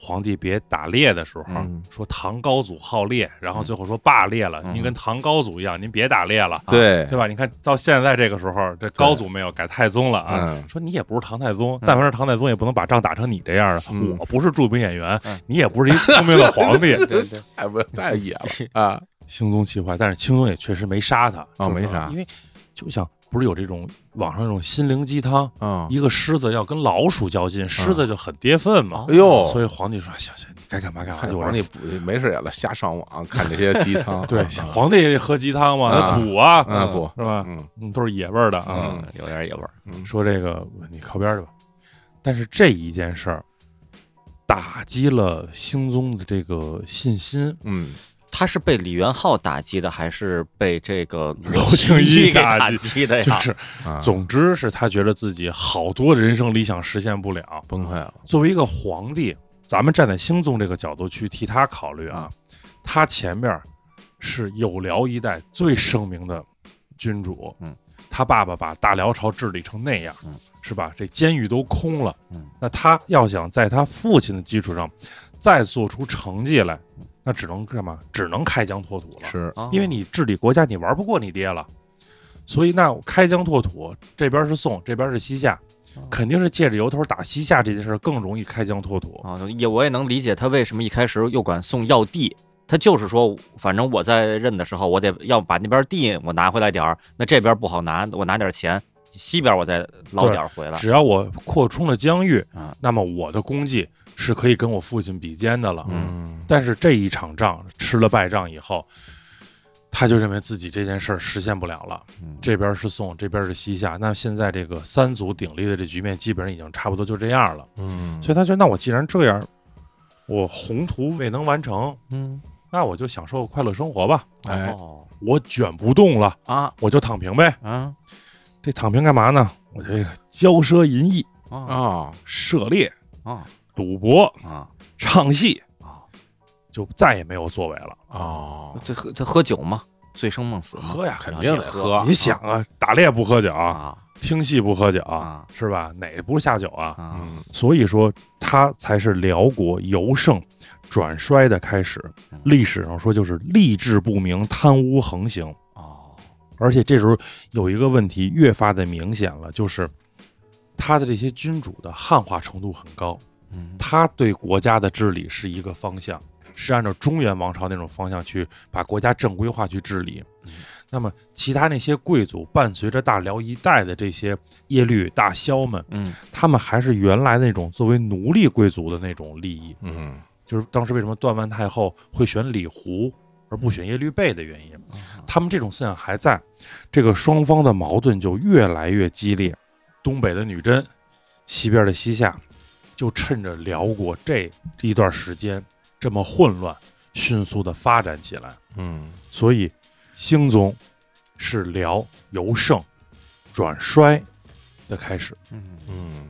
Speaker 9: 皇帝别打猎的时候，
Speaker 7: 嗯
Speaker 9: 说唐高祖好猎，然后最后说罢猎了，
Speaker 8: 嗯
Speaker 9: 您跟唐高祖一样，您别打猎了。啊
Speaker 7: 对
Speaker 9: 对吧？你看到现在这个时候，这高祖没有改太宗了啊。
Speaker 7: 嗯
Speaker 9: 说你也不是唐太宗，但凡是唐太宗，也不能把仗打成你这样的。
Speaker 7: 嗯
Speaker 9: 我不是著名演员
Speaker 8: 嗯，
Speaker 9: 你也不是一聪明的皇 帝。
Speaker 8: 对对，
Speaker 7: 太不太野了啊！
Speaker 9: 兴宗气坏，但是兴宗也确实没杀他。
Speaker 7: 哦
Speaker 9: 是不是
Speaker 7: 没杀
Speaker 9: 因为就像不是有这种网上那种心灵鸡汤，
Speaker 7: 嗯，
Speaker 9: 一个狮子要跟老鼠较劲，狮子就很跌份嘛。啊
Speaker 7: 哎呦，
Speaker 9: 所以皇帝说：“行行，你该干嘛干嘛。”
Speaker 7: 看
Speaker 9: 有
Speaker 7: 皇
Speaker 9: 人
Speaker 7: 帝不没事也了，瞎上网看这些鸡汤，
Speaker 9: 对
Speaker 7: 啊
Speaker 9: 哎皇帝也得喝鸡汤嘛，
Speaker 7: 啊
Speaker 9: 他补啊，
Speaker 7: 嗯不，
Speaker 9: 是吧？
Speaker 7: 嗯
Speaker 9: 嗯，都是野味儿的啊。
Speaker 8: 嗯，有点野味儿，
Speaker 9: 说这个你靠边儿去吧。但是这一件事儿打击了兴宗的这个信心，
Speaker 7: 嗯，
Speaker 8: 他是被李元昊打击的，还是被这个
Speaker 9: 娄庆
Speaker 8: 一
Speaker 9: 一
Speaker 8: 给
Speaker 9: 打击
Speaker 8: 击哎的呀？
Speaker 9: 就是
Speaker 7: 啊
Speaker 9: 总之是他觉得自己好多人生理想实现不了。
Speaker 7: 崩溃了，
Speaker 9: 作为一个皇帝，咱们站在兴宗这个角度去替他考虑啊，他前面是有辽一代最盛名的君主，
Speaker 8: 嗯，
Speaker 9: 他爸爸把大辽朝治理成那样，
Speaker 8: 嗯，
Speaker 9: 是吧？这监狱都空了，
Speaker 8: 嗯，
Speaker 9: 那他要想在他父亲的基础上再做出成绩来，那只能干嘛？只能开疆拓土了，
Speaker 7: 是
Speaker 8: 哦
Speaker 9: 因为你治理国家，你玩不过你爹了，所以那开疆拓土，这边是宋，这边是西夏
Speaker 8: 哦，
Speaker 9: 肯定是借着由头打西夏这件事儿更容易开疆拓土。
Speaker 8: 啊，也我也能理解他为什么一开始又管送要地，他就是说，反正我在任的时候，我得要把那边地我拿回来点儿，那这边不好拿，我拿点钱，西边我再捞点儿回来。
Speaker 9: 只要我扩充了疆域
Speaker 8: 啊，
Speaker 9: 那么我的功绩是可以跟我父亲比肩的了。
Speaker 7: 嗯，
Speaker 9: 但是这一场仗吃了败仗以后，他就认为自己这件事儿实现不了了。
Speaker 8: 嗯
Speaker 9: 这边是宋，这边是西夏，那现在这个三足鼎立的这局面，基本上已经差不多就这样了。
Speaker 7: 嗯，
Speaker 9: 所以他觉得，那我既然这样，我宏图未能完成，
Speaker 8: 嗯，
Speaker 9: 那我就享受快乐生活吧。
Speaker 7: 哎，
Speaker 8: 哦
Speaker 9: 我卷不动了，
Speaker 8: 啊
Speaker 9: 我就躺平呗。
Speaker 8: 啊
Speaker 9: 这躺平干嘛呢？我这个骄奢淫逸、
Speaker 8: 啊
Speaker 7: 哦，
Speaker 9: 涉猎、
Speaker 8: 啊
Speaker 9: 赌博、
Speaker 8: 啊！
Speaker 9: 唱戏
Speaker 8: 啊，
Speaker 9: 就再也没有作为了。
Speaker 7: 哦，
Speaker 8: 这喝他喝酒嘛，醉生梦死嘛
Speaker 9: 喝呀，
Speaker 7: 肯定得喝，
Speaker 9: 你想啊，打猎不喝酒，
Speaker 8: 啊
Speaker 9: 听戏不喝酒，
Speaker 8: 啊
Speaker 9: 是吧？哪不是下酒啊？
Speaker 8: 啊！
Speaker 7: 嗯，
Speaker 9: 所以说，他才是辽国由盛转衰的开始
Speaker 8: 嗯。
Speaker 9: 历史上说就是吏治不明，贪污横行。
Speaker 8: 哦，
Speaker 9: 而且这时候有一个问题越发的明显了，就是他的这些君主的汉化程度很高，
Speaker 8: 嗯
Speaker 9: 他对国家的治理是一个方向，是按照中原王朝那种方向去把国家正规化去治理
Speaker 8: 嗯。
Speaker 9: 那么，其他那些贵族伴随着大辽一代的这些耶律大萧们，
Speaker 8: 嗯
Speaker 9: 他们还是原来那种作为奴隶贵族的那种利益，
Speaker 7: 嗯，
Speaker 9: 就是当时为什么段万太后会选李胡而不选耶律倍的原因。他们这种思想还在，这个双方的矛盾就越来越激烈。东北的女真，西边的西夏，就趁着辽国这一段时间这么混乱，迅速的发展起来。
Speaker 7: 嗯，
Speaker 9: 所以，兴宗是辽由盛转衰的开始。
Speaker 8: 嗯
Speaker 7: 嗯，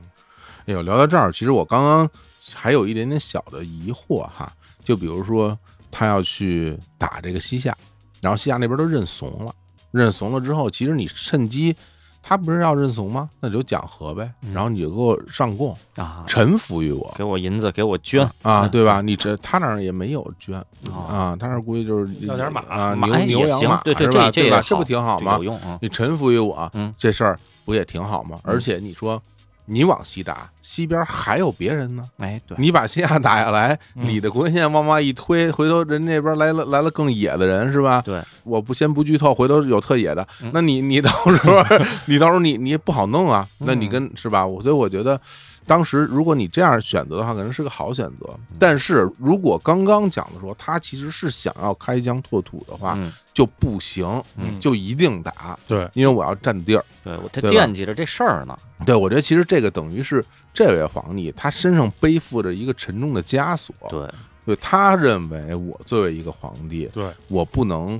Speaker 7: 哎呦，聊到这儿，其实我刚刚还有一点点小的疑惑哈，就比如说他要去打这个西夏，然后西夏那边都认怂了，认怂了之后，其实你趁机，他不是要认怂吗？那就讲和呗，
Speaker 8: 嗯
Speaker 7: 然后你就给我上供，
Speaker 8: 啊，
Speaker 7: 臣服于我
Speaker 8: 给我银子，给我捐
Speaker 7: 啊，
Speaker 8: 嗯
Speaker 7: 对吧？你这他那儿也没有捐
Speaker 8: 啊，
Speaker 7: 啊，他那儿估计就是
Speaker 9: 要点马
Speaker 7: 啊，
Speaker 8: 马
Speaker 7: 牛
Speaker 8: 哎
Speaker 7: 牛
Speaker 8: 也
Speaker 7: 羊
Speaker 8: 行
Speaker 7: 马
Speaker 8: 对对
Speaker 7: 是
Speaker 8: 这
Speaker 7: 吧？
Speaker 8: 这
Speaker 7: 对
Speaker 8: 也
Speaker 7: 吧？这不
Speaker 8: 好
Speaker 7: 挺好
Speaker 8: 这
Speaker 7: 吗
Speaker 8: 有？用啊，
Speaker 7: 你臣服于我，
Speaker 8: 嗯
Speaker 7: 这事儿不也挺好吗？而且你说你往西打，西边还有别人呢。
Speaker 8: 哎对，
Speaker 7: 你把西亚打下来，
Speaker 9: 嗯
Speaker 7: 你的国境线往外一推，回头人那边来了来了更野的人是吧？
Speaker 8: 对，
Speaker 7: 我不先不剧透，回头有特野的，
Speaker 8: 嗯
Speaker 7: 那你你到时候 你到时候你你也不好弄啊。那
Speaker 8: 嗯
Speaker 7: 你跟是吧？我所以我觉得，当时如果你这样选择的话，可能是个好选择。
Speaker 8: 嗯
Speaker 7: 但是如果刚刚讲的说他其实是想要开疆拓土的话，
Speaker 8: 嗯
Speaker 7: 就不行，
Speaker 8: 嗯
Speaker 7: 就一定打，
Speaker 9: 对，
Speaker 7: 因为我要占地儿。
Speaker 8: 对我他
Speaker 7: 对吧
Speaker 8: 惦记着这事儿呢，
Speaker 7: 对，我觉得其实这个等于是这位皇帝他身上背负着一个沉重的枷锁，
Speaker 8: 对，
Speaker 7: 对他认为我作为一个皇帝，
Speaker 9: 对，
Speaker 7: 我不能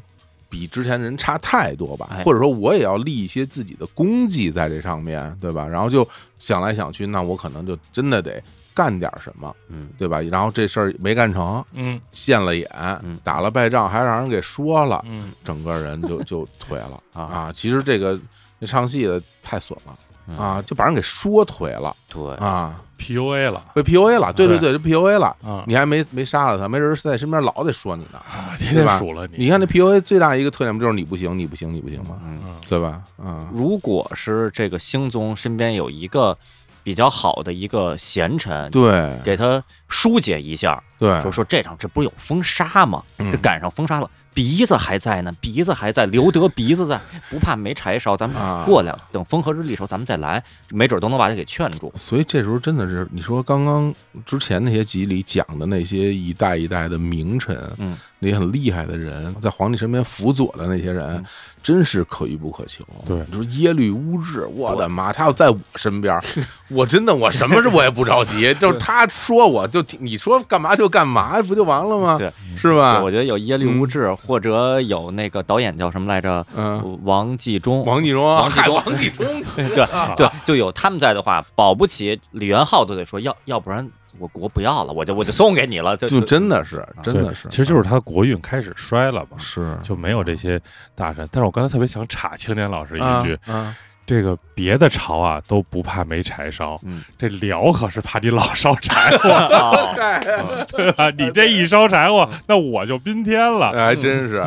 Speaker 7: 比之前人差太多吧
Speaker 8: 哎，
Speaker 7: 或者说我也要立一些自己的功绩在这上面，对吧？然后就想来想去，那我可能就真的得干点什么，
Speaker 8: 嗯
Speaker 7: 对吧？然后这事儿没干成，
Speaker 9: 嗯
Speaker 7: 现了眼
Speaker 8: 嗯，
Speaker 7: 打了败仗，还让人给说了，
Speaker 9: 嗯，
Speaker 7: 整个人 就就颓了
Speaker 8: 啊
Speaker 7: 啊！其实这个这唱戏的太损了。
Speaker 8: 嗯
Speaker 7: 啊，就把人给说颓了
Speaker 8: 对，
Speaker 7: 啊，
Speaker 9: ，PUA 了
Speaker 7: 被 PUA 了，对对对，
Speaker 9: 对
Speaker 7: 就 PUA 了，
Speaker 9: 啊，
Speaker 7: 你还没没杀了他，没准儿在身边老得说你呢。
Speaker 9: 天
Speaker 7: 对
Speaker 9: 天
Speaker 7: 吧
Speaker 9: 数了
Speaker 7: 你看这 PUA 最大一个特点不就是你不行，你不行，你不行吗？
Speaker 8: 嗯。
Speaker 9: 嗯
Speaker 7: 对吧？啊，
Speaker 8: 如果是这个兴宗身边有一个比较好的一个贤臣，
Speaker 7: 对
Speaker 8: 给他疏解一下，
Speaker 7: 对
Speaker 8: 就，说这场这不是有封杀吗？
Speaker 7: 嗯
Speaker 8: 这赶上封杀了，鼻子还在呢，鼻子还在，留得鼻子在，不怕没柴烧。咱
Speaker 7: 啊
Speaker 8: 们过两等风和日丽时候，咱们再来，没准都能把他给劝住。
Speaker 7: 所以这时候真的是，你说刚刚之前那些集里讲的那些一代一代的名臣，
Speaker 8: 嗯，
Speaker 7: 那些很厉害的人，在皇帝身边辅佐的那些人，
Speaker 8: 嗯
Speaker 7: 真是可遇不可求。
Speaker 9: 对
Speaker 7: 你说耶律乌质，我的妈，他要在我 身边儿，我真的我什么事我也不着急，就是他说我就听你说干嘛就干嘛？不就完了吗？
Speaker 8: 对，
Speaker 7: 是吧
Speaker 8: 我？觉得有耶律无志，或者有那个导演叫什么来着？
Speaker 7: 嗯，
Speaker 8: 王纪中。
Speaker 7: 王继忠，
Speaker 8: 王继
Speaker 7: 嗨
Speaker 8: 忠
Speaker 7: 王继忠，
Speaker 8: 对 对，就有他们在的话，保不齐李元昊都得说要，要不然我国不要了，我就我就送给你了，就
Speaker 7: 就真的是，真
Speaker 9: 对
Speaker 7: 的是，
Speaker 9: 其实就是他国运开始衰了吧，
Speaker 7: 是
Speaker 9: 就没有这些大神。但是我刚才特别想插青年老师一句，
Speaker 7: 啊啊
Speaker 9: 这个别的朝啊都不怕没柴烧，
Speaker 8: 嗯
Speaker 9: 这辽可是怕你老烧柴火，
Speaker 8: 哦
Speaker 9: 对吧？你这一烧柴火，
Speaker 7: 嗯
Speaker 9: 那我就宾天了。
Speaker 7: 还真 是，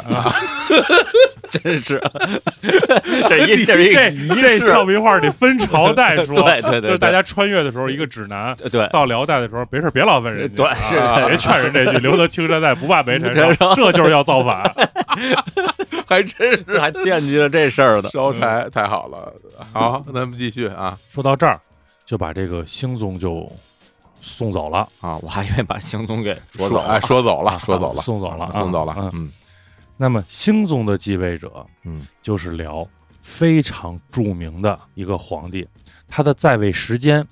Speaker 8: 真是，这 一这是一个
Speaker 9: 这
Speaker 8: 仪
Speaker 9: 这
Speaker 8: 式
Speaker 9: 俏皮话得分 朝代说，
Speaker 8: 对对对
Speaker 9: 就
Speaker 8: 对呃
Speaker 9: 是大家穿越的时候一个指南。
Speaker 8: 对
Speaker 9: 到辽代的时候，别事儿别老问人家，
Speaker 8: 对
Speaker 9: 啊
Speaker 8: 是
Speaker 9: 别劝人 这句“留得青山在，不怕没柴
Speaker 8: 柴烧
Speaker 9: 烧”，这就是要造 反。
Speaker 7: 还真是
Speaker 8: 还惦记着这事儿呢。
Speaker 7: 烧柴，太好了。好，咱们继续啊，
Speaker 9: 说到这儿，就把这个兴宗就送走了，
Speaker 8: 啊，我还以为把行宗给
Speaker 7: 说
Speaker 8: 说走
Speaker 7: 哎，
Speaker 8: 了。
Speaker 7: 说走了，说走了，
Speaker 9: 送走了，啊
Speaker 7: 送走了
Speaker 9: 嗯，
Speaker 7: 嗯
Speaker 9: 那么兴宗的继位者，
Speaker 7: 嗯，
Speaker 9: 就是辽非常著名的一个皇帝，他的在位时间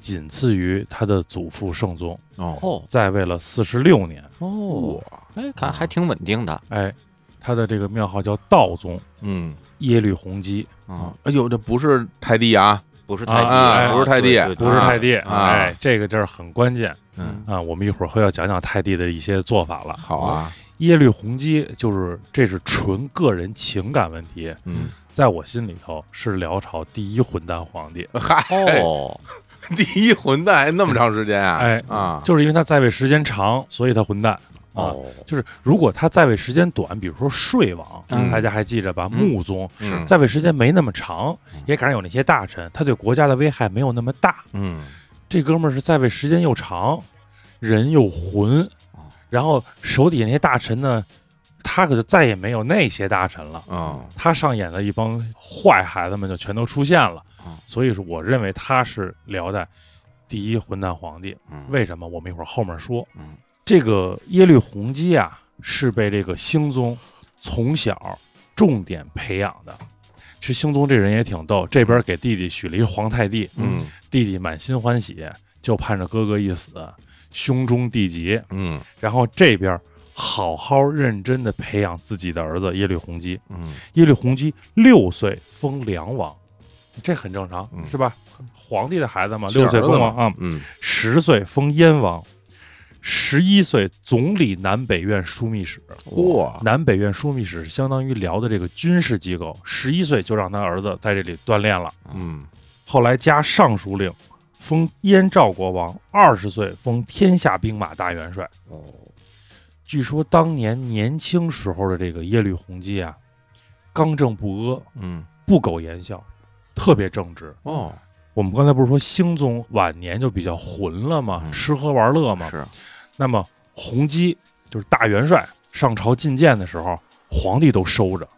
Speaker 9: 仅次于他的祖父圣宗，
Speaker 7: 哦
Speaker 8: 哦
Speaker 9: 在位了四十六年。
Speaker 8: 哦，哎，看还挺稳定的。
Speaker 9: 哎，他的这个庙号叫道宗
Speaker 7: 嗯
Speaker 9: 耶律洪基，
Speaker 8: 嗯，
Speaker 7: 哎呦，这不是泰迪啊，
Speaker 8: 不是
Speaker 9: 啊
Speaker 8: 太低，
Speaker 9: 啊
Speaker 8: 哎
Speaker 9: 不
Speaker 7: 是太低
Speaker 8: 对对对
Speaker 9: 不是
Speaker 7: 啊
Speaker 9: 泰帝。
Speaker 7: 啊
Speaker 9: 哎，这个这儿很关键
Speaker 7: 嗯，
Speaker 9: 啊！我们一会儿会要讲讲泰帝的一些做法了。
Speaker 7: 好，啊，
Speaker 9: 耶律洪基就是这是纯个人情感问题，
Speaker 7: 嗯，
Speaker 9: 在我心里头是辽朝第一混蛋皇帝，
Speaker 7: 嗨，
Speaker 8: 哦，
Speaker 7: 第一混蛋还那么长时间啊，
Speaker 9: 哎
Speaker 7: 啊，
Speaker 9: 就是因为他在位时间长，所以他混蛋。啊，
Speaker 8: 哦，
Speaker 9: 就是如果他在位时间短，比如说睡王，
Speaker 8: 嗯
Speaker 9: 大家还记着吧？
Speaker 8: 嗯
Speaker 9: 穆宗
Speaker 7: 是
Speaker 9: 在位时间没那么长，也赶上有那些大臣，他对国家的危害没有那么大。
Speaker 7: 嗯
Speaker 9: 这哥们儿是在位时间又长，人又混，
Speaker 7: 哦
Speaker 9: 然后手底下那些大臣呢，他可就再也没有那些大臣了。
Speaker 7: 哦，
Speaker 9: 他上演的一帮坏孩子们就全都出现了
Speaker 8: 嗯，
Speaker 9: 所以说我认为他是辽代第一混蛋皇帝。
Speaker 8: 嗯
Speaker 9: 为什么？我们一会儿后面说。
Speaker 8: 嗯
Speaker 9: 这个耶律洪基啊，是被这个兴宗从小重点培养的。其实兴宗这人也挺逗，这边给弟弟许了一皇太帝，
Speaker 7: 嗯
Speaker 9: 弟弟满心欢喜，就盼着哥哥一死，胸中地结。
Speaker 7: 嗯
Speaker 9: 然后这边好好认真的培养自己的儿子耶律洪基，
Speaker 7: 嗯，
Speaker 9: 耶律洪基六岁封梁王，这很正常，
Speaker 7: 嗯
Speaker 9: 是吧？皇帝的孩子嘛，六岁封王啊，
Speaker 7: 嗯
Speaker 9: 十岁封燕王，十一岁总理南北院枢密使。
Speaker 7: 嚯
Speaker 9: 南北院枢密使是相当于辽的这个军事机构，十一岁就让他儿子在这里锻炼了。
Speaker 7: 嗯
Speaker 9: 后来加尚书令，封燕赵国王，二十岁封天下兵马大元帅。哦，据说当年年轻时候的这个耶律洪基啊，刚正不阿，
Speaker 7: 嗯
Speaker 9: 不苟言笑，特别正直。
Speaker 7: 哦
Speaker 9: 我们刚才不是说兴宗晚年就比较混了吗？
Speaker 8: 嗯
Speaker 9: 吃喝玩乐吗？
Speaker 8: 是
Speaker 9: 那么洪基就是大元帅上朝觐见的时候，皇帝都收着，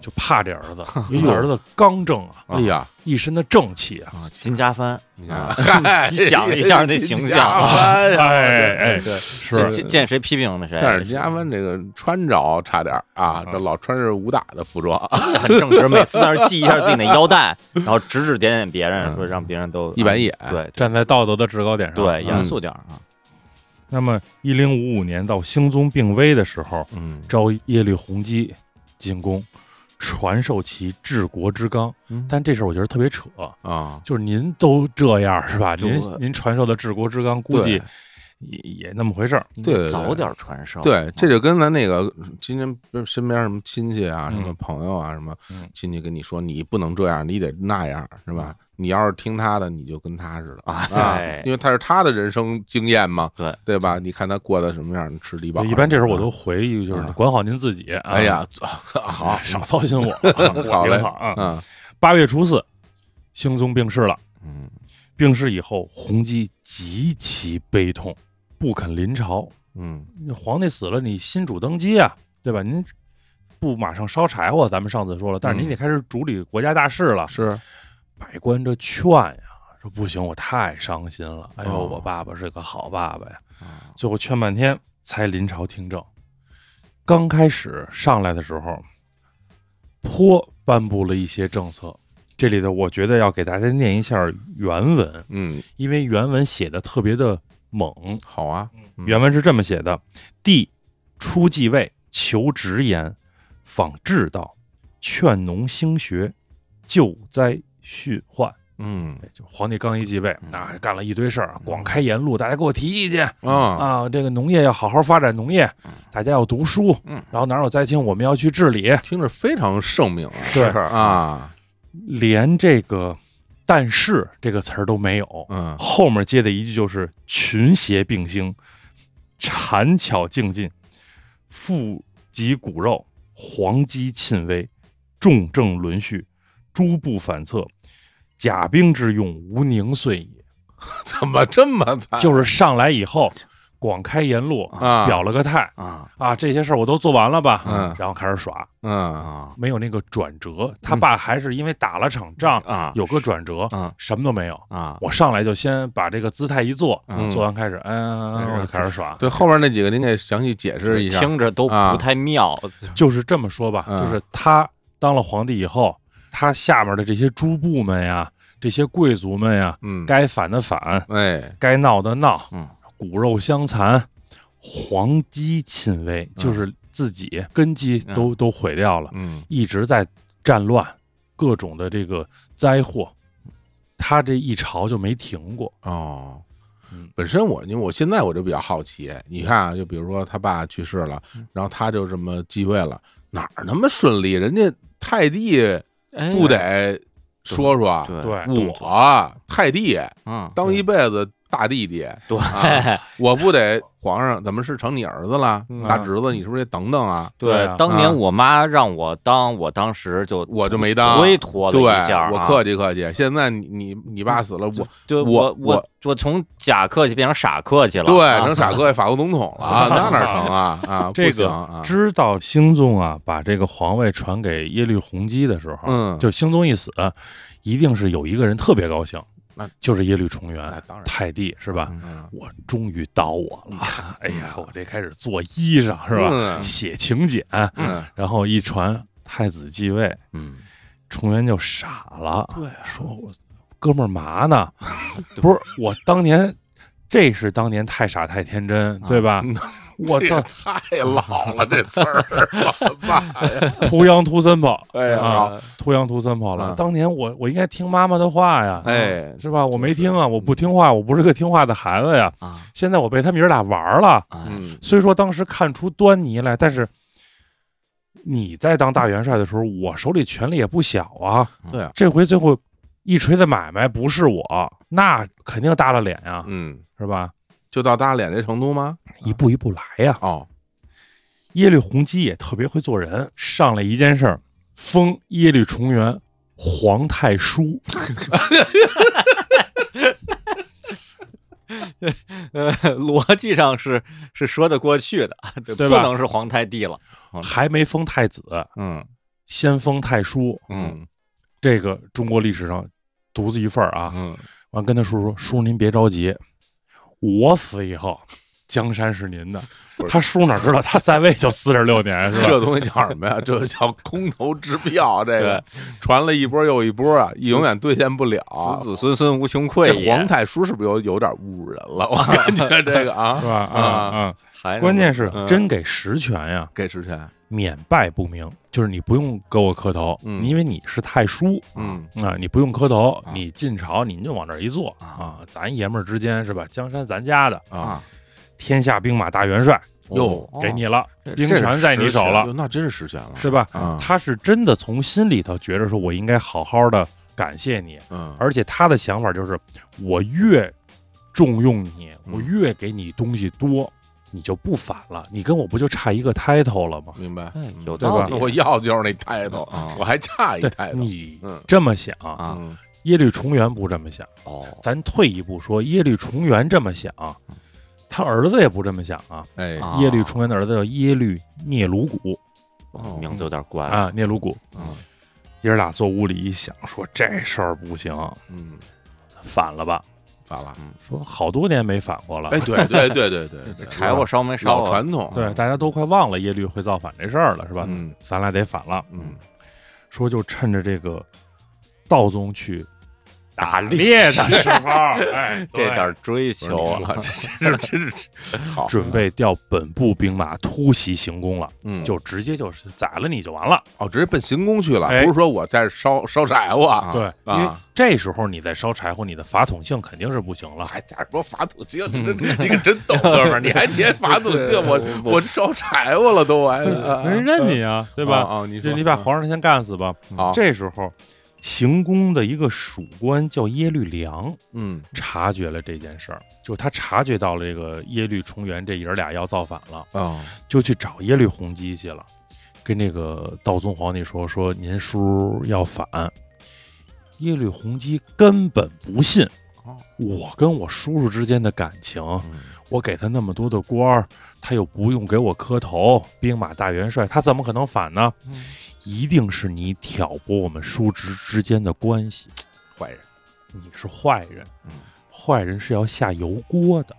Speaker 9: 就怕这 儿子，因为儿子刚正啊，
Speaker 7: 哦哎呀，
Speaker 9: 一身的正气啊。
Speaker 8: 啊，金家帆，
Speaker 7: 你
Speaker 8: 啊
Speaker 7: 看，
Speaker 8: 你想一下那形象啊，
Speaker 7: 哎呀
Speaker 9: 哎哎，
Speaker 8: 对，
Speaker 9: 是
Speaker 8: 见见谁批评的谁，
Speaker 7: 但是金家湾这个穿着差点儿啊，这老穿着武打的服装，
Speaker 8: 很正 直，每次在那儿系一下自己那腰带，然后指指点点别人，
Speaker 7: 嗯
Speaker 8: 说让别人都
Speaker 7: 一板一眼
Speaker 8: 对
Speaker 9: 站在道德的制高点上。
Speaker 8: 对，
Speaker 9: 嗯
Speaker 8: 严肃点儿啊，
Speaker 9: 那么，一零五五年到兴宗病危的时候，
Speaker 7: 嗯
Speaker 9: 招耶律洪基进宫，传授其治国之纲。
Speaker 7: 嗯
Speaker 9: 但这事儿我觉得特别扯，
Speaker 7: 啊，
Speaker 9: 就是您都这样是吧？您
Speaker 8: 对
Speaker 9: 您传授的治国之纲，估计也也那么回事儿。
Speaker 7: 对对对
Speaker 8: 早点传授，
Speaker 7: 对，这就跟咱那个今天身边什么亲戚啊、
Speaker 9: 嗯
Speaker 7: 什么朋友啊、什么
Speaker 9: 嗯
Speaker 7: 亲戚跟你说，你不能这样，你得那样，是吧？你要是听他的，你就跟他似的
Speaker 8: 啊
Speaker 7: 啊
Speaker 8: 哎，
Speaker 7: 因为他是他的人生经验嘛，
Speaker 8: 对
Speaker 7: 对吧？你看他过得什么样，你吃低保。
Speaker 9: 一般这时候我都回一句，就是
Speaker 7: 啊
Speaker 9: 管好您自己。啊哎
Speaker 7: 哎，呀，好，
Speaker 9: 少操心我， 啊我
Speaker 7: 好嘞
Speaker 9: 挺好啊。
Speaker 7: 嗯
Speaker 9: 八月初四，兴宗病逝了。
Speaker 7: 嗯
Speaker 9: 病逝以后，洪基极其悲痛，不肯临朝。
Speaker 7: 嗯
Speaker 9: 你皇帝死了，你新主登基啊，对吧？您不马上烧柴火，咱们上次说了，但是您
Speaker 7: 嗯
Speaker 9: 得开始主理国家大事了。
Speaker 7: 是
Speaker 9: 百官这劝呀，说不行，我太伤心了。哎呦，
Speaker 7: 哦
Speaker 9: 我爸爸是个好爸爸呀。最后劝半天才临朝听政。刚开始上来的时候，颇颁布了一些政策。这里头，我觉得要给大家念一下原文，
Speaker 7: 嗯
Speaker 9: 因为原文写的特别的猛。
Speaker 7: 好啊，嗯
Speaker 9: 原文是这么写的：帝出继位，求直言，仿治道，劝农兴学，救灾恤患。嗯
Speaker 7: 嗯
Speaker 9: 哎就皇帝刚一继位，那、还干了一堆事儿啊，广开言路，大家给我提意见
Speaker 7: 啊，
Speaker 9: 啊！嗯这个农业要好好发展农业，大家要读书，
Speaker 7: 嗯
Speaker 9: 然后哪有灾情我们要去治理。
Speaker 7: 听着非常圣明啊，
Speaker 9: 是
Speaker 7: 啊，
Speaker 9: 连这个“但是”这个词儿都没有，
Speaker 7: 嗯
Speaker 9: 后面接的一句就是“群邪并兴，缠巧竞进，腹及骨肉，黄鸡侵威，重症轮续，诸不反侧，甲兵之用，无宁遂也。
Speaker 7: 怎么这么惨？”
Speaker 9: 就是上来以后，广开言路，
Speaker 7: 哎啊
Speaker 9: 表了个态
Speaker 8: 啊
Speaker 9: 啊，这些事儿我都做完了吧，
Speaker 7: 嗯
Speaker 9: 然后开始耍，
Speaker 7: 嗯
Speaker 8: 啊
Speaker 9: 没有那个转折。他爸还是因为打了场仗，
Speaker 8: 啊
Speaker 9: 有个转折，
Speaker 8: 啊
Speaker 9: 什么都没有。
Speaker 8: 啊！
Speaker 9: 我上来就先把这个姿态一做，
Speaker 7: 嗯
Speaker 9: 做完开始，嗯，嗯嗯我开始耍，
Speaker 7: 对，后面那几个您给详细解释一下。
Speaker 8: 听着都
Speaker 7: 啊
Speaker 8: 不太妙，
Speaker 9: 就是这么说吧，
Speaker 7: 嗯
Speaker 9: 就是他当了皇帝以后，他下面的这些诸部们呀，这些贵族们呀，
Speaker 7: 嗯，
Speaker 9: 该反的反，
Speaker 7: 哎，
Speaker 9: 该闹的闹，
Speaker 8: 嗯
Speaker 9: 骨肉相残，黄鸡侵威，就是自己根基都、都毁掉了，
Speaker 7: 嗯
Speaker 9: 一直在战乱，各种的这个灾祸，他这一朝就没停过，
Speaker 7: 哦
Speaker 9: 嗯。
Speaker 7: 本身我因为我现在我就比较好奇，你看啊，就比如说他爸去世了，
Speaker 8: 嗯
Speaker 7: 然后他就这么继位了，哪儿那么顺利？人家太帝
Speaker 8: 哎
Speaker 7: 不得说说，
Speaker 8: 对
Speaker 9: 对
Speaker 7: 我太帝
Speaker 8: 嗯
Speaker 7: 当一辈子大弟弟，
Speaker 8: 对
Speaker 7: 啊我不得皇上怎么是成你儿子了？
Speaker 9: 嗯
Speaker 7: 大侄子，你是不是得等等啊？
Speaker 9: 对啊
Speaker 8: 当
Speaker 7: 啊
Speaker 8: 年我妈让我当，我当时就
Speaker 7: 我就没当，
Speaker 8: 推脱了
Speaker 7: 对
Speaker 8: 一下啊，嗯
Speaker 7: 我客气客气。现在你你你爸死了，我
Speaker 8: 对
Speaker 7: 我
Speaker 8: 我我我从假客气变成傻客气了，
Speaker 7: 对
Speaker 8: 啊
Speaker 7: 成傻哥法国总统 了啊，那哪成啊啊？
Speaker 9: 这
Speaker 7: 不行
Speaker 9: 个
Speaker 7: 啊，
Speaker 9: 知道兴宗啊，把这个皇位传给耶律洪基的时候，
Speaker 7: 嗯
Speaker 9: 就兴宗一死，一定是有一个人特别高兴，
Speaker 7: 那
Speaker 9: 就是耶律重元、
Speaker 7: 那当然
Speaker 9: 太帝是吧？
Speaker 7: 嗯
Speaker 9: 我终于到我了，哎呀，我这开始做衣裳是吧？
Speaker 7: 嗯
Speaker 9: 写请柬，
Speaker 7: 嗯，
Speaker 9: 然后一传太子继位，
Speaker 8: 嗯，
Speaker 9: 重元就傻了，对、
Speaker 7: 啊
Speaker 9: 说我哥们儿 嘛呢？不是我当年，这是当年太傻太天真，
Speaker 7: 啊
Speaker 9: 对吧？我
Speaker 7: 这
Speaker 9: 操
Speaker 7: 也，太老了这词儿，我的妈呀！
Speaker 9: 图羊图森宝，
Speaker 7: 哎呀
Speaker 9: 啊，图羊图森宝了。
Speaker 7: 嗯
Speaker 9: 当年我我应该听妈妈的话呀，
Speaker 7: 哎嗯
Speaker 9: 是吧？我没听啊，我不听话，我不是个听话的孩子呀。
Speaker 8: 啊
Speaker 9: 现在我被他们爷俩玩儿了，
Speaker 8: 哎
Speaker 7: 嗯
Speaker 9: 虽说当时看出端倪来，但是你在当大元帅的时候，我手里权力也不小啊。
Speaker 7: 对啊
Speaker 9: 这回最后一锤子买卖不是我，那肯定耷了脸呀，
Speaker 7: 嗯，
Speaker 9: 是吧？
Speaker 7: 就到打脸这程度吗？
Speaker 9: 一步一步来呀。
Speaker 7: 哦，
Speaker 9: 耶律洪基也特别会做人，上来一件事儿，封耶律重元皇太叔，
Speaker 8: 呃，逻辑上是是说得过去的，对
Speaker 9: 对
Speaker 8: 不
Speaker 9: 吧
Speaker 8: 能是皇太帝了，
Speaker 9: 还没封太子，
Speaker 7: 啊嗯
Speaker 9: 先封太叔。
Speaker 7: 嗯
Speaker 9: 这个中国历史上独自一份儿啊。
Speaker 7: 嗯，
Speaker 9: 完跟他叔叔说：“叔您别着急，我死以后，江山是您的。”他叔哪知道他在位就四十六年是吧？
Speaker 7: 这东西叫什么 呀？这叫空头支票，这个传了一波又一波啊，永远兑现不了。
Speaker 8: 子子孙孙无穷匮
Speaker 7: 这
Speaker 8: 也。
Speaker 7: 皇太叔是不是有有点侮辱人了？我感觉这个
Speaker 9: 是
Speaker 7: 啊，
Speaker 9: 吧？啊
Speaker 7: 啊
Speaker 9: 啊！
Speaker 8: 还能
Speaker 9: 关键是
Speaker 7: 嗯
Speaker 9: 真给实权呀，
Speaker 7: 给实权，
Speaker 9: 免败不明，就是你不用给我磕头，
Speaker 7: 嗯
Speaker 9: 因为你是太叔
Speaker 7: 嗯
Speaker 9: 啊，你不用磕头
Speaker 8: 啊，
Speaker 9: 你进朝您就往这儿一坐啊，咱爷们儿之间是吧？江山咱家的，
Speaker 7: 啊，
Speaker 9: 天下兵马大元帅
Speaker 7: 哟
Speaker 9: 给你了，
Speaker 8: 哦这
Speaker 9: 兵
Speaker 8: 这是
Speaker 9: 权在你
Speaker 8: 实
Speaker 9: 手
Speaker 8: 权
Speaker 9: 了
Speaker 7: 哟，，那真是实权了，
Speaker 9: 是吧？
Speaker 7: 啊，
Speaker 9: 他是真的从心里头觉着说，我应该好好的感谢
Speaker 8: 啊
Speaker 9: 你，
Speaker 7: 嗯，
Speaker 9: 而且他的想法就是，我越重用你，
Speaker 7: 嗯
Speaker 9: 我越给你东西多，你就不反了，你跟我不就差一个 title 了吗？
Speaker 7: 明白，
Speaker 8: 哎
Speaker 7: 嗯
Speaker 8: 有
Speaker 9: 对吧
Speaker 8: 道
Speaker 7: 那
Speaker 8: 理，
Speaker 7: 我要就是那态度，
Speaker 8: 啊
Speaker 7: 我还差一
Speaker 9: 对
Speaker 7: 态，度，
Speaker 9: 你
Speaker 7: 嗯
Speaker 9: 这么想，
Speaker 8: 啊
Speaker 7: 嗯
Speaker 9: 耶律重元不这么想。
Speaker 8: 哦
Speaker 9: 咱退一步说，耶律重元这么想，啊他儿子也不这么想啊。
Speaker 7: 哎，
Speaker 8: 啊
Speaker 9: 耶律重元的儿子叫耶律聂鲁古
Speaker 8: 哦名字有点怪
Speaker 9: 啊，聂鲁古
Speaker 7: 嗯
Speaker 9: 爷儿俩坐屋里一想，说这事儿不行，
Speaker 7: 嗯，
Speaker 9: 反了吧？
Speaker 7: 反了，
Speaker 9: 说好多年没反过了。
Speaker 7: 哎，对对对对对对，
Speaker 8: 柴火烧没烧
Speaker 7: 老
Speaker 8: 啊？
Speaker 7: 传统，
Speaker 9: 对，大家都快忘了耶律会造反这事儿了，是吧？
Speaker 7: 嗯
Speaker 9: 咱俩得反了。
Speaker 7: 嗯，
Speaker 9: 说就趁着这个道宗去
Speaker 8: 打
Speaker 9: 猎
Speaker 8: 猎
Speaker 9: 的时候，哎，
Speaker 8: 这
Speaker 9: 对
Speaker 8: 点儿追
Speaker 9: 不是你
Speaker 8: 求
Speaker 9: 说
Speaker 8: 啊，
Speaker 9: 的真是真是
Speaker 8: 好，
Speaker 9: 准备调本部兵马突袭行宫了，
Speaker 7: 嗯，
Speaker 9: 就直接就是宰了你就完了。
Speaker 7: 哦，直接奔行宫去了，
Speaker 9: 哎
Speaker 7: 不是说我在烧烧柴火啊，
Speaker 9: 对，因为
Speaker 7: 啊，
Speaker 9: 这时候你在烧柴火，你的法统性肯定是不行了。
Speaker 7: 还加什么法土经？ 你这你可真懂，哥们儿，你还学法土经？我我烧柴火了都，我还
Speaker 9: 没人认你啊，对
Speaker 7: 对
Speaker 9: 吧？
Speaker 7: 哦，哦你
Speaker 9: 就
Speaker 7: 说
Speaker 9: 你把皇上先干死吧。
Speaker 7: 好，
Speaker 9: 这时候，行宫的一个属官叫耶律良，
Speaker 7: 嗯
Speaker 9: 察觉了这件事儿，就他察觉到了这个耶律重元这爷儿俩要造反了，
Speaker 7: 哦，
Speaker 9: 就去找耶律洪基去了，跟那个道宗皇帝说说您叔要反。耶律洪基根本不信
Speaker 7: 哦，
Speaker 9: 我跟我叔叔之间的感情，
Speaker 7: 嗯
Speaker 9: 我给他那么多的官儿，他又不用给我磕头，兵马大元帅，他怎么可能反呢？
Speaker 7: 嗯
Speaker 9: 一定是你挑拨我们叔侄之间的关系，
Speaker 7: 坏人，
Speaker 9: 你是坏人
Speaker 7: 嗯，
Speaker 9: 坏人是要下油锅的，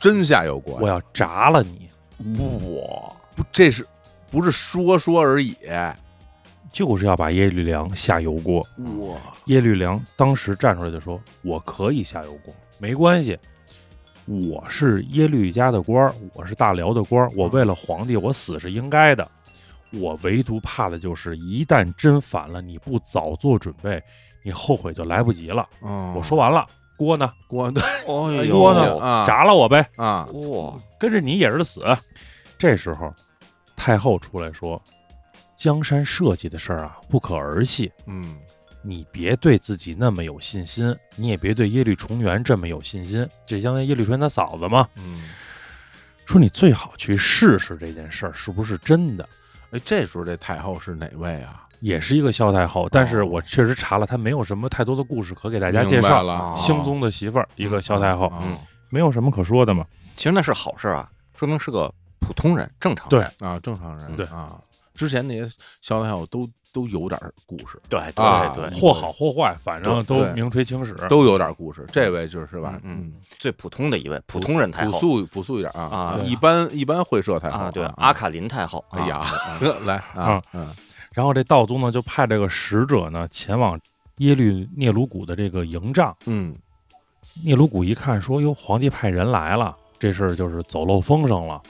Speaker 7: 真下有国
Speaker 9: 我，要炸了你，
Speaker 7: 不不，这是不是说说而已？
Speaker 9: 就是要把耶律良下油锅。
Speaker 7: 哇，
Speaker 9: 耶律良当时站出来就说：“我可以下油锅，没关系，我是耶律家的官儿，我是大辽的官儿，我为了皇帝，我死是应该的。我唯独怕的就是，一旦真反了，你不早做准备，你后悔就来不及了。”
Speaker 7: 我
Speaker 9: 我说完了，锅呢？
Speaker 7: 我的
Speaker 8: 哎呦
Speaker 9: 哦锅呢？
Speaker 7: 啊
Speaker 9: 炸了我呗！
Speaker 7: 啊，
Speaker 8: 哇，
Speaker 9: 跟着你也是死。这时候，太后出来说：“江山社稷的事儿啊，不可儿戏。
Speaker 7: 嗯
Speaker 9: 你别对自己那么有信心，你也别对耶律重元这么有信心。这相当于耶律重元他嫂子嘛，
Speaker 7: 嗯，
Speaker 9: 说你最好去试试这件事儿是不是真的。
Speaker 7: 哎，这时候这太后是哪位啊？
Speaker 9: 也是一个萧太后，但是我确实查了，她没有什么太多的故事可给大家介
Speaker 7: 哦明白
Speaker 9: 绍。
Speaker 7: 了啊
Speaker 9: 兴宗的媳妇儿，一个萧太后，
Speaker 7: 嗯
Speaker 9: 没有什么可说的嘛。
Speaker 8: 其实那是好事啊，说明是个普通人，正常人。
Speaker 7: 啊，正常人
Speaker 9: 对
Speaker 7: 啊，之前那些萧太后都都有点故事，
Speaker 8: 对
Speaker 7: 啊
Speaker 8: 对对，
Speaker 9: 或好或坏，反
Speaker 7: 对
Speaker 9: 正都
Speaker 7: 对
Speaker 9: 名垂青史。
Speaker 7: 都有点故事。这位就是吧，
Speaker 8: 嗯，最普通的一位普通人太
Speaker 7: 朴
Speaker 8: 后
Speaker 7: 素朴素一点啊
Speaker 8: 啊
Speaker 7: 一般一般会社太后
Speaker 8: 啊，对，阿
Speaker 7: 啊，
Speaker 8: 卡琳太后。
Speaker 7: 哎呀
Speaker 8: 啊，，
Speaker 7: 来啊，嗯
Speaker 9: 然后这道宗呢，就派这个使者呢前往耶律聂鲁谷的这个营帐。
Speaker 7: 嗯
Speaker 9: 聂鲁谷一看说：“哟，皇帝派人来了，这事儿就是走漏风声了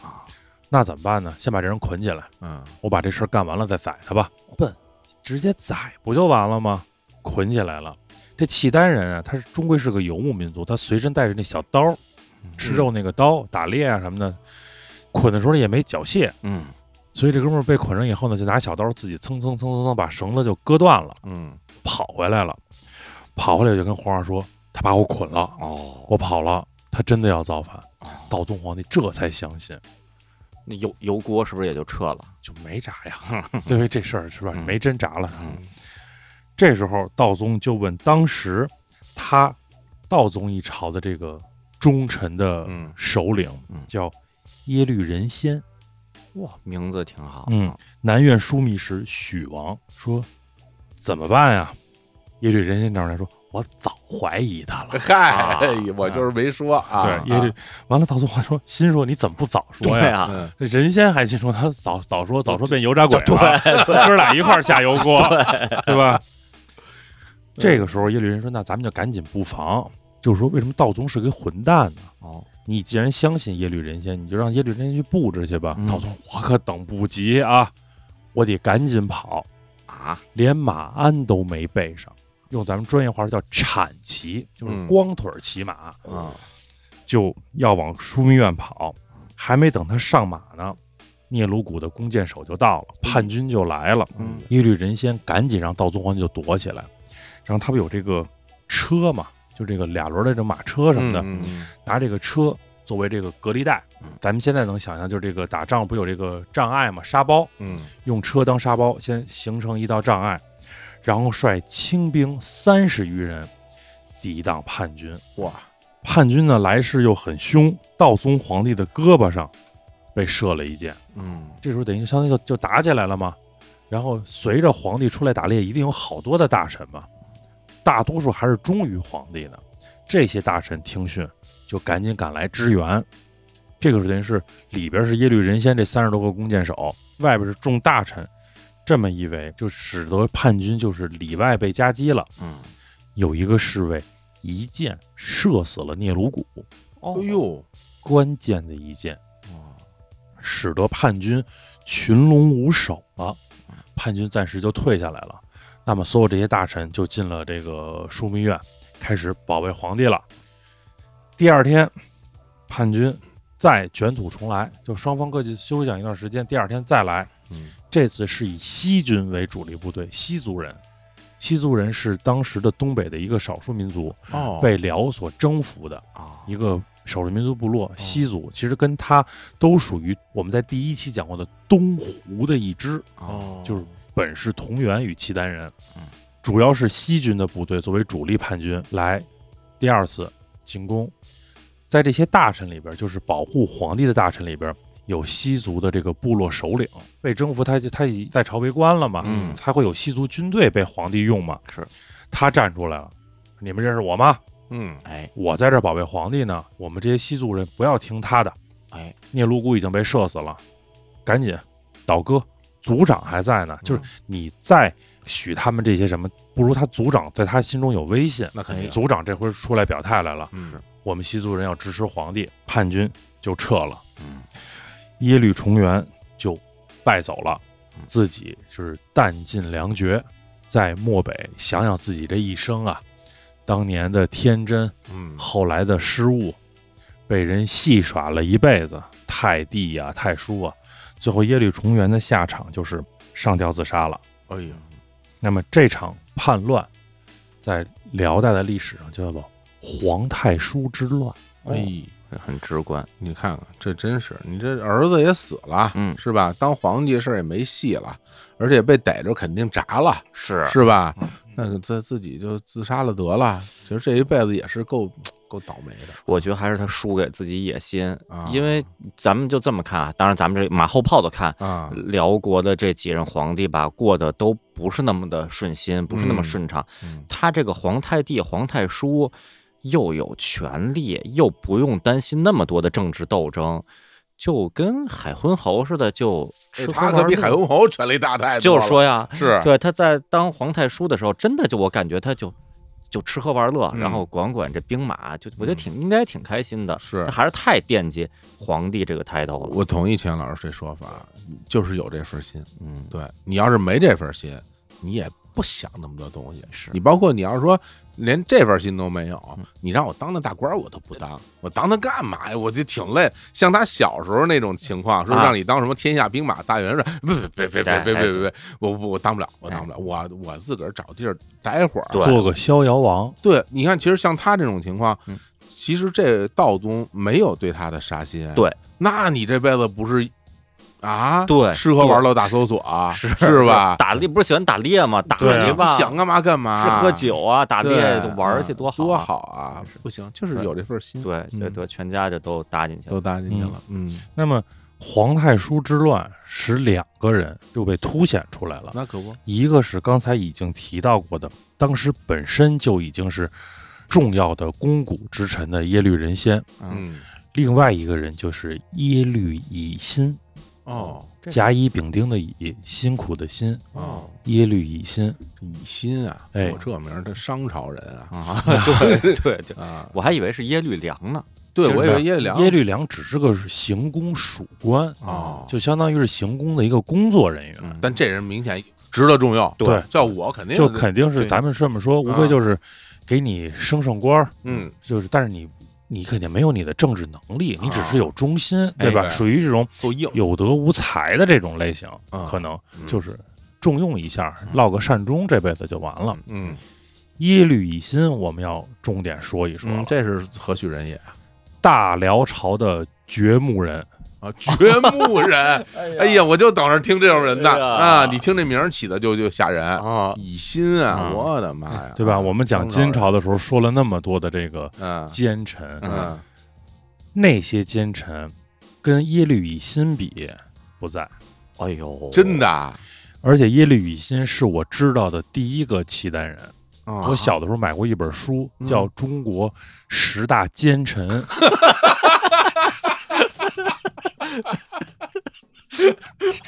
Speaker 9: 那怎么办呢？先把这人捆起来，
Speaker 7: 嗯
Speaker 9: 我把这事儿干完了再宰他吧。笨，直接宰不就完了吗？捆起来了。这契丹人啊，他是终归是个游牧民族，他随身带着那小刀，吃肉那个刀，打猎啊什么的。捆的时候也没缴械，
Speaker 7: 嗯
Speaker 9: 所以这哥们儿被捆上以后呢，就拿小刀自己蹭蹭蹭蹭蹭把绳子就割断了，
Speaker 7: 嗯
Speaker 9: 跑回来了。跑回来就跟皇上说，他把我捆了。
Speaker 8: 哦，
Speaker 9: 我跑了，他真的要造反。道宗皇帝这才相信，
Speaker 8: 那油油锅是不是也就撤了？
Speaker 9: 就没炸呀， 对为这事儿是吧？
Speaker 8: 嗯
Speaker 9: 没真炸了。
Speaker 8: 嗯
Speaker 9: 这时候道宗就问当时他道宗一朝的这个忠臣的
Speaker 7: 嗯
Speaker 9: 首领、
Speaker 8: 嗯
Speaker 9: 叫耶律仁先，
Speaker 8: 哇，名字挺好。
Speaker 9: 嗯，南院枢密使许王说怎么办呀？耶律仁先站出来说：“我早怀疑他了。”
Speaker 8: 啊
Speaker 7: 嗨，哎我就是没说啊，
Speaker 9: 对，耶律完了，道宗皇帝说：“心说你怎么不早说呀？”
Speaker 8: 对啊，
Speaker 7: 嗯
Speaker 9: 这人先还心说他早早说早说变油炸鬼了， 哥俩一块儿下油锅，对吧？这个时候耶律仁说：“那咱们就赶紧布防。”就是说，为什么道宗是个混蛋呢？
Speaker 8: 哦，
Speaker 9: 你既然相信耶律仁先，你就让耶律仁先去布置去吧。
Speaker 8: 嗯
Speaker 9: 道宗，我可等不及啊，我得赶紧跑，
Speaker 8: 啊，
Speaker 9: 连马鞍都没备上。用咱们专业话说叫铲骑，就是
Speaker 7: 嗯
Speaker 9: 光腿儿骑马。
Speaker 8: 嗯
Speaker 7: 啊
Speaker 9: 就要往枢密院跑。还没等他上马呢，聂鲁谷的弓箭手就到了，叛军就来了。
Speaker 7: 嗯
Speaker 9: 耶律仁先赶紧让道宗皇帝就躲起来，然后他不有这个车嘛，就这个俩轮的这马车什么的，
Speaker 7: 嗯
Speaker 9: 拿这个车作为这个隔离带。咱们现在能想象，就是这个打仗不有这个障碍嘛，沙包，
Speaker 7: 嗯
Speaker 9: 用车当沙包，先形成一道障碍，然后率清兵三十余人抵挡叛军。
Speaker 7: 哇，
Speaker 9: 叛军呢来势又很凶，道宗皇帝的胳膊上被射了一箭。
Speaker 7: 嗯
Speaker 9: 这时候等于相当于就就打起来了嘛。然后随着皇帝出来打猎，一定有好多的大臣嘛，大多数还是忠于皇帝的。这些大臣听讯就赶紧赶来支援。这个是等于是里边是耶律仁先这三十多个弓箭手，外边是众大臣，这么一围，就使得叛军就是里外被夹击了。
Speaker 8: 嗯，
Speaker 9: 有一个侍卫一箭射死了聂鲁古，
Speaker 8: 哦
Speaker 7: 哎，呦，
Speaker 9: 关键的一箭，使得叛军群龙无首了，叛军暂时就退下来了。那么所有这些大臣就进了这个枢密院，开始保卫皇帝了。第二天，叛军再卷土重来，就双方各自休养一段时间，第二天再来。
Speaker 7: 嗯
Speaker 9: 这次是以西军为主力部队，西族人。西族人是当时的东北的一个少数民族，
Speaker 7: 哦，
Speaker 9: 被辽所征服的。
Speaker 8: 啊，
Speaker 9: 一个少数民族部
Speaker 7: 哦
Speaker 9: 落西族，其实跟它都属于我们在第一期讲过的东胡的一支，啊
Speaker 7: 哦，
Speaker 9: 就是本是同源与契丹人
Speaker 7: 嗯，
Speaker 9: 主要是西军的部队作为主力叛军来第二次进攻。在这些大臣里边，就是保护皇帝的大臣里边，有西族的这个部落首领被征服，他就他以在朝为官了嘛，
Speaker 7: 嗯
Speaker 9: 才会有西族军队被皇帝用嘛。
Speaker 8: 是，
Speaker 9: 他站出来了，你们认识我吗？
Speaker 7: 嗯
Speaker 8: 哎
Speaker 9: 我在这儿保卫皇帝呢，我们这些西族人不要听他的。
Speaker 8: 哎，
Speaker 9: 聂鲁古已经被射死了，赶紧倒戈，族长还在呢。
Speaker 7: 嗯
Speaker 9: 就是你再许他们这些什么，不如他族长在他心中有威信。
Speaker 7: 那肯定
Speaker 9: 族长这回出来表态来了，
Speaker 7: 嗯
Speaker 9: 我们西族人要支持皇帝，叛军就撤了。
Speaker 8: 嗯，
Speaker 9: 耶律重元就败走了
Speaker 8: 嗯，
Speaker 9: 自己就是弹尽粮绝，在漠北想想自己这一生啊，当年的天真。
Speaker 7: 嗯
Speaker 9: 后来的失误，被人戏耍了一辈子，太帝呀、太叔啊，最后耶律重元的下场就是上吊自杀了。
Speaker 7: 哎呀，
Speaker 9: 那么这场叛乱，在辽代的历史上叫做皇太叔之乱。
Speaker 8: 哦
Speaker 7: 哎，
Speaker 8: 这很直观，
Speaker 7: 你看看，这真是你这儿子也死了，
Speaker 8: 嗯
Speaker 7: 是吧？当皇帝事儿也没戏了，而且被逮着肯定炸了，
Speaker 8: 是
Speaker 7: 是吧
Speaker 8: 嗯？
Speaker 7: 那个自自己就自杀了得了。其实这一辈子也是够够倒霉的。
Speaker 8: 我觉得还是他输给自己野心
Speaker 7: 啊，
Speaker 8: 因为咱们就这么看啊，当然咱们这马后炮的看，
Speaker 7: 啊，
Speaker 8: 辽国的这几任皇帝吧，过得都不是那么的顺心，不是那么顺畅。
Speaker 7: 嗯
Speaker 8: 他这个皇太帝、皇太叔又有权力，又不用担心那么多的政治斗争，就跟海昏侯似的，就
Speaker 7: 哎
Speaker 8: 吃喝
Speaker 7: 他
Speaker 8: 玩
Speaker 7: 可
Speaker 8: 乐。
Speaker 7: 比海昏侯权力大太多
Speaker 8: 就
Speaker 7: 了。
Speaker 8: 是说呀，
Speaker 7: 是
Speaker 8: 对，他在当皇太叔的时候，真的就我感觉他就就吃喝玩乐，
Speaker 7: 嗯
Speaker 8: 然后管管这兵马，就我觉得
Speaker 9: 嗯
Speaker 8: 挺应该挺开心的。
Speaker 7: 是
Speaker 8: 他还是太惦记皇帝这个抬头了。
Speaker 7: 我同意钱老师这说法，就是有这份心。
Speaker 8: 嗯，
Speaker 7: 对你要是没这份心，你也不想那么多东西。
Speaker 8: 是
Speaker 7: 你包括你要是说连这份心都没有
Speaker 8: 嗯，
Speaker 7: 你让我当那大官儿我都不当，我当他干嘛呀？我就挺累。像他小时候那种情况，说
Speaker 8: 啊
Speaker 7: 让你当什么天下兵马大元帅，不别别别别别
Speaker 8: 对哎
Speaker 7: 别别，我我我当不了，我当不了，我我自个儿找地儿待会儿。
Speaker 8: 对
Speaker 9: 做个逍遥王，
Speaker 7: 对，你看，其实像他这种情况
Speaker 8: 嗯，
Speaker 7: 其实这道宗没有对他的杀心。
Speaker 8: 对，
Speaker 7: 那你这辈子不是啊？
Speaker 8: 对
Speaker 7: 吃喝玩乐大搜索啊，是吧？
Speaker 8: 打猎不是喜欢打猎吗？打
Speaker 9: 对啊
Speaker 8: 去吧，
Speaker 7: 想干嘛干嘛，
Speaker 8: 是喝酒啊，打
Speaker 7: 对
Speaker 8: 猎就玩儿去
Speaker 7: 嗯
Speaker 8: 多好
Speaker 7: 多
Speaker 8: 好。
Speaker 7: 好啊！不行，就是
Speaker 8: 对
Speaker 7: 有这份心，
Speaker 8: 对对
Speaker 7: 嗯
Speaker 8: 对，全家就都搭进去了
Speaker 7: 都。搭进去了。嗯，
Speaker 9: 那么皇太叔之乱使两个人就被凸显出来了。
Speaker 7: 那可不，
Speaker 9: 一个是刚才已经提到过的，当时本身就已经是重要的肱骨之臣的耶律仁先，
Speaker 7: 嗯，
Speaker 9: 另外一个人就是耶律乙辛，
Speaker 7: 哦
Speaker 8: 这
Speaker 9: 甲乙丙丁的乙，辛苦的辛，
Speaker 7: 哦，
Speaker 9: 耶律乙辛。
Speaker 7: 这乙辛啊，
Speaker 9: 哎
Speaker 7: 我这名儿，这商朝人啊
Speaker 8: 啊，对对对，
Speaker 7: 啊，
Speaker 8: 我还以为是耶律良呢。
Speaker 7: 对
Speaker 8: 其实
Speaker 7: 我以为耶律良，
Speaker 9: 耶律良只是个行宫属官，啊
Speaker 7: 哦，
Speaker 9: 就相当于是行宫的一个工作人员。
Speaker 8: 嗯
Speaker 7: 但这人明显值得重用，
Speaker 9: 对，
Speaker 7: 叫我肯定
Speaker 9: 就肯定是
Speaker 7: 对
Speaker 9: 咱们这么说，无非就是给你升升官儿，
Speaker 7: 嗯，
Speaker 9: 就是但是你你肯定没有你的政治能力，你只
Speaker 7: 啊
Speaker 9: 是有忠心，对
Speaker 7: 对
Speaker 9: 吧？
Speaker 7: 对
Speaker 9: 属于这种
Speaker 7: 够硬，
Speaker 9: 有德无才的这种类型，
Speaker 7: 嗯
Speaker 9: 可能
Speaker 7: 嗯
Speaker 9: 就是重用一下，落个善终，这辈子就完了。
Speaker 7: 嗯
Speaker 9: 耶律乙辛，我们要重点说一说了，
Speaker 7: 嗯，这是何许人也
Speaker 9: 大辽朝的掘墓人，
Speaker 7: 啊？ 掘 墓人，哎呀，我就等着听这种人的
Speaker 8: 哎呀
Speaker 7: 啊！你听这名儿起的就就吓人，
Speaker 8: 啊，
Speaker 7: 乙辛啊，
Speaker 8: 嗯
Speaker 7: 我的妈呀，
Speaker 9: 对吧？我们讲金
Speaker 7: 商朝
Speaker 9: 朝的时候说了那么多的这个
Speaker 7: 嗯
Speaker 9: 奸臣，
Speaker 7: 嗯，
Speaker 9: 那些奸臣跟耶律乙辛比不在。
Speaker 8: 哎呦，
Speaker 7: 真的啊，
Speaker 9: 而且耶律乙辛是我知道的第一个契丹人。
Speaker 7: 我
Speaker 9: 我小的时候买过一本书，
Speaker 7: 哦嗯
Speaker 9: 叫《中国十大 奸臣》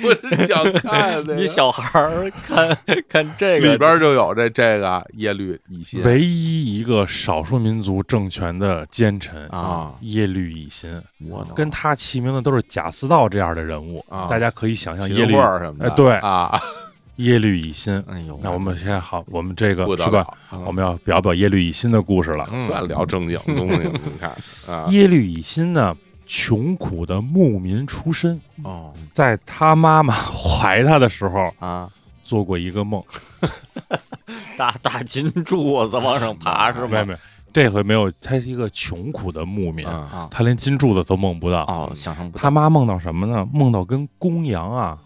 Speaker 7: 我是想看这个
Speaker 8: 你小孩儿看 看这个
Speaker 7: 里边就有这这个耶律乙辛
Speaker 9: 唯一一个少数民族政权的奸臣
Speaker 7: 啊
Speaker 9: 耶律乙辛，
Speaker 7: 我的
Speaker 9: 跟他齐名的都是贾似道这样的人物
Speaker 7: 啊，
Speaker 9: 大家可以想象
Speaker 7: 秦
Speaker 9: 耶律
Speaker 7: 桧儿什么的，
Speaker 9: 哎对
Speaker 7: 啊，
Speaker 9: 耶律乙辛。
Speaker 7: 哎呦，
Speaker 9: 那我们现在好，我们这个
Speaker 7: 不得
Speaker 9: 是吧？
Speaker 7: 了，嗯
Speaker 9: 我们要表表耶律乙辛的故事了。
Speaker 8: 嗯
Speaker 7: 算聊正经东西，你看啊，
Speaker 9: 耶律乙辛呢，穷苦的牧民出身，
Speaker 7: 哦，
Speaker 9: 在他妈妈怀他的时候
Speaker 8: 啊，
Speaker 9: 做过一个梦，
Speaker 8: 大大金柱子往上爬是
Speaker 9: 没
Speaker 8: 吗？
Speaker 9: 有没有，这回没有，他是一个穷苦的牧民，
Speaker 7: 啊
Speaker 9: 他连金柱子都梦不到。
Speaker 8: 哦，想象不到
Speaker 9: 他妈梦到什么呢？梦到跟公羊啊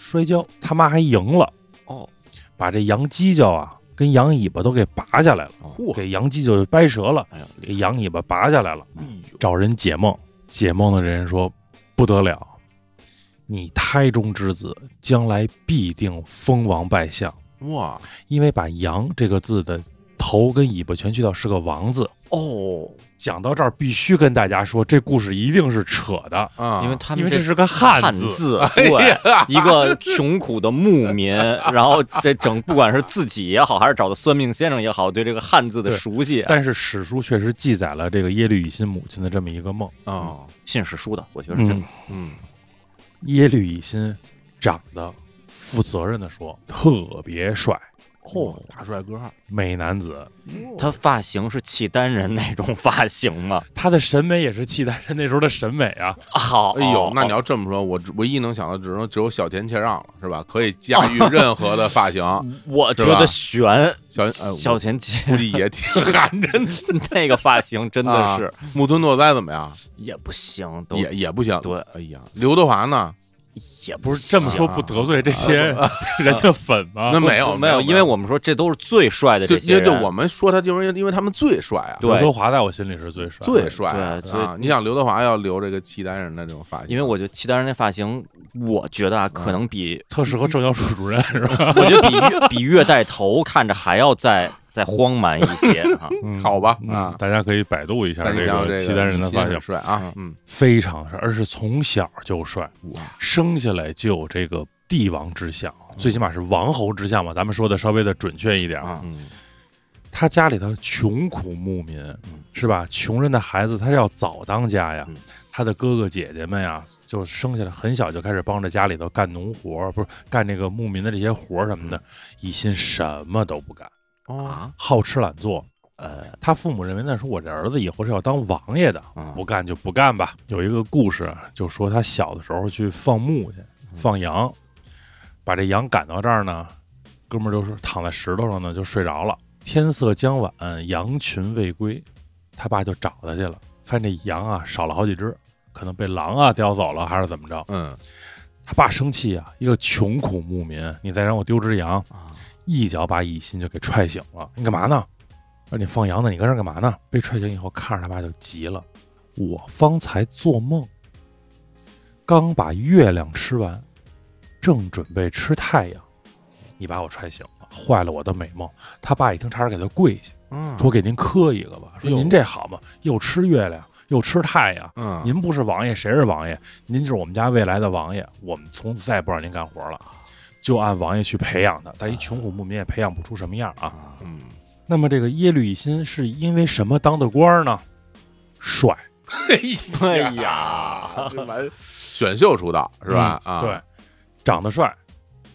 Speaker 9: 摔跤，他妈还赢了，
Speaker 8: 哦，
Speaker 9: 把这羊犄角啊跟羊尾巴都给拔下来了，
Speaker 7: 嚯
Speaker 9: 给羊犄角掰折了，
Speaker 8: 哦哎呀，哎
Speaker 9: 给羊尾巴拔下来了，找人解梦。解梦的人说：“不得了，你胎中之子将来必定封王拜相，
Speaker 7: 哇，
Speaker 9: 因为把‘羊’这个字的头跟尾巴全去掉是个‘王’字。”
Speaker 8: 哦，
Speaker 9: 讲到这儿，必须跟大家说，这故事一定是扯的，
Speaker 7: 啊，
Speaker 8: 因为他
Speaker 9: 因
Speaker 8: 们
Speaker 9: 为这是
Speaker 8: 是
Speaker 9: 个
Speaker 8: 汉
Speaker 9: 字。
Speaker 8: 字，
Speaker 9: 哎
Speaker 8: 对，一个穷苦的牧民，然后这整不管是自己也好，还是找的算命先生也好，对这个汉字的
Speaker 9: 对
Speaker 8: 熟悉，啊
Speaker 9: 但是史书确实记载了这个耶律乙辛母亲的这么一个梦。
Speaker 7: 啊，
Speaker 8: 信史书的，我觉得真
Speaker 9: 嗯
Speaker 8: 的，
Speaker 7: 嗯，
Speaker 9: 耶律乙辛长得负责任的说，特别帅，
Speaker 7: 嚯，大帅哥，
Speaker 9: 美男子，
Speaker 8: 他发型是契丹人那种发型吗？
Speaker 9: 他的审美也是契丹人那时候的审美啊。
Speaker 8: 好，
Speaker 7: 哎呦
Speaker 8: 哦，
Speaker 7: 那你要这么说，我只唯一能想到只能只有小田切让了，是吧？可以驾驭任何 的发型，
Speaker 8: 我觉
Speaker 7: 是吧
Speaker 8: 得悬，
Speaker 7: 小哎我
Speaker 8: 小田切
Speaker 7: 估计也挺寒碜的。
Speaker 8: 那个发型 真的是
Speaker 7: 啊木村拓哉怎么样？
Speaker 8: 也不行，都
Speaker 7: 也也不行。
Speaker 8: 对啊
Speaker 7: 哎呀，刘德华呢？
Speaker 8: 也
Speaker 9: 不是这么
Speaker 8: 行
Speaker 9: 说不得罪这些人的粉吗？
Speaker 7: 那没
Speaker 8: 不
Speaker 7: 有
Speaker 8: 没有，因为我们说这都是最帅的
Speaker 7: 就
Speaker 8: 这
Speaker 7: 因
Speaker 8: 些
Speaker 7: 为
Speaker 8: 人，
Speaker 7: 就我们说他就是因为因为他们最帅啊，
Speaker 8: 对
Speaker 9: 刘德华在我心里是最帅，
Speaker 7: 最。帅啊
Speaker 8: 对所以
Speaker 7: 啊！你想刘德华要留这个契丹人的这种发型，
Speaker 8: 因为我觉得契丹人那发型，我觉得啊，可能比
Speaker 9: 特适合政教处主任是吧？
Speaker 8: 我觉得比越比越带头看着还要再再荒蛮一些啊。
Speaker 9: 嗯
Speaker 7: 好吧
Speaker 9: 嗯
Speaker 7: 啊
Speaker 9: 大家可以百度一下
Speaker 7: 但你想
Speaker 9: 个
Speaker 7: 这
Speaker 9: 契丹人的
Speaker 7: 李欣
Speaker 9: 发
Speaker 7: 很
Speaker 9: 型，
Speaker 7: 帅啊，嗯，
Speaker 9: 非常帅，而是从小就帅，
Speaker 7: 哇嗯
Speaker 9: 生下来就有这个帝王之相，最起码是王侯之相嘛。咱们说的稍微的准确一点啊。
Speaker 7: 嗯
Speaker 9: 他家里头穷苦牧民，是吧？穷人的孩子他要早当家呀
Speaker 7: 嗯。
Speaker 9: 他的哥哥姐姐们呀，就生下来很小就开始帮着家里头干农活儿，不是干这个牧民的这些活儿什么的。一心什么都不干，
Speaker 7: 嗯哦，
Speaker 9: 好吃懒做。呃，他父母认为那时候我这儿子以后是要当王爷的，不干就不干吧。有一个故事就说他小的时候去放牧去放羊，把这羊赶到这儿呢，哥们儿就是躺在石头上呢就睡着了。天色将晚，羊群未归，他爸就找他去了，发现这羊啊少了好几只，可能被狼啊叼走了还是怎么着。
Speaker 7: 嗯，
Speaker 9: 他爸生气啊，一个穷苦牧民，你再让我丢只羊，一脚把乙辛就给踹醒了。你干嘛呢？让你放羊呢？你搁这儿干嘛呢？被踹醒以后，看着他爸就急了。我方才做梦，刚把月亮吃完，正准备吃太阳，你把我踹醒了，坏了我的美梦。他爸一听，差点给他跪下，
Speaker 7: 嗯
Speaker 9: 说：“我给您磕一个吧。”说：“
Speaker 7: 哟
Speaker 9: 您这好吗？又吃月亮，又吃太阳，
Speaker 7: 嗯，
Speaker 9: 您不是王爷，谁是王爷？您就是我们家未来的王爷，我们从此再也不让您干活了，就按王爷去培养他。但一穷苦牧民也培养不出什么样啊。
Speaker 7: 嗯
Speaker 9: 那么这个耶律乙辛是因为什么当的官儿呢？帅
Speaker 7: 哎呀，这玩意儿选秀出道是吧？
Speaker 9: 嗯
Speaker 7: 啊，
Speaker 9: 对，，长得帅，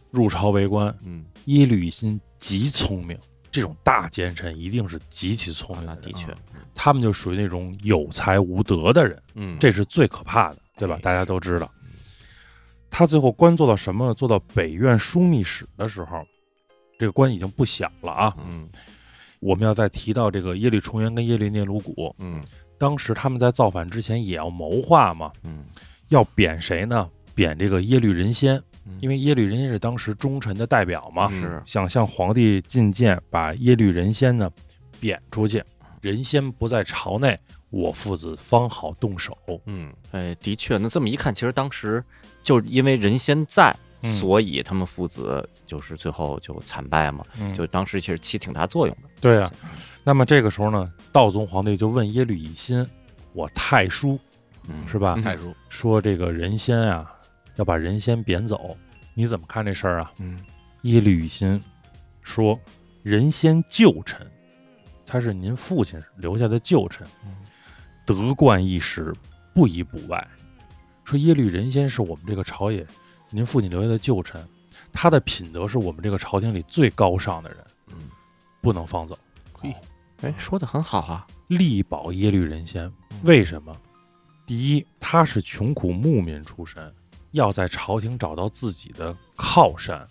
Speaker 9: 入朝为官。
Speaker 7: 嗯，
Speaker 9: 耶律乙辛极聪明，这种大奸臣一定是极其聪明
Speaker 8: 那
Speaker 7: 啊
Speaker 9: 的
Speaker 8: 的
Speaker 9: 人，啊
Speaker 8: 确，
Speaker 9: 他们就属于那种有才无德的人。
Speaker 7: 嗯，哎
Speaker 9: 这是最可怕的，对吧？大家都知道，他最后官做到什么呢？做到北院枢密使的时候，这个官已经不小了啊。
Speaker 7: 嗯
Speaker 9: 我们要再提到这个耶律重元跟耶律聂鲁古，
Speaker 7: 嗯
Speaker 9: 当时他们在造反之前也要谋划嘛，
Speaker 7: 嗯
Speaker 9: 要贬谁呢？贬这个耶律仁先
Speaker 7: 嗯，
Speaker 9: 因为耶律仁先是当时忠臣的代表嘛，
Speaker 8: 嗯
Speaker 7: 是
Speaker 9: 想向皇帝进谏，把耶律仁先呢贬出去。
Speaker 8: 嗯
Speaker 9: 仁先不在朝内，我父子方好动手。
Speaker 7: 嗯，
Speaker 8: 哎，的确，那这么一看，其实当时就因为人先在，
Speaker 9: 嗯
Speaker 8: 所以他们父子就是最后就惨败嘛，
Speaker 9: 嗯
Speaker 8: 就当时其实起挺大作用的。
Speaker 9: 对啊，那么这个时候呢，道宗皇帝就问耶律乙辛：“我太叔
Speaker 8: 嗯，
Speaker 9: 是吧？
Speaker 7: 太叔，
Speaker 9: 说这个仁先啊，要把人先贬走。你怎么看这事儿啊？
Speaker 2: 嗯，
Speaker 9: 耶律雨欣说：“人先旧臣，他是您父亲留下的旧臣，
Speaker 2: 嗯
Speaker 9: 得冠一时，不以补外。”说耶律仁先是我们这个朝野，您父亲留下的旧臣，他的品德是我们这个朝廷里最高尚的人，
Speaker 2: 嗯，
Speaker 9: 不能放走。
Speaker 2: 嘿，
Speaker 8: 哎，说的很好啊，
Speaker 9: 力保耶律仁先。为什么？第一，他是穷苦牧民出身，要在朝廷找到自己的靠山。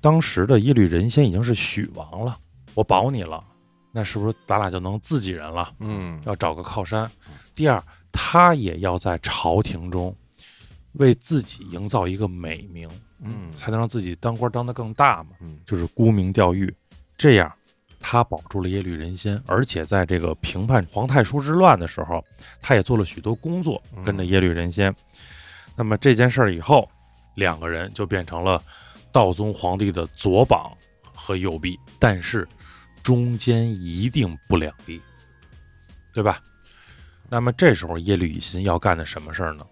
Speaker 9: 当时的耶律仁先已经是许王了，我保你了，那是不是咱俩就能自己人了？
Speaker 7: 嗯，
Speaker 9: 要找个靠山。第二，他也要在朝廷中为自己营造一个美名，
Speaker 7: 嗯
Speaker 9: 才能让自己当官当得更大嘛。
Speaker 7: 嗯
Speaker 9: 就是沽名钓誉，这样他保住了耶律仁心，而且在这个平叛皇太叔之乱的时候，他也做了许多工作，
Speaker 7: 嗯
Speaker 9: 跟着耶律仁先。那么这件事儿以后，两个人就变成了道宗皇帝的左膀和右臂，但是中间一定不两立，对吧？那么这时候耶律乙辛要干的什么事儿呢？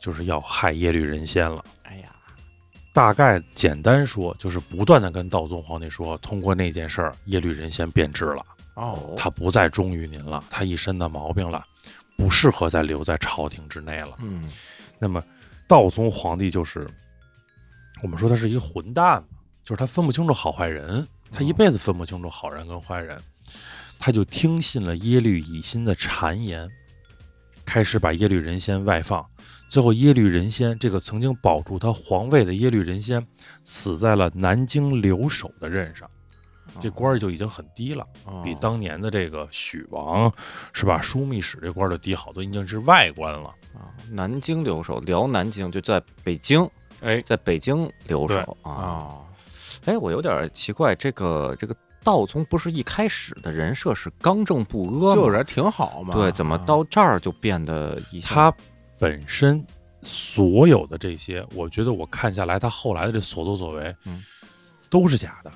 Speaker 9: 就是要害耶律仁先了。
Speaker 8: 哎呀，
Speaker 9: 大概简单说，就是不断的跟道宗皇帝说，通过那件事儿，耶律仁先变质了，
Speaker 7: 哦，
Speaker 9: 他不再忠于您了，他一身的毛病了，不适合再留在朝廷之内了。
Speaker 7: 嗯
Speaker 9: 那么道宗皇帝就是，我们说他是一个混蛋嘛，就是他分不清楚好坏人，他
Speaker 8: 嗯
Speaker 9: 一辈子分不清楚好人跟坏人，他就听信了耶律乙辛的谗言，开始把耶律仁先外放。最后，耶律仁先这个曾经保住他皇位的耶律仁先，死在了南京留守的任上，
Speaker 8: 哦
Speaker 9: 这官儿就已经很低了。
Speaker 7: 哦
Speaker 9: 比当年的这个许王是吧，枢密使这官儿就低好多，已经是外官了。
Speaker 8: 啊，南京留守，辽南京就在北京，
Speaker 9: 哎，
Speaker 8: 在北京留
Speaker 9: 对
Speaker 8: 守啊。
Speaker 7: 哦，
Speaker 8: 哎，我有点奇怪，这个这个道宗不是一开始的人设是刚正不阿吗？
Speaker 7: 就
Speaker 9: 啊
Speaker 7: 人挺好嘛，
Speaker 8: 对，怎么
Speaker 7: 啊
Speaker 8: 到这儿就变得一下
Speaker 9: 他本身所有的这些，我觉得我看下来，他后来的这所作所为，
Speaker 7: 嗯，
Speaker 9: 都是假的。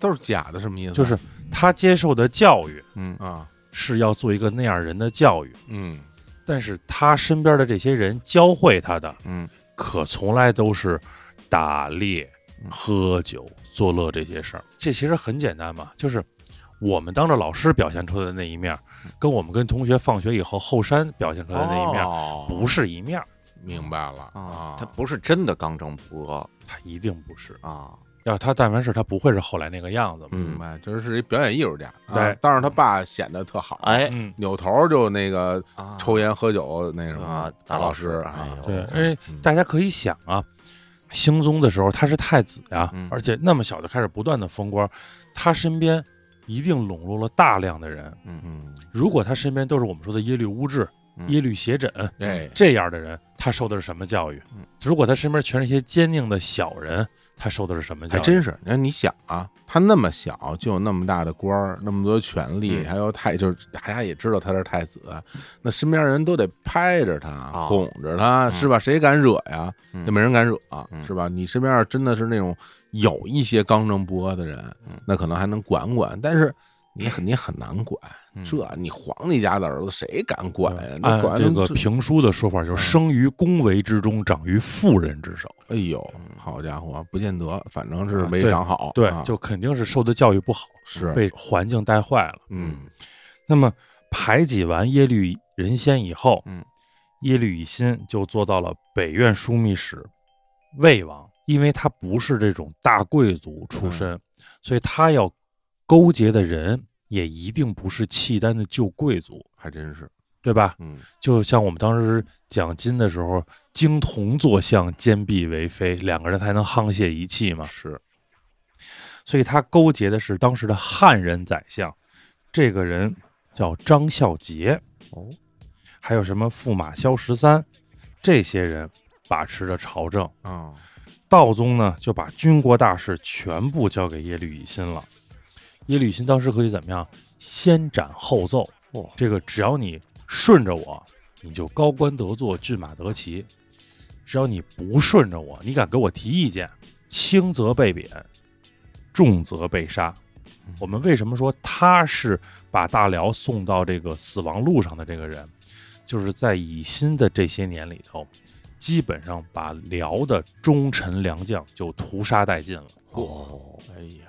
Speaker 7: 都是假的？什么意思？
Speaker 8: 嗯
Speaker 9: 就是他接受的教育
Speaker 7: 嗯啊
Speaker 9: 是要做一个那样人的教育，
Speaker 7: 嗯
Speaker 9: 但是他身边的这些人教会他的，
Speaker 7: 嗯
Speaker 9: 可从来都是打猎、
Speaker 7: 嗯
Speaker 9: 喝酒、作乐这些事儿。这其实很简单嘛，就是我们当着老师表现出来的那一面儿，
Speaker 7: 嗯
Speaker 9: 跟我们跟同学放学以后后山表现出来的那一面儿
Speaker 7: 哦
Speaker 9: 不是一面儿，
Speaker 7: 明白了
Speaker 8: 啊，他不是真的刚正不阿
Speaker 9: 他一定不是。
Speaker 8: 啊。
Speaker 9: 要他但凡是他不会是后来那个样子嘛。
Speaker 7: 明
Speaker 8: 嗯，
Speaker 7: 白，这是一表演艺术家，啊
Speaker 9: 对
Speaker 7: 但是他爸显得特好，，
Speaker 8: 哎，
Speaker 9: 嗯，
Speaker 7: 扭头就那个
Speaker 8: 啊
Speaker 7: 抽烟喝酒那什么
Speaker 8: 啊
Speaker 7: 打
Speaker 8: 打
Speaker 7: 老
Speaker 8: 老
Speaker 7: 师
Speaker 8: 师
Speaker 7: 啊，
Speaker 8: 哎
Speaker 9: 对
Speaker 8: 呦，
Speaker 9: 哎，
Speaker 7: 嗯
Speaker 9: 大家可以想啊，兴宗的时候他是太子呀
Speaker 8: 嗯，
Speaker 9: 而且那么小就开始不断的封官，他身边一定笼络了大量的人。
Speaker 8: 嗯嗯，
Speaker 9: 如果他身边都是我们说的耶律乌质、
Speaker 8: 嗯
Speaker 9: 耶律斜轸
Speaker 7: 哎
Speaker 9: 这样的人，他受的是什么教育
Speaker 8: 嗯？
Speaker 9: 如果他身边全是一些奸佞的小人，他受的是什么教
Speaker 7: 还
Speaker 9: 育？
Speaker 7: 真是。那你想啊，他那么小就有那么大的官儿，那么多权力，
Speaker 8: 嗯
Speaker 7: 还有太就是大家也知道他是太子，那身边人都得拍着他，
Speaker 8: 哦
Speaker 7: 哄着他，
Speaker 8: 嗯
Speaker 7: 是吧？谁敢惹呀？
Speaker 8: 嗯
Speaker 7: 就没人敢惹，啊
Speaker 8: 嗯
Speaker 7: 是吧？你身边要真的是那种有一些刚正不阿的人
Speaker 8: 嗯，
Speaker 7: 那可能还能管管，但是你很你很难管。
Speaker 8: 嗯
Speaker 7: 这你皇帝家的儿子谁敢管呀？那
Speaker 9: 按
Speaker 7: 管
Speaker 9: 啊这个
Speaker 7: 这
Speaker 9: 评书的说法，就是生于宫闱之中，长于妇人之手。
Speaker 7: 哎呦，好家伙，不见得，反正是
Speaker 9: 啊
Speaker 7: 没
Speaker 9: 对
Speaker 7: 长好。
Speaker 9: 对
Speaker 7: 啊，
Speaker 9: 就肯定是受的教育不好，
Speaker 7: 是
Speaker 9: 被环境带坏了。
Speaker 7: 嗯
Speaker 9: 那么排挤完耶律仁先以后，
Speaker 8: 嗯，
Speaker 9: 耶律乙辛就做到了北院枢密使、魏王，因为他不是这种大贵族
Speaker 7: 嗯
Speaker 9: 出身，所以他要勾结的人也一定不是契丹的旧贵族，
Speaker 7: 还真是，
Speaker 9: 对吧？
Speaker 7: 嗯
Speaker 9: 就像我们当时讲金的时候，经同坐相，坚壁为妃，两个人才能沆瀣一气嘛。
Speaker 7: 是，
Speaker 9: 所以他勾结的是当时的汉人宰相，这个人叫张孝杰，
Speaker 8: 哦，
Speaker 9: 还有什么驸马萧十三，这些人把持着朝政。
Speaker 7: 啊，
Speaker 9: 道宗呢就把军国大事全部交给耶律乙辛了。耶律乙辛当时可以怎么样？先斩后奏。
Speaker 8: 哦
Speaker 9: 这个只要你顺着我，你就高官得坐，骏马得骑；只要你不顺着我，你敢给我提意见，轻则被贬，重则被杀。我们为什么说他是把大辽送到这个死亡路上的这个人？就是在乙辛的这些年里头，基本上把辽的忠臣良将就屠杀殆尽了。
Speaker 7: 嚯，哎呀，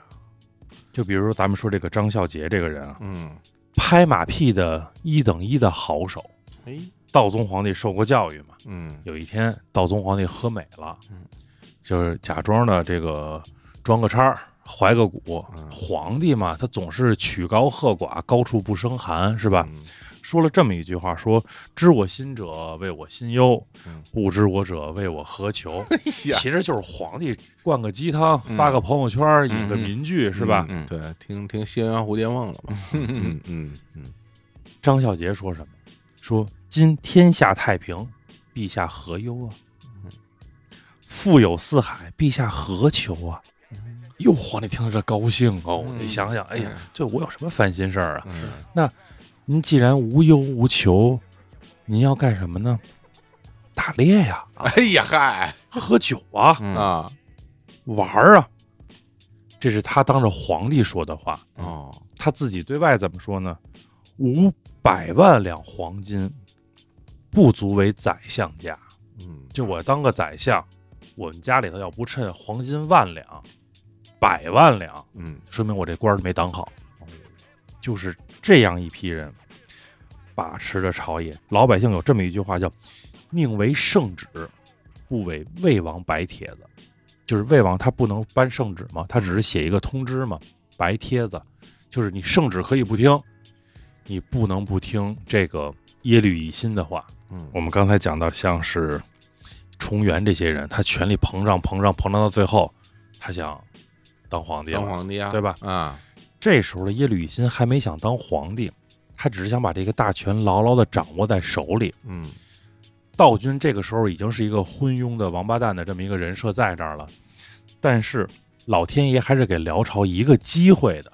Speaker 9: 就比如说咱们说这个张孝杰这个人啊，
Speaker 7: 嗯，
Speaker 9: 拍马屁的一等一的好手。
Speaker 7: 哎，
Speaker 9: 道宗皇帝受过教育嘛，
Speaker 7: 嗯，
Speaker 9: 有一天道宗皇帝喝美了
Speaker 7: 嗯，
Speaker 9: 就是假装的这个装个叉儿，怀个骨
Speaker 7: 嗯。
Speaker 9: 皇帝嘛，他总是曲高和寡，高处不胜寒，是吧？
Speaker 7: 嗯？
Speaker 9: 说了这么一句话，说知我心者谓我心忧
Speaker 7: 嗯，哎
Speaker 9: 不知我者谓我何求。
Speaker 7: 呀
Speaker 9: 其实就是皇帝灌个鸡汤，
Speaker 7: 嗯
Speaker 9: 发个朋友圈，
Speaker 7: 嗯
Speaker 9: 引个民句，是吧？
Speaker 7: 嗯，嗯对，听听新鸳鸯蝴蝶梦了嘛。嗯嗯嗯，
Speaker 9: 张孝杰说什么？说今天下太平，陛下何忧啊？富有四海，陛下何求啊？哟，皇帝听了这高兴哦！
Speaker 7: 嗯
Speaker 9: 你想想，哎呀
Speaker 7: 嗯，
Speaker 9: 这我有什么烦心事儿啊？
Speaker 7: 嗯
Speaker 9: 您既然无忧无求，您要干什么呢？打猎呀、
Speaker 7: 哎呀嗨
Speaker 9: 喝酒啊，
Speaker 8: 嗯，
Speaker 7: 啊
Speaker 9: 玩儿啊。这是他当着皇帝说的话，
Speaker 7: 哦，
Speaker 9: 他自己对外怎么说呢？五百万两黄金，不足为宰相家。
Speaker 7: 嗯
Speaker 9: 就我当个宰相，我们家里头要不趁黄金万两、百万两，
Speaker 7: 嗯
Speaker 9: 说明我这官儿没当好。就是这样一批人把持着朝野，老百姓有这么一句话叫“宁为圣旨，不为魏王白帖子”，就是魏王他不能颁圣旨嘛，他只是写一个通知嘛，白帖子就是你圣旨可以不听，你不能不听这个耶律乙辛的话。
Speaker 7: 嗯
Speaker 9: 我们刚才讲到，像是重元这些人，他权力膨胀、膨胀、膨胀到最后，他想当皇帝了，
Speaker 7: 当皇帝啊，
Speaker 9: 对吧
Speaker 7: 啊，
Speaker 9: 这时候的耶律乙辛还没想当皇帝，他只是想把这个大权牢牢地掌握在手里。
Speaker 7: 嗯
Speaker 9: 道君这个时候已经是一个昏庸的王八蛋的这么一个人设在这儿了，但是老天爷还是给辽朝一个机会的。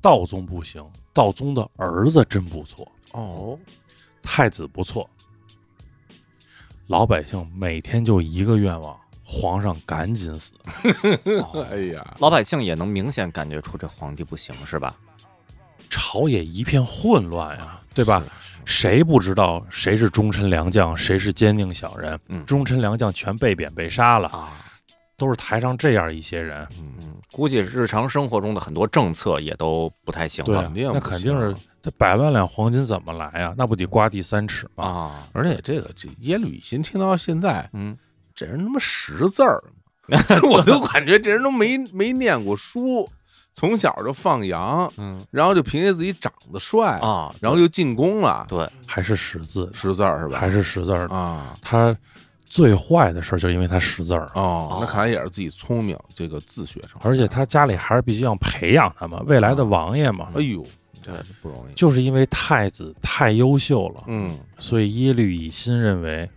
Speaker 9: 道宗不行，道宗的儿子真不错，
Speaker 7: 哦，
Speaker 9: 太子不错。老百姓每天就一个愿望：皇上赶紧死。
Speaker 7: 哎呀，
Speaker 8: 老百姓也能明显感觉出这皇帝不行是吧？
Speaker 9: 朝野一片混乱呀，对吧？谁不知道谁是忠臣良将，谁是奸佞小人？
Speaker 8: 嗯
Speaker 9: 忠臣良将全被贬被杀了，
Speaker 8: 啊，
Speaker 9: 都是台上这样一些人。
Speaker 7: 嗯，
Speaker 8: 嗯，估计日常生活中的很多政策也都不太行
Speaker 9: 对
Speaker 8: 了
Speaker 9: 啊，
Speaker 7: 肯定不
Speaker 9: 那肯
Speaker 7: 行
Speaker 9: 定是这百万两黄金怎么来呀？那不得刮地三尺吗？
Speaker 8: 啊。
Speaker 7: 而且这个这耶律乙辛听到现在，
Speaker 8: 嗯，
Speaker 7: 这人他妈识字儿， 我都感觉这人都没没念过书，从小就放羊，
Speaker 8: 嗯
Speaker 7: 然后就凭借自己长得帅，
Speaker 8: 啊，
Speaker 7: 然后就进宫了，
Speaker 8: 对，
Speaker 9: 还是识字，
Speaker 7: 识字儿是吧？
Speaker 9: 还是识字儿的。
Speaker 7: 啊。
Speaker 9: 他最坏的事儿就是因为他识字儿，
Speaker 7: 哦
Speaker 8: 哦，
Speaker 7: 那看来也是自己聪明，这个自学成。
Speaker 9: 而且，他家里还是必须要培养他嘛，未来
Speaker 8: 啊
Speaker 9: 的王爷嘛
Speaker 7: 哎。呦，这不容易。
Speaker 9: 就是因为太子太优秀了，
Speaker 7: 嗯
Speaker 9: 所以耶律乙辛认为，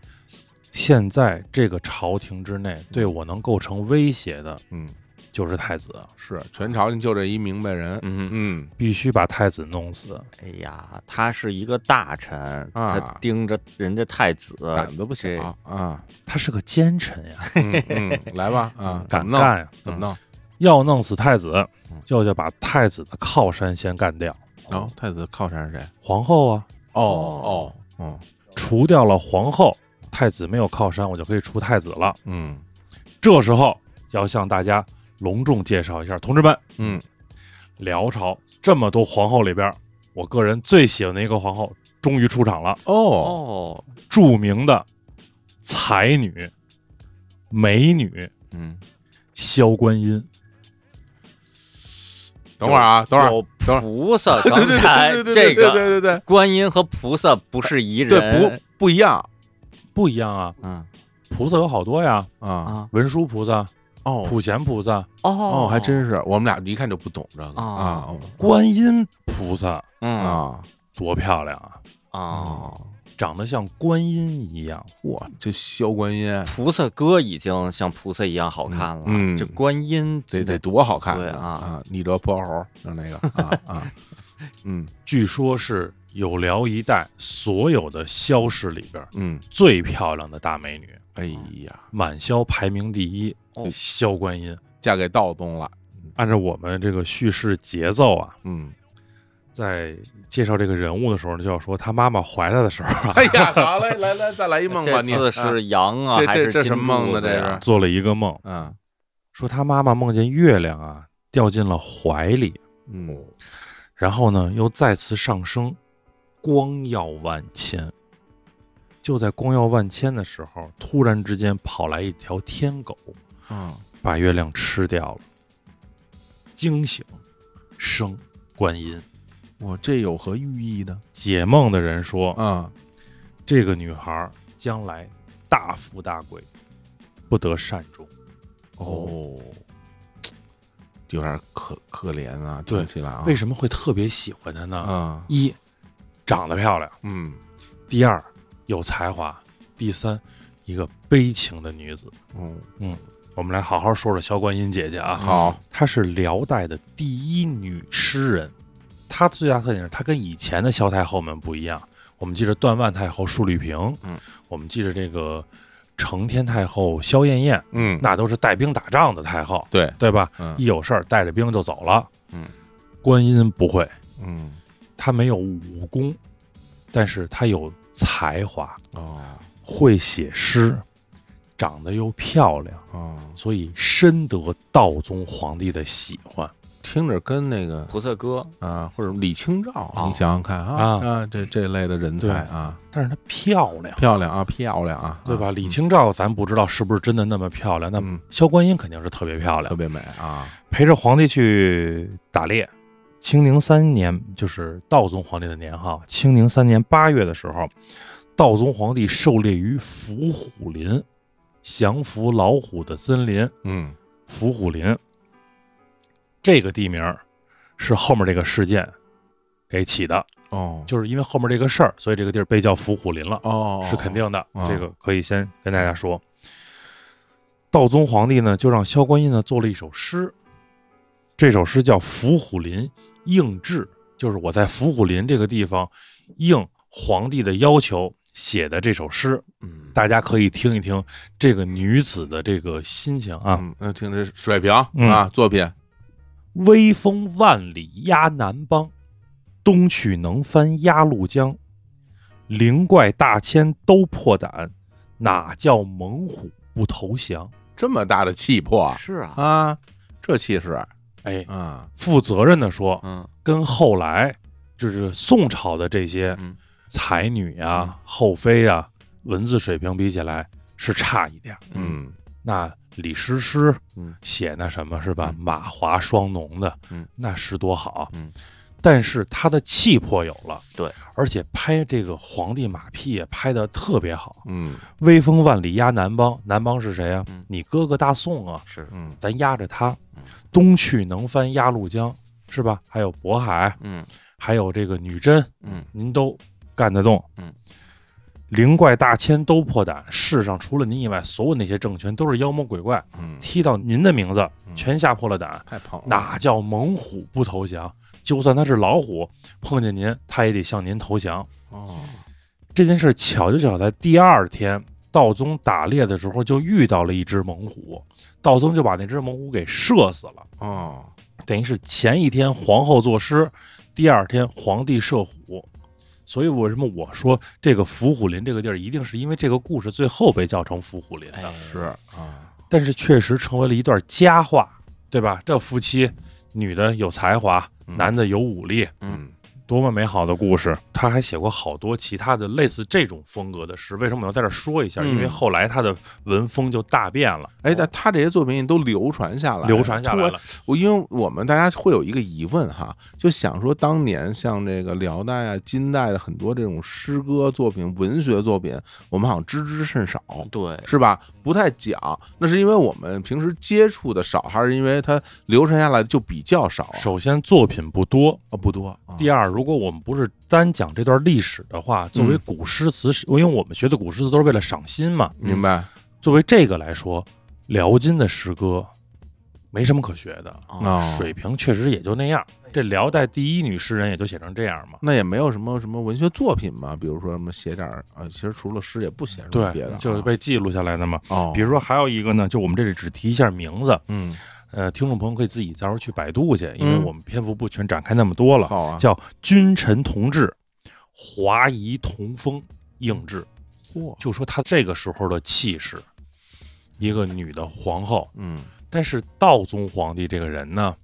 Speaker 9: 现在这个朝廷之
Speaker 8: 嗯
Speaker 9: 内对我能构成威胁的
Speaker 7: 嗯，
Speaker 9: 就是太子，
Speaker 7: 是全朝就这一明白人。
Speaker 8: 嗯，
Speaker 7: 嗯，
Speaker 9: 必须把太子弄死。
Speaker 8: 哎呀，他是一个大臣，他
Speaker 7: 啊
Speaker 8: 盯着人家太子，
Speaker 7: 胆子不小
Speaker 8: 这
Speaker 7: 啊。
Speaker 9: 他是个奸臣呀，
Speaker 7: 嗯嗯，来吧啊，怎
Speaker 9: 敢
Speaker 7: 么弄？
Speaker 9: 干呀！
Speaker 7: 怎么弄？
Speaker 9: 要弄死太子
Speaker 7: 嗯，
Speaker 9: 就得把太子的靠山先干掉，
Speaker 7: 然后太子靠山是谁？
Speaker 9: 皇后啊，
Speaker 7: 哦哦哦，
Speaker 9: 除掉了皇后，太子没有靠山，我就可以除太子了。
Speaker 7: 嗯
Speaker 9: 这时候要向大家隆重介绍一下，同志们，
Speaker 7: 嗯，
Speaker 9: 辽朝这么多皇后里边，我个人最喜欢的一个皇后终于出场了。
Speaker 7: 哦，
Speaker 8: 哦，
Speaker 9: 著名的才女、美女
Speaker 8: 嗯，
Speaker 9: 萧观音。
Speaker 7: 等会儿啊，等会儿，
Speaker 8: 有
Speaker 7: 等会儿
Speaker 8: 菩萨
Speaker 7: 对
Speaker 8: 刚
Speaker 7: 对
Speaker 8: 才
Speaker 7: 对对
Speaker 8: 这
Speaker 7: 对对对
Speaker 8: 个
Speaker 7: 对对对
Speaker 8: 观音和菩萨不是一人，
Speaker 7: 对，不不一样
Speaker 9: 不一样啊，
Speaker 8: 嗯
Speaker 9: 菩萨有好多呀，
Speaker 7: 啊。
Speaker 8: 啊，
Speaker 9: 文殊菩萨、
Speaker 7: 哦
Speaker 9: 普贤菩萨、
Speaker 8: 哦
Speaker 7: 哦，还真是，我们俩一看就不懂这个啊
Speaker 8: 哦
Speaker 9: 观音菩萨，
Speaker 7: 哦
Speaker 8: 嗯
Speaker 7: 啊
Speaker 9: 多漂亮啊！
Speaker 8: 哦，
Speaker 9: 长得像观音一样，
Speaker 7: 哇，这萧观音
Speaker 8: 菩萨哥已经像菩萨一样好看了，
Speaker 7: 嗯嗯
Speaker 8: 这观音
Speaker 7: 得得多好看
Speaker 8: 对
Speaker 7: 啊
Speaker 8: 啊
Speaker 7: 啊！你这泼猴让那个啊 啊，嗯
Speaker 9: 据说是有辽一带所有的萧氏里边
Speaker 7: 嗯，
Speaker 9: 最漂亮的大美女，
Speaker 7: 哎
Speaker 8: 啊
Speaker 7: 呀，
Speaker 9: 满萧排名第一，
Speaker 8: 哦
Speaker 9: 萧观音。
Speaker 7: 嫁给道宗了，
Speaker 9: 按照我们这个叙事节奏啊，
Speaker 7: 嗯
Speaker 9: 在介绍这个人物的时候呢，就要说他妈妈怀他的时候啊，
Speaker 7: 哎呀，好嘞，来来，再来一梦
Speaker 8: 这
Speaker 7: 吧，你
Speaker 9: 哎
Speaker 8: 次
Speaker 7: 啊
Speaker 8: 是羊啊，
Speaker 7: 这
Speaker 8: 还
Speaker 7: 这
Speaker 8: 是
Speaker 7: 这什
Speaker 8: 金
Speaker 7: 么梦呢
Speaker 8: 柱子呀
Speaker 7: 这是
Speaker 9: 做了一个梦，
Speaker 7: 嗯
Speaker 9: 说他妈妈梦见月亮啊掉进了怀里，
Speaker 7: 嗯
Speaker 9: 然后呢又再次上升，光耀万千。就在光耀万千的时候，突然之间跑来一条天狗，
Speaker 8: 哦
Speaker 7: 嗯，
Speaker 9: 把月亮吃掉了，惊醒，生观音。
Speaker 7: 我这有何寓意呢？
Speaker 9: 解梦的人说，
Speaker 7: 啊，
Speaker 9: 这个女孩将来大富大贵，不得善终。
Speaker 7: 哦，有点可可怜啊，
Speaker 9: 对
Speaker 7: 听起来啊，
Speaker 9: 为什么会特别喜欢她呢？
Speaker 7: 啊，
Speaker 9: 一，长得漂亮；
Speaker 7: 嗯，
Speaker 9: 第二，有才华；第三，一个悲情的女子。
Speaker 7: 嗯，
Speaker 9: 我们来好好说说萧观音姐姐啊。
Speaker 7: 好，
Speaker 9: 她是辽代的第一女诗人。她最大特点是，她跟以前的萧太后们不一样。我们记着段万太后束绿萍，
Speaker 7: 嗯，
Speaker 9: 我们记着这个承天太后萧燕燕，
Speaker 7: 嗯，
Speaker 9: 那都是带兵打仗的太后，
Speaker 7: 对，
Speaker 9: 对吧？
Speaker 7: 嗯
Speaker 9: 一有事儿带着兵就走了。
Speaker 7: 嗯，
Speaker 9: 观音不会，
Speaker 7: 嗯，
Speaker 9: 她没有武功，但是她有才华，
Speaker 7: 哦
Speaker 9: 会写诗，长得又漂亮，
Speaker 7: 哦，
Speaker 9: 所以深得道宗皇帝的喜欢。
Speaker 7: 听着跟那个
Speaker 8: 菩萨哥
Speaker 7: 啊，或者李清照，
Speaker 8: 哦
Speaker 7: 你想想看啊
Speaker 9: 啊
Speaker 7: 啊，这这类的人
Speaker 9: 对
Speaker 7: 才啊，
Speaker 9: 但是她漂亮，嗯
Speaker 7: 漂亮啊，漂亮啊，
Speaker 9: 对吧？
Speaker 7: 啊
Speaker 9: 李清照咱不知道是不是真的那么漂亮，那
Speaker 7: 嗯
Speaker 9: 萧观音肯定是特别漂
Speaker 7: 特
Speaker 9: 亮，
Speaker 7: 别美啊，
Speaker 9: 陪着皇帝去打猎。清宁三年，就是道宗皇帝的年号。清宁三年八月的时候，道宗皇帝狩猎于伏虎林，降服老虎的森林。
Speaker 7: 嗯
Speaker 9: 伏虎林这个地名儿是后面这个事件给起的，
Speaker 7: 哦，
Speaker 9: 就是因为后面这个事儿，所以这个地儿被叫伏虎林了，
Speaker 7: 哦
Speaker 9: 是肯定的。
Speaker 7: 哦
Speaker 9: 这个可以先跟大家说。道宗皇帝呢，就让萧观音呢做了一首诗，这首诗叫《伏虎林应制》，就是我在伏虎林这个地方应皇帝的要求写的这首诗。
Speaker 7: 嗯
Speaker 9: 大家可以听一听这个女子的这个心情啊。
Speaker 7: 嗯，那听这水平
Speaker 9: 嗯
Speaker 7: 啊，作品，
Speaker 9: 威风万里压南邦，东去能翻鸭绿江。灵怪大千都破胆，哪叫猛虎不投降？
Speaker 7: 这么大的气魄
Speaker 8: 是啊，
Speaker 7: 啊，这气势
Speaker 9: 哎，
Speaker 7: 啊，
Speaker 9: 负责任的说，
Speaker 8: 嗯，
Speaker 9: 跟后来就是宋朝的这些
Speaker 8: 嗯
Speaker 9: 才女
Speaker 8: 嗯
Speaker 9: 啊、后妃啊，文字水平比起来是差一点儿。
Speaker 7: 嗯
Speaker 9: 那李师师
Speaker 8: 嗯
Speaker 9: 写那什么是吧？
Speaker 8: 嗯
Speaker 9: 马华双浓的，
Speaker 8: 嗯
Speaker 9: 那诗多好，啊
Speaker 8: 嗯，
Speaker 9: 但是他的气魄有了，
Speaker 8: 对，
Speaker 9: 而且拍这个皇帝马屁也拍得特别好，
Speaker 7: 嗯
Speaker 9: 威风万里压南邦，南邦是谁呀、啊
Speaker 8: 嗯
Speaker 9: 你哥哥大宋啊，
Speaker 8: 是，嗯
Speaker 7: 嗯
Speaker 9: 咱压着他，东去能翻鸭绿江是吧？还有渤海，
Speaker 8: 嗯
Speaker 9: 还有这个女真，
Speaker 8: 嗯，
Speaker 9: 您都干得动，
Speaker 8: 嗯。
Speaker 9: 灵怪大千都破胆，世上除了您以外，所有那些政权都是妖魔鬼怪，
Speaker 7: 嗯，
Speaker 9: 踢到您的名字，
Speaker 7: 嗯
Speaker 9: 全吓破了胆。
Speaker 7: 太捧了，
Speaker 9: 哪叫猛虎不投降？就算他是老虎，碰见您，他也得向您投降。
Speaker 7: 哦，
Speaker 9: 这件事巧就巧在第二天，道宗打猎的时候就遇到了一只猛虎，道宗就把那只猛虎给射死了。
Speaker 7: 哦，
Speaker 9: 等于是前一天皇后作诗，第二天皇帝射虎。所以为什么我说这个伏虎林这个地儿，一定是因为这个故事最后被叫成伏虎林的。
Speaker 7: 哎是啊，
Speaker 9: 但是确实成为了一段佳话，对吧？这夫妻，女的有才华，
Speaker 7: 嗯
Speaker 9: 男的有武力，
Speaker 7: 嗯
Speaker 9: 多么美好的故事！他还写过好多其他的类似这种风格的诗。为什么我要在这儿说一下？
Speaker 7: 嗯
Speaker 9: 因为后来他的文风就大变了，
Speaker 7: 哎，但他这些作品都流传下来，
Speaker 9: 哦流传下
Speaker 7: 突
Speaker 9: 来
Speaker 7: 然
Speaker 9: 了。
Speaker 7: 我因为我们大家会有一个疑问哈，就想说当年像这个辽代啊、金代的很多这种诗歌作品、文学作品，我们好像知之甚少，
Speaker 8: 对，
Speaker 7: 是吧？不太讲，那是因为我们平时接触的少，还是因为它流传下来就比较少啊？
Speaker 9: 首先，作品不多；
Speaker 7: 啊不多。啊
Speaker 9: 第二，如果我们不是单讲这段历史的话，作为
Speaker 7: 嗯
Speaker 9: 古诗词，是因为我们学的古诗词都是为了赏心嘛。
Speaker 7: 明白
Speaker 9: 作为这个来说，辽金的诗歌没什么可学的，
Speaker 8: 啊，
Speaker 7: 啊，
Speaker 9: 水平确实也就那样。
Speaker 7: 哎
Speaker 9: 这辽代第一女诗人也就写成这样嘛。
Speaker 7: 那也没有什么什么文学作品嘛，比如说什么写点儿啊，其实除了诗也不写什么
Speaker 9: 对
Speaker 7: 别的啊，，
Speaker 9: 就是被记录下来的嘛。
Speaker 7: 哦，
Speaker 9: 比如说还有一个呢，就我们这里只提一下名字，
Speaker 7: 嗯
Speaker 9: 呃，听众朋友可以自己到时候去百度去，因为
Speaker 7: 嗯
Speaker 9: 我们篇幅不全展开那么多了。
Speaker 7: 好啊，
Speaker 9: 叫《君臣同治，华夷同风应制》，
Speaker 7: 嚯，
Speaker 9: 就说她这个时候的气势，一个女的皇后。
Speaker 7: 嗯
Speaker 9: 但是道宗皇帝这个人呢，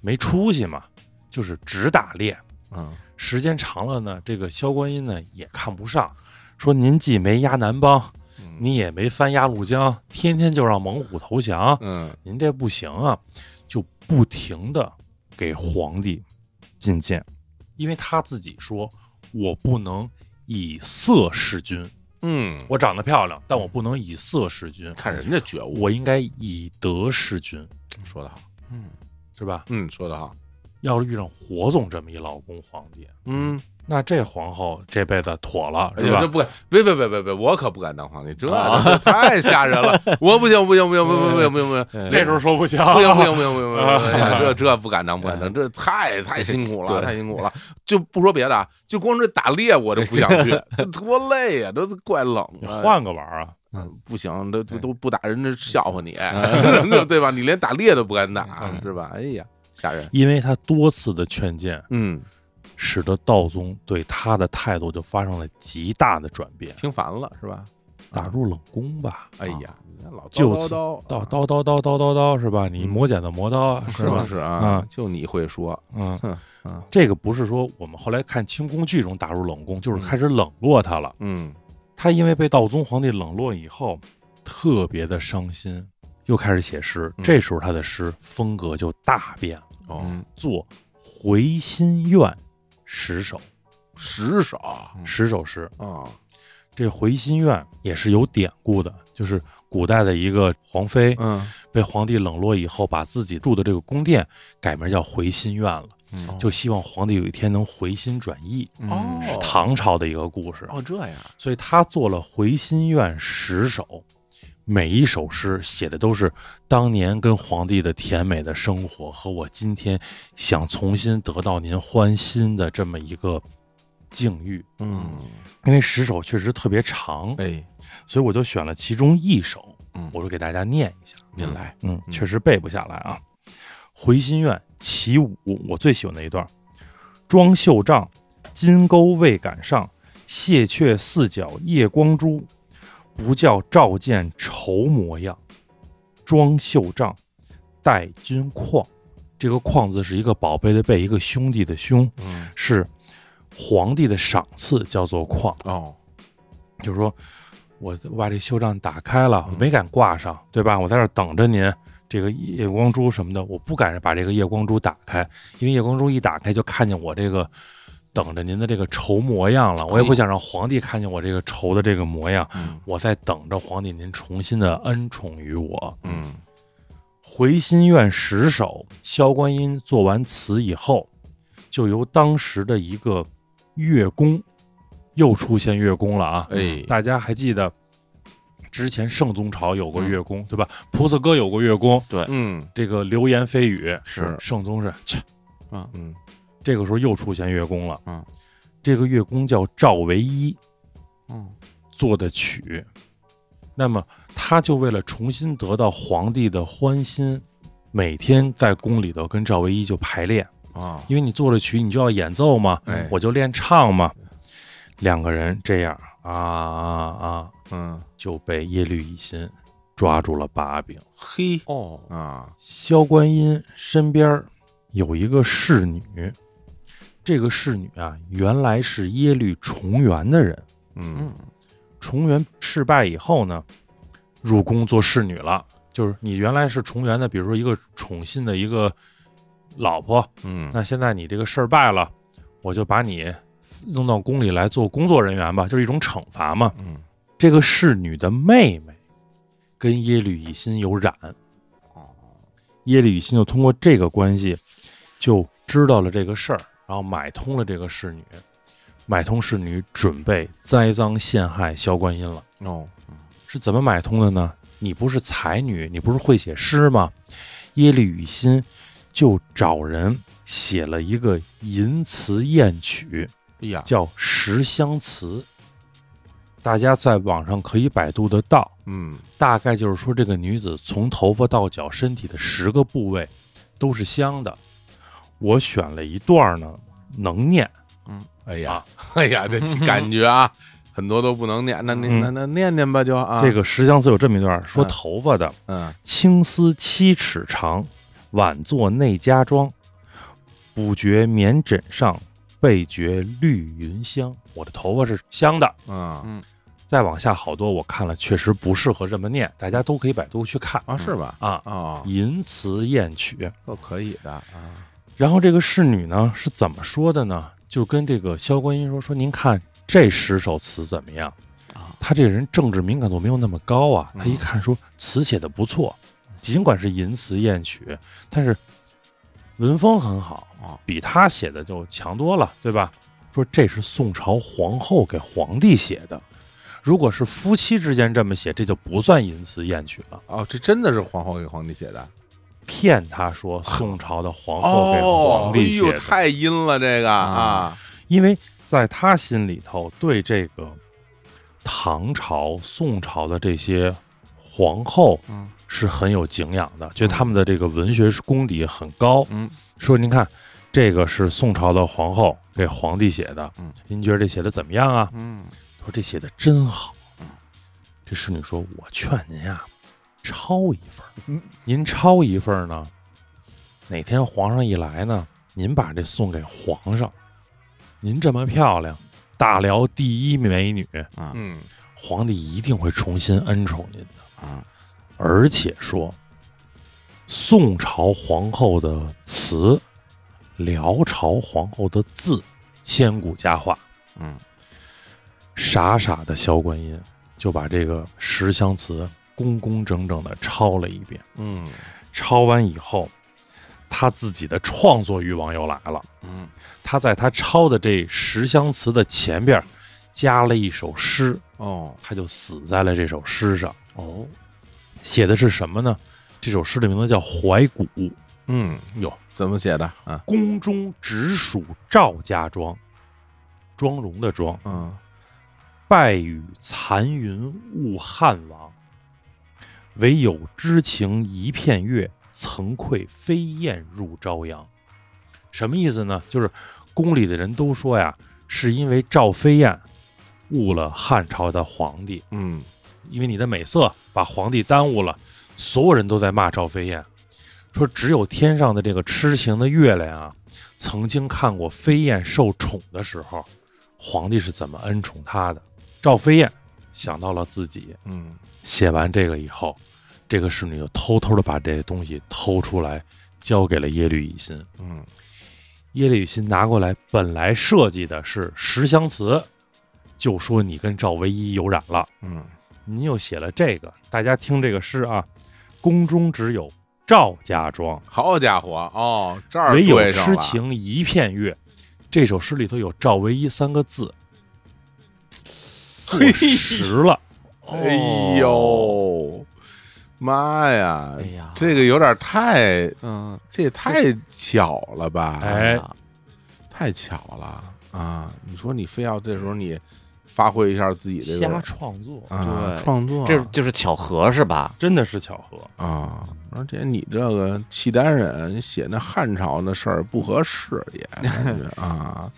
Speaker 9: 没出息嘛，就是只打猎。
Speaker 7: 嗯
Speaker 9: 时间长了呢，这个萧观音呢也看不上，说您既没压南邦，
Speaker 7: 嗯
Speaker 9: 你也没翻压陆江，天天就让猛虎投降，
Speaker 7: 嗯
Speaker 9: 您这不行啊，就不停的给皇帝进谏，因为他自己说，我不能以色示君，
Speaker 7: 嗯，
Speaker 9: 我长得漂亮，但我不能以色示君，
Speaker 7: 看人家觉悟，
Speaker 9: 我应该以德示君，
Speaker 7: 说的好，嗯
Speaker 9: 是吧？
Speaker 7: 嗯，说的好，
Speaker 9: 要是遇上火总这么一老公皇帝，
Speaker 7: 嗯，
Speaker 9: 那这皇后这辈子妥了，
Speaker 7: 哎
Speaker 9: 是
Speaker 7: 呦，这
Speaker 9: 吧？啊
Speaker 7: 不敢，别别别别别，我可不敢当皇帝，这这太吓人 了，我不行不行不行不行不行不行不行，
Speaker 9: 嗯这时候说不 行，
Speaker 7: 不行不行不行不行不行，哎呀这这不敢当不敢当，这太太辛苦了，
Speaker 9: 嗯对
Speaker 7: 太辛苦了。就不说别的啊，就光这打猎我就不想 去，这多累呀，都怪冷
Speaker 9: 你
Speaker 7: 啊。
Speaker 9: 换个玩儿啊！
Speaker 7: 嗯不行，都都都不打人，这笑话你，对 对吧？你连打猎都不敢打，
Speaker 9: 嗯
Speaker 7: 是吧？哎呀，吓人。
Speaker 9: 因为他多次的劝谏，
Speaker 7: 嗯，
Speaker 9: 使得道宗对他的态度就发生了极大的转变，
Speaker 7: 听烦了是吧？
Speaker 9: 打入冷宫吧。
Speaker 7: 哎
Speaker 9: 啊，
Speaker 7: 呀，你看老叨
Speaker 9: 就
Speaker 7: 叨
Speaker 9: 此
Speaker 7: 叨
Speaker 9: 叨
Speaker 7: 啊
Speaker 9: 叨叨叨叨叨叨是吧？你
Speaker 7: 嗯
Speaker 9: 磨剪子磨刀
Speaker 7: 是
Speaker 9: 吧
Speaker 7: 不？是
Speaker 9: 啊
Speaker 7: 啊？就你会说，
Speaker 9: 嗯
Speaker 7: 哼啊，
Speaker 9: 这个不是说我们后来看清宫剧中打入冷宫，就是
Speaker 7: 嗯
Speaker 9: 开始冷落他了。
Speaker 7: 嗯
Speaker 9: 他因为被道宗皇帝冷落以后，特别的伤心，又开始写诗。
Speaker 7: 嗯
Speaker 9: 这时候他的诗风格就大变了，
Speaker 7: 哦，
Speaker 9: 做《回心愿》十首
Speaker 7: 十手
Speaker 9: 十首诗。
Speaker 7: 啊，
Speaker 9: 这《回心愿》也是有典故的，就是古代的一个皇妃
Speaker 7: 嗯，
Speaker 9: 被皇帝冷落以后，把自己住的这个宫殿改名叫回心院了，
Speaker 7: 嗯
Speaker 9: 就希望皇帝有一天能回心转意。
Speaker 7: 哦
Speaker 9: 是唐朝的一个故事，
Speaker 7: 哦这样，
Speaker 9: 所以他做了《回心愿》十首，每一首诗写的都是当年跟皇帝的甜美的生活和我今天想重新得到您欢心的这么一个境遇。
Speaker 7: 嗯，
Speaker 9: 因为十首确实特别长，
Speaker 7: 哎，
Speaker 9: 所以我就选了其中一首
Speaker 7: 嗯，
Speaker 9: 我就给大家念一下。
Speaker 7: 您来，
Speaker 9: 嗯，
Speaker 7: 嗯
Speaker 9: 确实背不下来啊。回心愿其五，我最喜欢的一段儿：装袖帐，金钩未赶上，谢却四角夜光珠，不教赵见愁模样。装袖帐，带君况。这个“况”字是一个宝贝的“贝”，一个兄弟的“兄
Speaker 7: 嗯”，，
Speaker 9: 是皇帝的赏赐，叫做“况”。
Speaker 7: 哦，
Speaker 9: 就是说我我把这袖帐打开了，我没敢挂上，对吧？我在这儿等着您。这个夜光珠什么的，我不敢把这个夜光珠打开，因为夜光珠一打开就看见我这个等着您的这个愁模样了。我也不想让皇帝看见我这个愁的这个模样，
Speaker 7: 嗯
Speaker 9: 我在等着皇帝您重新的恩宠于我。
Speaker 7: 嗯
Speaker 9: 回心愿十首，萧观音做完词以后，就由当时的一个乐工，又出现乐工了啊！
Speaker 7: 哎
Speaker 9: 大家还记得之前圣宗朝有过乐工、对吧？菩萨哥有过乐工，
Speaker 7: 嗯
Speaker 9: 这个流言蜚语
Speaker 7: 是
Speaker 9: 圣宗是切，
Speaker 7: 嗯，
Speaker 9: 这个时候又出现乐工了。
Speaker 7: 嗯，
Speaker 9: 这个乐工叫赵唯一
Speaker 7: 嗯
Speaker 9: 做的曲，那么他就为了重新得到皇帝的欢心，每天在宫里头跟赵唯一就排练。
Speaker 7: 啊，
Speaker 9: 因为你做了曲，你就要演奏嘛，
Speaker 7: 哎
Speaker 9: 我就练唱嘛。两个人这样啊啊啊，
Speaker 7: 嗯，
Speaker 9: 就被耶律乙辛抓住了把柄。
Speaker 7: 嘿，
Speaker 9: 哦，
Speaker 7: 啊，
Speaker 9: 萧观音身边儿有一个侍女，这个侍女啊，原来是耶律重元的人。
Speaker 7: 嗯
Speaker 9: 重元事败以后呢，入宫做侍女了。就是你原来是重元的，比如说一个宠信的一个老婆，
Speaker 7: 嗯，
Speaker 9: 那现在你这个事儿败了，我就把你弄到宫里来做工作人员吧，就是一种惩罚嘛。
Speaker 7: 嗯，
Speaker 9: 这个侍女的妹妹跟耶律乙辛有染，
Speaker 7: 哦
Speaker 9: 耶律乙辛就通过这个关系就知道了这个事儿，然后买通了这个侍女，买通侍女准备栽赃陷害萧观音了。
Speaker 7: 哦，
Speaker 9: 是怎么买通的呢？你不是才女，你不是会写诗吗？耶律乙辛就找人写了一个淫词艳曲，
Speaker 7: 哎呀，
Speaker 9: 叫《十香词》。大家在网上可以百度得到。
Speaker 7: 嗯
Speaker 9: 大概就是说，这个女子从头发到脚身体的十个部位都是香的。我选了一段呢，能念。
Speaker 7: 哎呀， 哎呀，这感觉啊，很多都不能念，那那
Speaker 9: 嗯
Speaker 7: 那那念念吧，就啊，
Speaker 9: 这，个十相思有这么一段，说
Speaker 7: 嗯
Speaker 9: 头发的
Speaker 7: 嗯，
Speaker 9: 青丝七尺长，挽作内家妆，补觉棉枕上，背觉绿云香。我的头发是香的。
Speaker 7: 嗯
Speaker 9: 再往下好多，我看了确实不适合这么念，大家都可以百度去看
Speaker 7: 啊，是吧？
Speaker 9: 啊。
Speaker 7: 哦，
Speaker 9: 淫词艳曲，
Speaker 7: 都可以的啊，
Speaker 9: 然后这个侍女呢是怎么说的呢？就跟这个萧观音说说，您看这十首词怎么样？
Speaker 8: 啊，
Speaker 9: 他这个人政治敏感度没有那么高啊。
Speaker 7: 嗯
Speaker 9: 他一看说词写的不错，尽管是淫词艳曲，但是文风很好
Speaker 8: 啊，
Speaker 9: 比他写的就强多了，对吧？说这是宋朝皇后给皇帝写的，如果是夫妻之间这么写，这就不算淫词艳曲了。
Speaker 7: 哦，这真的是皇后给皇帝写的，
Speaker 9: 骗他说宋朝的皇后给
Speaker 7: 哦
Speaker 9: 皇，
Speaker 7: 哎
Speaker 9: 帝写
Speaker 7: 呦，
Speaker 9: 的，
Speaker 7: 太阴了这个啊，
Speaker 9: 因为在他心里头，对这个唐朝、宋朝的这些皇后
Speaker 7: 嗯
Speaker 9: 是很有敬仰的，觉得他们的这个文学功底很高。
Speaker 7: 嗯，
Speaker 9: 说您看，这个是宋朝的皇后给皇帝写的，
Speaker 7: 嗯，
Speaker 9: 您觉得这写的怎么样啊？
Speaker 7: 嗯，
Speaker 9: 说这写的真好。这侍女说：“我劝您啊，抄一份儿。
Speaker 7: 嗯
Speaker 9: 您抄一份儿呢，哪天皇上一来呢，您把这送给皇上。您这么漂亮，大辽第一美女，
Speaker 8: 啊
Speaker 7: 嗯，
Speaker 9: 皇帝一定会重新恩宠您的
Speaker 8: 啊！
Speaker 9: 而且说，宋朝皇后的词，辽朝皇后的字，千古佳话。
Speaker 8: 嗯，
Speaker 9: 傻傻的萧观音就把这个十香词工工整整的抄了一遍。
Speaker 7: 嗯，
Speaker 9: 抄完以后，他自己的创作欲望又来了。
Speaker 8: 嗯，
Speaker 9: 他在他抄的这十香词的前边儿加了一首诗。
Speaker 7: 哦，
Speaker 9: 他就死在了这首诗上。
Speaker 8: 哦，
Speaker 9: 写的是什么呢？这首诗的名字叫《怀古》，
Speaker 7: 嗯，哟，怎么写的啊？
Speaker 9: 宫中直属赵家庄，庄容的庄，
Speaker 7: 嗯，
Speaker 9: 败雨残云误汉王，唯有知情一片月，曾愧飞燕入朝阳。什么意思呢？就是宫里的人都说呀，是因为赵飞燕误了汉朝的皇帝，
Speaker 7: 嗯，
Speaker 9: 因为你的美色把皇帝耽误了，所有人都在骂赵飞燕，说只有天上的这个痴情的月亮啊，曾经看过飞燕受宠的时候，皇帝是怎么恩宠她的。赵飞燕想到了自己，
Speaker 7: 嗯，
Speaker 9: 写完这个以后，这个侍女就偷偷的把这东西偷出来，交给了耶律乙辛。
Speaker 7: 嗯，
Speaker 9: 耶律乙辛拿过来，本来设计的是十香词，就说你跟赵唯一有染了。
Speaker 7: 嗯，
Speaker 9: 您又写了这个，大家听这个诗啊，宫中只有赵家庄，
Speaker 7: 好家伙，哦，这儿
Speaker 9: 唯有
Speaker 7: 对上
Speaker 9: 痴
Speaker 7: 了，
Speaker 9: 情一片月。这首诗里头有“赵唯一”三个字，坐实 了。
Speaker 7: 哎呦，妈呀
Speaker 8: 哎，呀，
Speaker 7: 这个有点太，
Speaker 8: 嗯，
Speaker 7: 这也太巧了吧？
Speaker 9: 哎，
Speaker 7: 太巧了啊！你说你非要这时候你发挥一下自己这
Speaker 9: 瞎
Speaker 7: 个
Speaker 9: 创作，
Speaker 7: 啊
Speaker 8: 对
Speaker 7: 创作，
Speaker 8: 这就是巧合是吧？
Speaker 9: 真的是巧合。
Speaker 7: 啊，而且你这个契丹人你写那汉朝那事儿不合适也感觉 啊。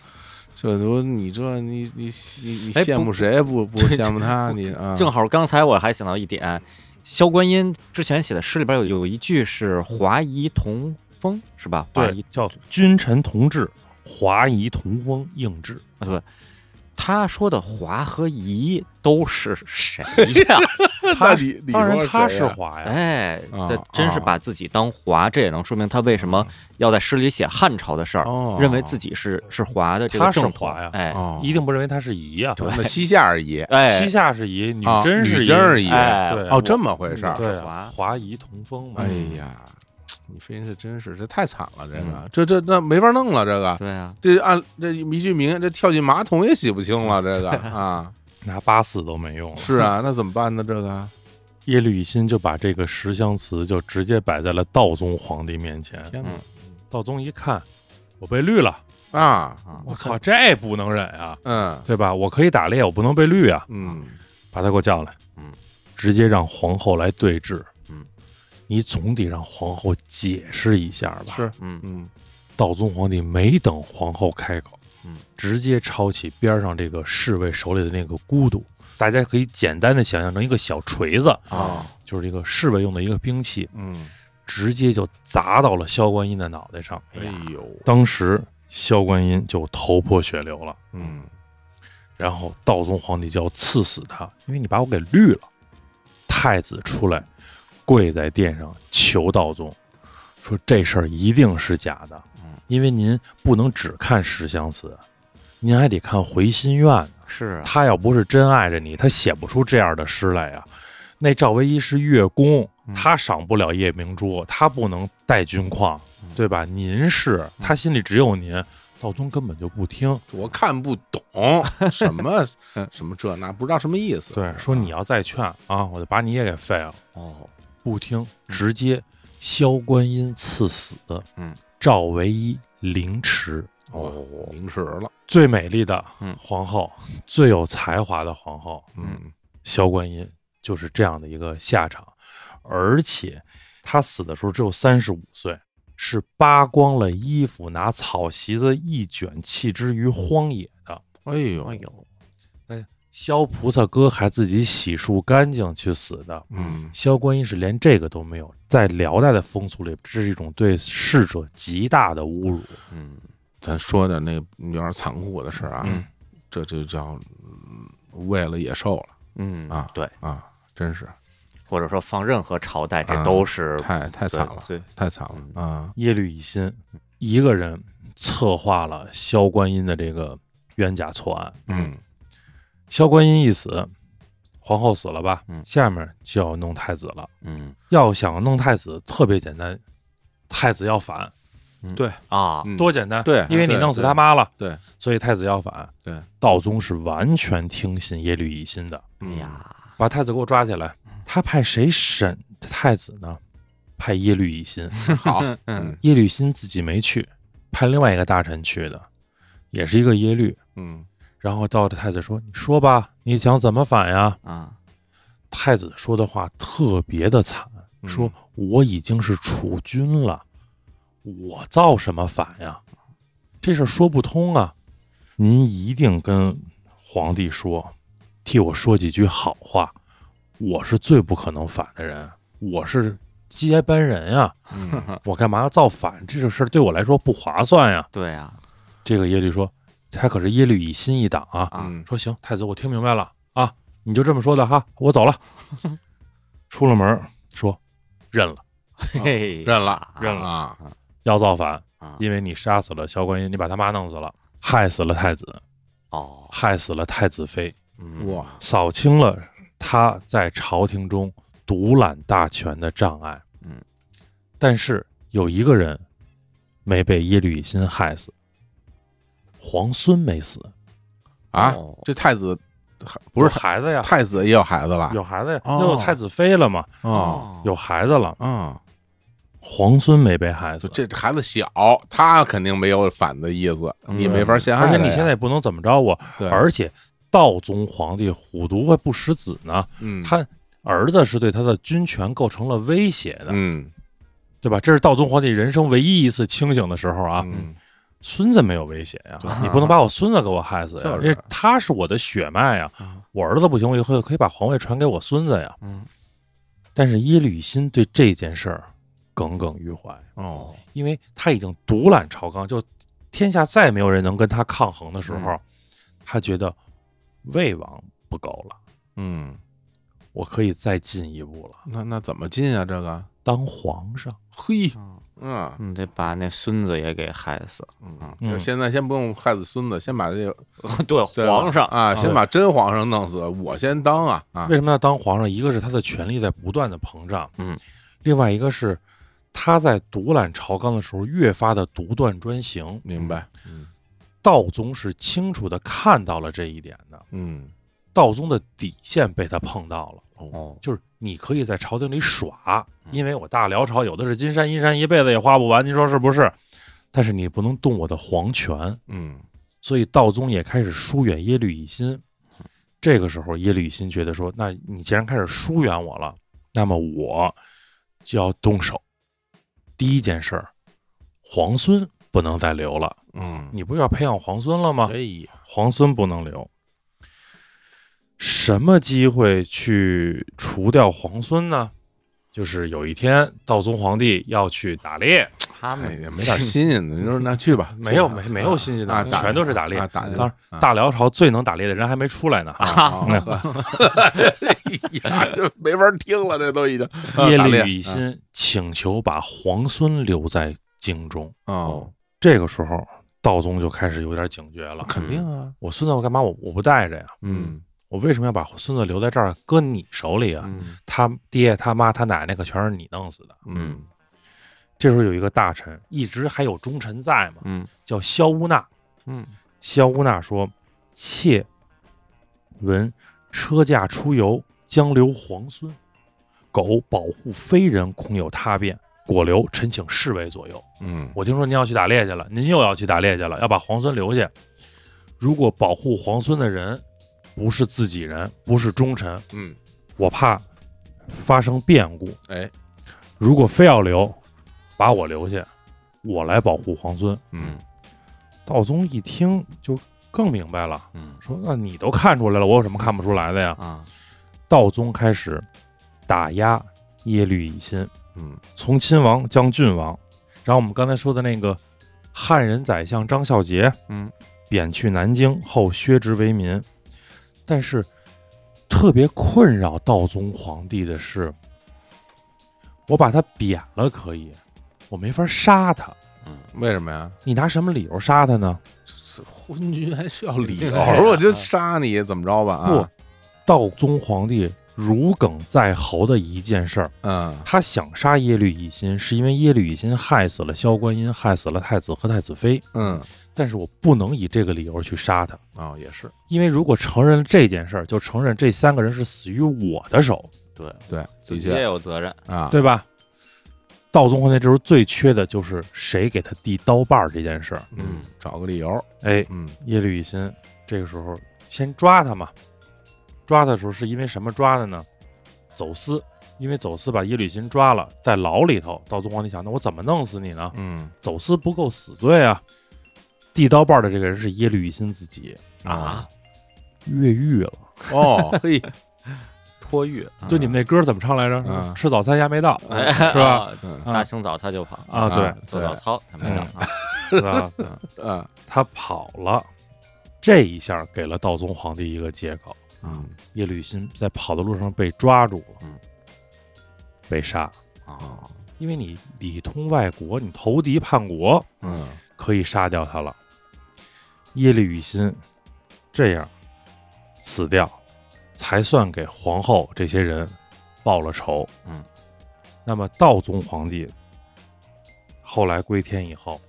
Speaker 7: 这都你这你你你你
Speaker 8: 哎
Speaker 7: 羡
Speaker 8: 不
Speaker 7: 慕谁不不羡慕他
Speaker 8: 不
Speaker 7: 你啊？
Speaker 8: 正好刚才我还想到一点，萧观音之前写的诗里边有有一句是“华夷同风”是吧？华
Speaker 9: 对
Speaker 8: 夷，
Speaker 9: 叫君臣同治，华夷同风，应制。
Speaker 8: 啊对。他说的“华”和“夷”都是谁 呀？
Speaker 7: 那李李
Speaker 9: 当然
Speaker 7: 说
Speaker 9: 他
Speaker 7: 谁
Speaker 9: 是
Speaker 7: 呀
Speaker 9: 华呀，
Speaker 8: 哎，这
Speaker 7: 啊
Speaker 8: 真是把自己当华，这也能说明他为什么要在诗里写汉朝的事儿，
Speaker 7: 哦
Speaker 8: 认为自己是是华的这
Speaker 9: 他
Speaker 8: 个
Speaker 9: 是
Speaker 8: 正统
Speaker 9: 华呀
Speaker 8: 哎，
Speaker 7: 哦，
Speaker 9: 一定不认为他是夷呀。
Speaker 7: 那西夏而已
Speaker 8: 哎
Speaker 9: 西，夏是夷，女
Speaker 7: 啊
Speaker 9: 真
Speaker 7: 女
Speaker 9: 是
Speaker 7: 真是
Speaker 9: 夷
Speaker 7: 夷
Speaker 8: 哎
Speaker 9: 对，
Speaker 7: 哦，
Speaker 9: 我
Speaker 7: 这么回事儿。
Speaker 9: 对啊，
Speaker 8: 华
Speaker 9: 华夷同风嘛。
Speaker 7: 哎呀，你飞是真是这太惨了，这个
Speaker 9: 嗯
Speaker 7: 这这那没法弄了，这个
Speaker 8: 对啊，
Speaker 7: 这按这一句名，这跳进马桶也洗不清了，这个啊，
Speaker 9: 拿八四都没用了。
Speaker 7: 是啊，那怎么办呢？这个
Speaker 9: 耶律乙辛就把这个十香词就直接摆在了道宗皇帝面前。
Speaker 7: 天哪，
Speaker 9: 道宗一看，我被绿了，
Speaker 7: 啊啊，
Speaker 9: 我靠，这不能忍啊，
Speaker 7: 嗯
Speaker 9: 对吧？我可以打猎，我不能被绿啊！
Speaker 7: 嗯
Speaker 9: 把他给我叫来，
Speaker 8: 嗯，
Speaker 9: 直接让皇后来对质，
Speaker 8: 嗯，
Speaker 9: 你总得让皇后解释一下吧？
Speaker 7: 是，
Speaker 8: 嗯，
Speaker 7: 嗯
Speaker 9: 道宗皇帝没等皇后开口，
Speaker 8: 嗯，
Speaker 9: 直接抄起边上这个侍卫手里的那个孤独，大家可以简单的想象成一个小锤子，
Speaker 7: 啊
Speaker 9: 就是一个侍卫用的一个兵器，
Speaker 7: 嗯，
Speaker 9: 直接就砸到了萧观音的脑袋上。
Speaker 7: 哎呦，
Speaker 9: 当时萧观音就头破血流了，
Speaker 7: 嗯
Speaker 9: 然后道宗皇帝就要赐死他，因为你把我给绿了。太子出来跪在殿上求道宗，说这事儿一定是假的
Speaker 8: 嗯，
Speaker 9: 因为您不能只看十相思，您还得看回心愿呢。
Speaker 8: 是啊，
Speaker 9: 他要不是真爱着你，他写不出这样的诗来呀。那赵唯一是月宫，
Speaker 8: 嗯
Speaker 9: 他赏不了夜明珠，他不能带军矿，
Speaker 8: 嗯
Speaker 9: 对吧？您是他心里只有您，道宗根本就不听。
Speaker 7: 我看不 懂什么什么这那，不知道什么意思。
Speaker 9: 嗯对，说你要再劝啊，我就把你也给废了。
Speaker 8: 嗯哦，
Speaker 9: 不听，直接萧观音赐死。
Speaker 8: 嗯，
Speaker 9: 赵唯一凌迟。
Speaker 7: 哦，凌迟了，
Speaker 9: 最美丽的
Speaker 8: 嗯
Speaker 9: 皇后，最有才华的皇后，
Speaker 7: 嗯
Speaker 9: 萧观音就是这样的一个下场。而且她死的时候只有三十五岁，是扒光了衣服，拿草席子一卷，弃之于荒野的。
Speaker 7: 哎呦，
Speaker 8: 哎呦，
Speaker 9: 萧菩萨哥还自己洗漱干净去死的。
Speaker 7: 嗯
Speaker 9: 萧观音是连这个都没有，在辽代的风俗里，这是一种对逝者极大的侮辱。
Speaker 8: 嗯，
Speaker 7: 咱说点那有点残酷的事儿啊，
Speaker 8: 嗯
Speaker 7: 这就叫嗯喂了野兽了
Speaker 8: 嗯
Speaker 7: 啊
Speaker 8: 对，
Speaker 7: 啊，真是
Speaker 8: 或者说放任何朝代，
Speaker 7: 啊
Speaker 8: 这都是
Speaker 7: 太太惨了，
Speaker 8: 对，
Speaker 7: 太惨了啊！
Speaker 9: 耶律乙辛一个人策划了萧观音的这个冤假错案。
Speaker 7: 嗯
Speaker 9: 萧观音一死，皇后死了吧？
Speaker 8: 嗯
Speaker 9: 下面就要弄太子了。
Speaker 8: 嗯
Speaker 9: 要想弄太子，特别简单，太子要反，
Speaker 8: 啊，
Speaker 7: 嗯
Speaker 9: 多简单。
Speaker 7: 对
Speaker 9: 因为你
Speaker 7: 对
Speaker 9: 弄死
Speaker 7: 对
Speaker 9: 他妈了，
Speaker 7: 对，
Speaker 9: 所以太子要反。
Speaker 7: 对，
Speaker 9: 道宗是完全听信耶律乙辛的。
Speaker 8: 哎
Speaker 7: 嗯
Speaker 8: 呀，
Speaker 9: 把太子给我抓起来。他派谁审太子呢？派耶律乙辛。
Speaker 7: 好，嗯
Speaker 9: 耶律乙辛自己没去，派另外一个大臣去的，也是一个耶律。
Speaker 7: 嗯
Speaker 9: 然后到这太子说：“你说吧，你想怎么反呀
Speaker 8: 啊，？”
Speaker 9: 太子说的话特别的惨，
Speaker 7: 嗯
Speaker 9: 说：“我已经是储君了，我造什么反呀？这事儿说不通啊！您一定跟皇帝说，替我说几句好话。我是最不可能反的人，我是接班人呀、
Speaker 7: 嗯
Speaker 9: 我干嘛要造反？这种事儿对我来说不划算呀。
Speaker 8: 对啊，”
Speaker 9: 这个耶律说：“他可是耶律乙辛一党啊！”
Speaker 7: 嗯
Speaker 9: 说行，太子，我听明白了啊，你就这么说的哈，我走了。 出了门儿说认了，
Speaker 7: 啊
Speaker 8: 嘿，
Speaker 7: 认了
Speaker 8: 认了
Speaker 7: 啊，
Speaker 9: 要造反
Speaker 8: 啊，
Speaker 9: 因为你杀死了萧观音，你把他妈弄死了，害死了太子，
Speaker 8: 哦，
Speaker 9: 害死了太子妃，
Speaker 8: 嗯
Speaker 7: 哇，
Speaker 9: 扫清了他在朝廷中独揽大权的障碍。
Speaker 8: 嗯，
Speaker 9: 但是有一个人没被耶律乙辛害死，皇孙没死，
Speaker 7: 啊
Speaker 8: 哦，
Speaker 7: 这太子还不是
Speaker 9: 孩子呀，
Speaker 7: 太子也有孩子了？
Speaker 9: 有孩子呀，
Speaker 7: 哦
Speaker 9: 又有太子妃了嘛，
Speaker 7: 哦
Speaker 9: 有孩子了。
Speaker 7: 嗯，
Speaker 9: 皇孙没被害死，
Speaker 7: 这孩子小，他肯定没有反的意思，你没法陷害
Speaker 9: 而
Speaker 7: 他呀。
Speaker 9: 且你现在也不能怎么着我，
Speaker 7: 对，
Speaker 9: 而且道宗皇帝虎毒还不食子呢，
Speaker 7: 嗯
Speaker 9: 他儿子是对他的军权构成了威胁的，
Speaker 7: 嗯
Speaker 9: 对吧？这是道宗皇帝人生唯一一次清醒的时候啊，
Speaker 7: 嗯
Speaker 9: 孙子没有威胁呀、你不能把我孙子给我害死呀，
Speaker 7: 就是嗯
Speaker 9: 因为他是我的血脉呀、我儿子不行，我以后可以把皇位传给我孙子呀。
Speaker 8: 嗯，
Speaker 9: 但是耶律乙辛对这件事儿耿耿于怀。
Speaker 7: 哦
Speaker 9: 因为他已经独揽朝纲，就天下再没有人能跟他抗衡的时候，
Speaker 7: 嗯
Speaker 9: 他觉得魏王不够了，
Speaker 7: 嗯，
Speaker 9: 我可以再进一步了，
Speaker 7: 那那怎么进啊？这个
Speaker 9: 当皇上。
Speaker 7: 嘿，嗯
Speaker 8: 你得把那孙子也给害死，
Speaker 7: 嗯，
Speaker 9: 嗯
Speaker 7: 就现在先不用害死孙子，先把这个
Speaker 8: 对，
Speaker 7: 对
Speaker 8: 皇上，
Speaker 7: 啊，先把真皇上弄死，我先当啊啊
Speaker 9: 为，什么要当皇上？一个是他的权力在不断的膨胀，
Speaker 8: 嗯，
Speaker 9: 另外一个是他在独揽朝纲的时候越发的独断专行。
Speaker 7: 明白？
Speaker 9: 道宗是清楚的看到了这一点的，
Speaker 7: 嗯
Speaker 9: 道宗的底线被他碰到了。
Speaker 8: 哦，
Speaker 9: 就是你可以在朝廷里耍，因为我大辽朝有的是金山银山，一辈子也花不完，您说是不是？但是你不能动我的皇权。
Speaker 7: 嗯
Speaker 9: 所以道宗也开始疏远耶律乙辛。这个时候，耶律乙辛觉得说：“那你既然开始疏远我了，那么我就要动手。第一件事儿，皇孙不能再留了。
Speaker 7: 嗯，
Speaker 9: 你不是要培养皇孙了吗？
Speaker 7: 哎呀，
Speaker 9: 皇孙不能留。什么机会去除掉皇孙呢？就是有一天，道宗皇帝要去打猎，
Speaker 8: 他
Speaker 7: 哎
Speaker 8: 们
Speaker 7: 也没点新鲜的，你说那去吧，
Speaker 9: 嗯 没有
Speaker 7: 去吧
Speaker 9: 没没有新鲜的
Speaker 7: 啊打
Speaker 9: 全都是打猎嗯
Speaker 7: 啊打去吧
Speaker 9: 当时大辽朝最能打猎的人还没出来呢。
Speaker 7: 啊啊，呵 哎呀，这没法听了，这都已经啊
Speaker 9: 耶
Speaker 7: 打猎
Speaker 9: 律乙辛请求把皇孙留在京中。
Speaker 7: 哦，
Speaker 9: 这个时候，道宗就开始有点警觉了。嗯
Speaker 7: 肯定啊，
Speaker 9: 我孙子我干嘛我我不带着呀？
Speaker 7: 嗯
Speaker 9: 我为什么要把孙子留在这儿搁你手里啊？
Speaker 7: 嗯
Speaker 9: 他爹、他妈、他奶奶可全是你弄死的。
Speaker 7: 嗯
Speaker 9: 这时候有一个大臣，一直还有忠臣在嘛，
Speaker 7: 嗯
Speaker 9: 叫萧乌纳。
Speaker 7: 嗯，
Speaker 9: 萧乌纳说：“妾闻车驾出游，将留皇孙，苟保护非人，恐有他变。果留，臣请侍卫左右。
Speaker 7: 嗯
Speaker 9: 我听说您要去打猎去了，您又要去打猎去了，要把皇孙留下。如果保护皇孙的人不是自己人，不是忠臣，
Speaker 7: 嗯，
Speaker 9: 我怕发生变故。
Speaker 7: 哎，
Speaker 9: 如果非要留，把我留下，我来保护皇孙。
Speaker 7: 嗯
Speaker 9: 道宗一听就更明白了，
Speaker 7: 嗯
Speaker 9: 说：“那你都看出来了，我有什么看不出来的呀
Speaker 8: 啊，？”
Speaker 9: 道宗开始打压耶律乙辛，
Speaker 7: 嗯
Speaker 9: 从亲王将郡王，然后我们刚才说的那个汉人宰相张孝杰，
Speaker 7: 嗯，
Speaker 9: 贬去南京后削职为民。但是特别困扰道宗皇帝的是，我把他贬了可以，我没法杀他。
Speaker 7: 为什么呀？
Speaker 9: 你拿什么理由杀他呢？
Speaker 7: 这昏君还需要理由？
Speaker 8: 这个
Speaker 7: 我就杀你怎么着吧？
Speaker 9: 不
Speaker 7: 啊，，
Speaker 9: 道宗皇帝如鲠在喉的一件事儿，
Speaker 7: 嗯
Speaker 9: 他想杀耶律乙辛，是因为耶律乙辛害死了萧观音，害死了太子和太子妃。
Speaker 7: 嗯，
Speaker 9: 但是我不能以这个理由去杀他，
Speaker 7: 哦，也是，
Speaker 9: 因为如果承认了这件事儿，就承认这三个人是死于我的手，
Speaker 8: 对，
Speaker 7: 对，
Speaker 8: 自
Speaker 7: 的
Speaker 8: 己也
Speaker 7: 确
Speaker 8: 有责任。
Speaker 7: 啊，
Speaker 9: 对吧？道宗皇帝这时候最缺的就是谁给他递刀把儿这件事儿。
Speaker 7: 嗯，找个理由，
Speaker 9: 哎，
Speaker 7: 嗯
Speaker 9: 耶律乙辛这个时候先抓他嘛，抓他的时候是因为什么抓的呢？走私，因为走私把耶律乙辛抓了，在牢里头。道宗皇帝想，那我怎么弄死你呢？
Speaker 7: 嗯
Speaker 9: 走私不够死罪啊！递刀把的这个人是耶律乙辛自己
Speaker 8: 啊，
Speaker 9: 越狱了。
Speaker 7: 哦，嘿，
Speaker 8: 脱狱，
Speaker 9: 就你们那歌怎么唱来着？
Speaker 7: 嗯
Speaker 9: 吃早餐丫没到，
Speaker 8: 哎
Speaker 9: 是 吧？
Speaker 8: 啊
Speaker 7: 嗯
Speaker 9: 啊
Speaker 8: 大清早他就跑，
Speaker 9: 啊，对，
Speaker 8: 做早操他没啊
Speaker 9: 嗯
Speaker 8: 到。
Speaker 9: 是吧？
Speaker 7: 嗯
Speaker 9: 他跑了，这一下给了道宗皇帝一个借口。
Speaker 7: 嗯
Speaker 9: 耶律辛在跑的路上被抓住了，
Speaker 8: 嗯
Speaker 9: 被杀，
Speaker 8: 哦，
Speaker 9: 因为你里通外国，你投敌叛国，
Speaker 7: 嗯
Speaker 9: 可以杀掉他了。耶律乙辛这样死掉，才算给皇后这些人报了仇。
Speaker 8: 嗯，
Speaker 9: 那么道宗皇帝后来归天以后，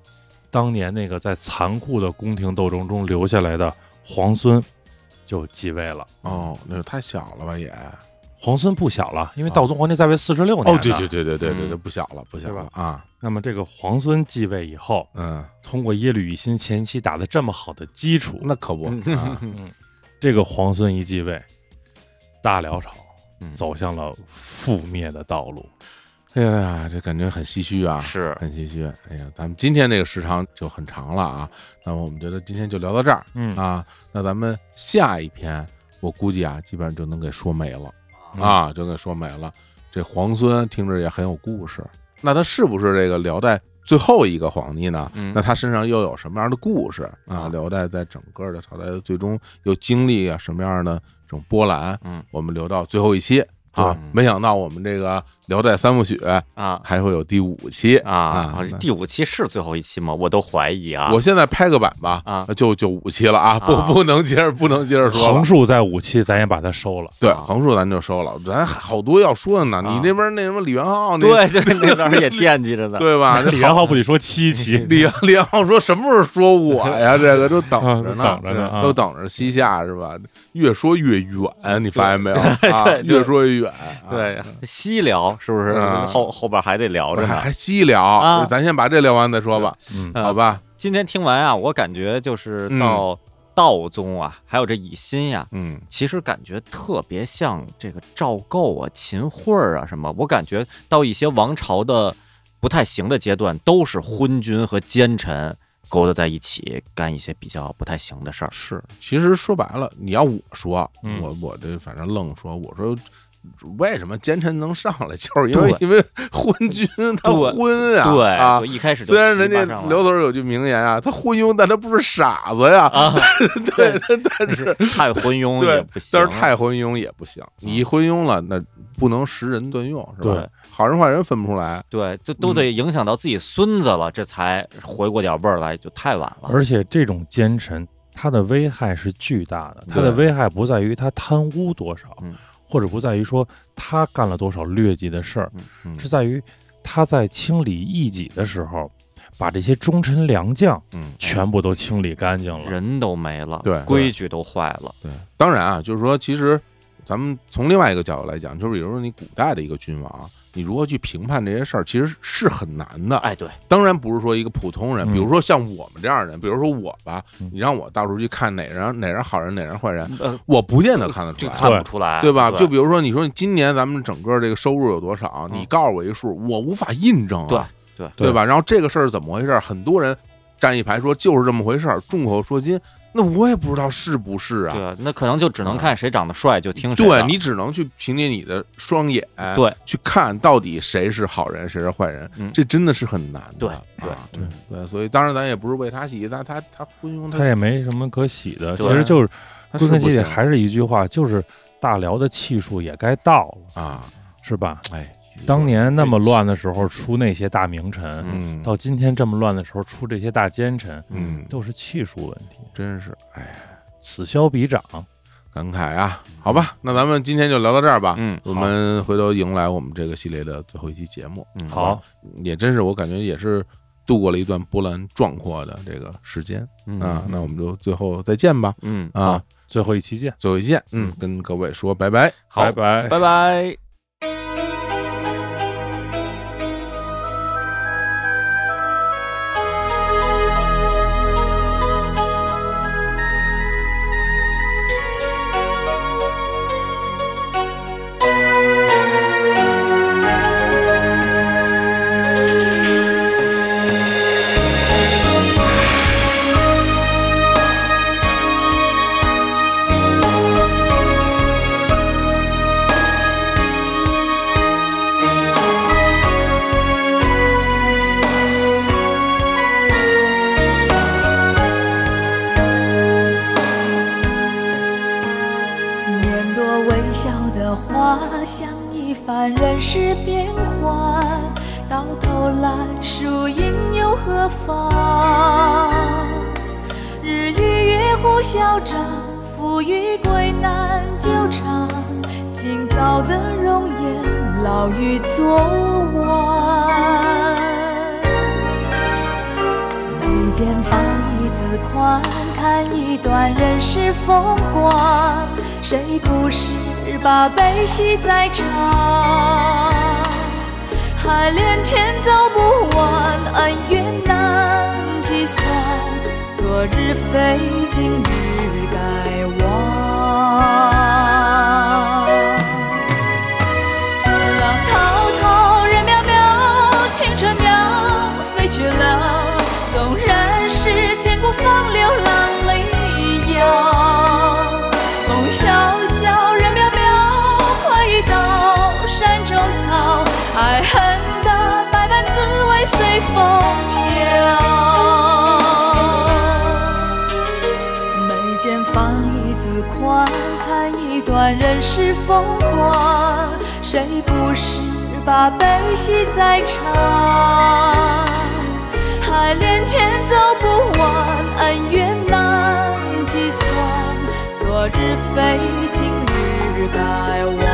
Speaker 9: 当年那个在残酷的宫廷斗争中留下来的皇孙就继位了。
Speaker 7: 哦，那就太小了吧也，哦，
Speaker 9: 皇孙不小了，因为道宗皇帝在位四十六年、
Speaker 7: 啊对对。对对对对对，
Speaker 8: 嗯
Speaker 7: 不小了不小
Speaker 9: 对
Speaker 7: 了
Speaker 9: 吧
Speaker 7: 啊，
Speaker 9: 那么这个皇孙继位以后，
Speaker 7: 嗯，
Speaker 9: 通过耶律乙辛前期打的这么好的基础，
Speaker 7: 那可不，啊
Speaker 9: 这个皇孙一继位，大辽朝
Speaker 7: 嗯
Speaker 9: 走向了覆灭的道路。
Speaker 7: 哎呀，这感觉很唏嘘啊，
Speaker 8: 是
Speaker 7: 很唏嘘。哎呀，咱们今天这个时长就很长了啊，那么我们觉得今天就聊到这儿
Speaker 9: 嗯
Speaker 7: 啊，那咱们下一篇我估计啊，基本上就能给说没了
Speaker 8: 嗯
Speaker 7: 啊，就给说没了。这皇孙听着也很有故事，那他是不是这个辽代最后一个皇帝呢？
Speaker 8: 嗯
Speaker 7: 那他身上又有什么样的故事啊？
Speaker 8: 啊
Speaker 7: 辽代在整个的朝代的最终又经历啊什么样的这种波澜？
Speaker 8: 嗯，
Speaker 7: 我们留到最后一期。啊
Speaker 8: 对，
Speaker 7: 没想到我们这个辽代三部曲
Speaker 8: 啊
Speaker 7: 还会有第五期
Speaker 8: 啊啊！
Speaker 7: 那
Speaker 8: 第五期是最后一期吗？我都怀疑啊。
Speaker 7: 我现在拍个版吧，
Speaker 8: 啊
Speaker 7: 就就五期了啊，不
Speaker 8: 啊
Speaker 7: 不能接着不能接着说
Speaker 9: 横
Speaker 7: 了。
Speaker 9: 竖在五期，咱也把它收了。
Speaker 7: 对，
Speaker 8: 啊
Speaker 7: 横竖咱就收了，咱还好多要说的呢。
Speaker 8: 啊
Speaker 7: 你那边那什么李元昊，那
Speaker 8: 对对，那边也惦记着呢。
Speaker 7: 对 吧？
Speaker 9: 李元昊不得 说七期？
Speaker 7: 李元李元昊说什么时候说我 呀？这个都等着呢，
Speaker 9: 啊都等着呢啊
Speaker 7: 都等着西夏是吧？越说越远，你发现没有？啊
Speaker 8: 对对
Speaker 7: 越说越远。啊，
Speaker 8: 对，西辽是不是？
Speaker 7: 嗯
Speaker 8: 后后边还得聊着
Speaker 7: 还
Speaker 8: 呢。
Speaker 7: 还细聊，
Speaker 8: 啊
Speaker 7: 咱先把这聊完再说吧，
Speaker 2: 嗯，
Speaker 8: 嗯
Speaker 7: 好吧？
Speaker 8: 今天听完啊，我感觉就是到道宗啊，还有这以心呀、
Speaker 7: 嗯，
Speaker 8: 其实感觉特别像这个赵构啊、秦桧儿啊什么。我感觉到一些王朝的不太行的阶段，都是昏君和奸臣勾搭在一起，干一些比较不太行的事儿。
Speaker 7: 是，其实说白了，你要我说，
Speaker 8: 嗯
Speaker 7: 我我这反正愣说，我说为什么奸臣能上来，就是因为
Speaker 8: 对
Speaker 7: 因为昏君他
Speaker 8: 对
Speaker 7: 昏啊，
Speaker 8: 对，
Speaker 7: 啊
Speaker 8: 就。一开始就
Speaker 7: 虽然
Speaker 8: 提拔
Speaker 7: 人家
Speaker 8: 上来
Speaker 7: 刘总有句名言啊，他昏庸，但他不是傻子呀。
Speaker 8: 啊，
Speaker 7: 对，但 是
Speaker 8: 太昏庸也
Speaker 7: 对
Speaker 8: 不，行，嗯
Speaker 7: 但是太昏庸也不行。你昏庸了，那不能识人断用，是吧
Speaker 8: 对？
Speaker 7: 好人坏人分不出来。
Speaker 8: 对，这都
Speaker 7: 嗯
Speaker 8: 得影响到自己孙子了，这才回过点味儿来，就太晚了。
Speaker 2: 而且这种奸臣，他的危害是巨大的。他
Speaker 7: 对
Speaker 2: 的危害不在于他贪污多少
Speaker 8: 嗯，
Speaker 2: 或者不在于说他干了多少劣迹的事儿，
Speaker 7: 嗯
Speaker 2: 是在于他在清理异己的时候，把这些忠臣良将
Speaker 7: 嗯，
Speaker 2: 全部都清理干净了。
Speaker 8: 人都没了，
Speaker 7: 对
Speaker 8: 规矩都坏了，
Speaker 7: 对，当然啊，就是说，其实咱们从另外一个角度来讲，就是比如说你古代的一个君王，你如何去评判这些事儿，其实是很难的。
Speaker 8: 哎，对，
Speaker 7: 当然不是说一个普通人，
Speaker 2: 嗯
Speaker 7: 比如说像我们这样的人，比如说我吧
Speaker 2: 嗯，
Speaker 7: 你让我到处去看哪人哪人好人哪人坏人，
Speaker 8: 呃，
Speaker 7: 我不见得看得出
Speaker 8: 就
Speaker 7: 来。
Speaker 8: 看不出来，
Speaker 7: 对吧？
Speaker 8: 对
Speaker 7: 就比如说，你说你今年咱们整个这个收入有多少？
Speaker 8: 嗯
Speaker 7: 你告诉我一数，我无法印证啊，
Speaker 8: 对
Speaker 7: 对吧？然后这个事儿怎么回事儿？很多人站一排说就是这么回事儿，众口说金，那我也不知道是不是啊。
Speaker 8: 对，那可能就只能看谁长得帅就听谁 的。
Speaker 7: 对你只能去凭借你的双眼，
Speaker 8: 对，
Speaker 7: 去看到底谁是好人，谁是坏人，
Speaker 8: 嗯
Speaker 7: 这真的是很难的。
Speaker 8: 对对嗯
Speaker 7: 啊对对，所以当然咱也不是为他洗，但他他昏庸，
Speaker 2: 他
Speaker 7: 他
Speaker 2: 也没什么可喜的，其
Speaker 8: 对
Speaker 2: 实就是
Speaker 7: 他是
Speaker 2: 归根
Speaker 7: 不
Speaker 2: 结底
Speaker 7: 行
Speaker 2: 还是一句话，就是大辽的气数也该到了，
Speaker 7: 啊，
Speaker 2: 是吧？
Speaker 7: 哎，
Speaker 2: 当年那么乱的时候出那些大名臣，
Speaker 7: 嗯，
Speaker 2: 到今天这么乱的时候出这些大奸臣，
Speaker 7: 嗯，
Speaker 2: 都是气数问题，
Speaker 7: 真是哎呀，
Speaker 2: 此消彼长。
Speaker 7: 感慨啊。好吧，那咱们今天就聊到这儿吧。
Speaker 8: 嗯
Speaker 7: 我们回头迎来我们这个系列的最后一期节目。
Speaker 8: 嗯
Speaker 2: 好，
Speaker 7: 也真是我感觉也是度过了一段波澜壮阔的这个时间啊。那我们就最后再见吧
Speaker 8: 嗯，
Speaker 7: 啊，
Speaker 2: 最后一期见，
Speaker 7: 最后一见，嗯，跟各位说拜拜。
Speaker 8: 好，
Speaker 2: 拜拜。
Speaker 8: 拜拜。
Speaker 9: 年多微笑的花，像一番人世变幻，到头来输赢又何妨？日与月互消长，富与贵难久长。今早的容颜，老于昨晚。眉间放一字宽，看一段人世风光，谁不是把悲喜在尝？海连天走不完，恩怨难计算，昨日非，今日该忘。浪滔滔，人渺渺，青春鸟飞去了，纵然是千古风流浪里摇。风萧萧，人渺渺，快意到山中草，爱恨的百般滋味随风飘。眉间放一字宽，看一段人世风光，谁不是把悲喜在尝？海连天走不完，恩怨难计算，昨日非，今日该忘。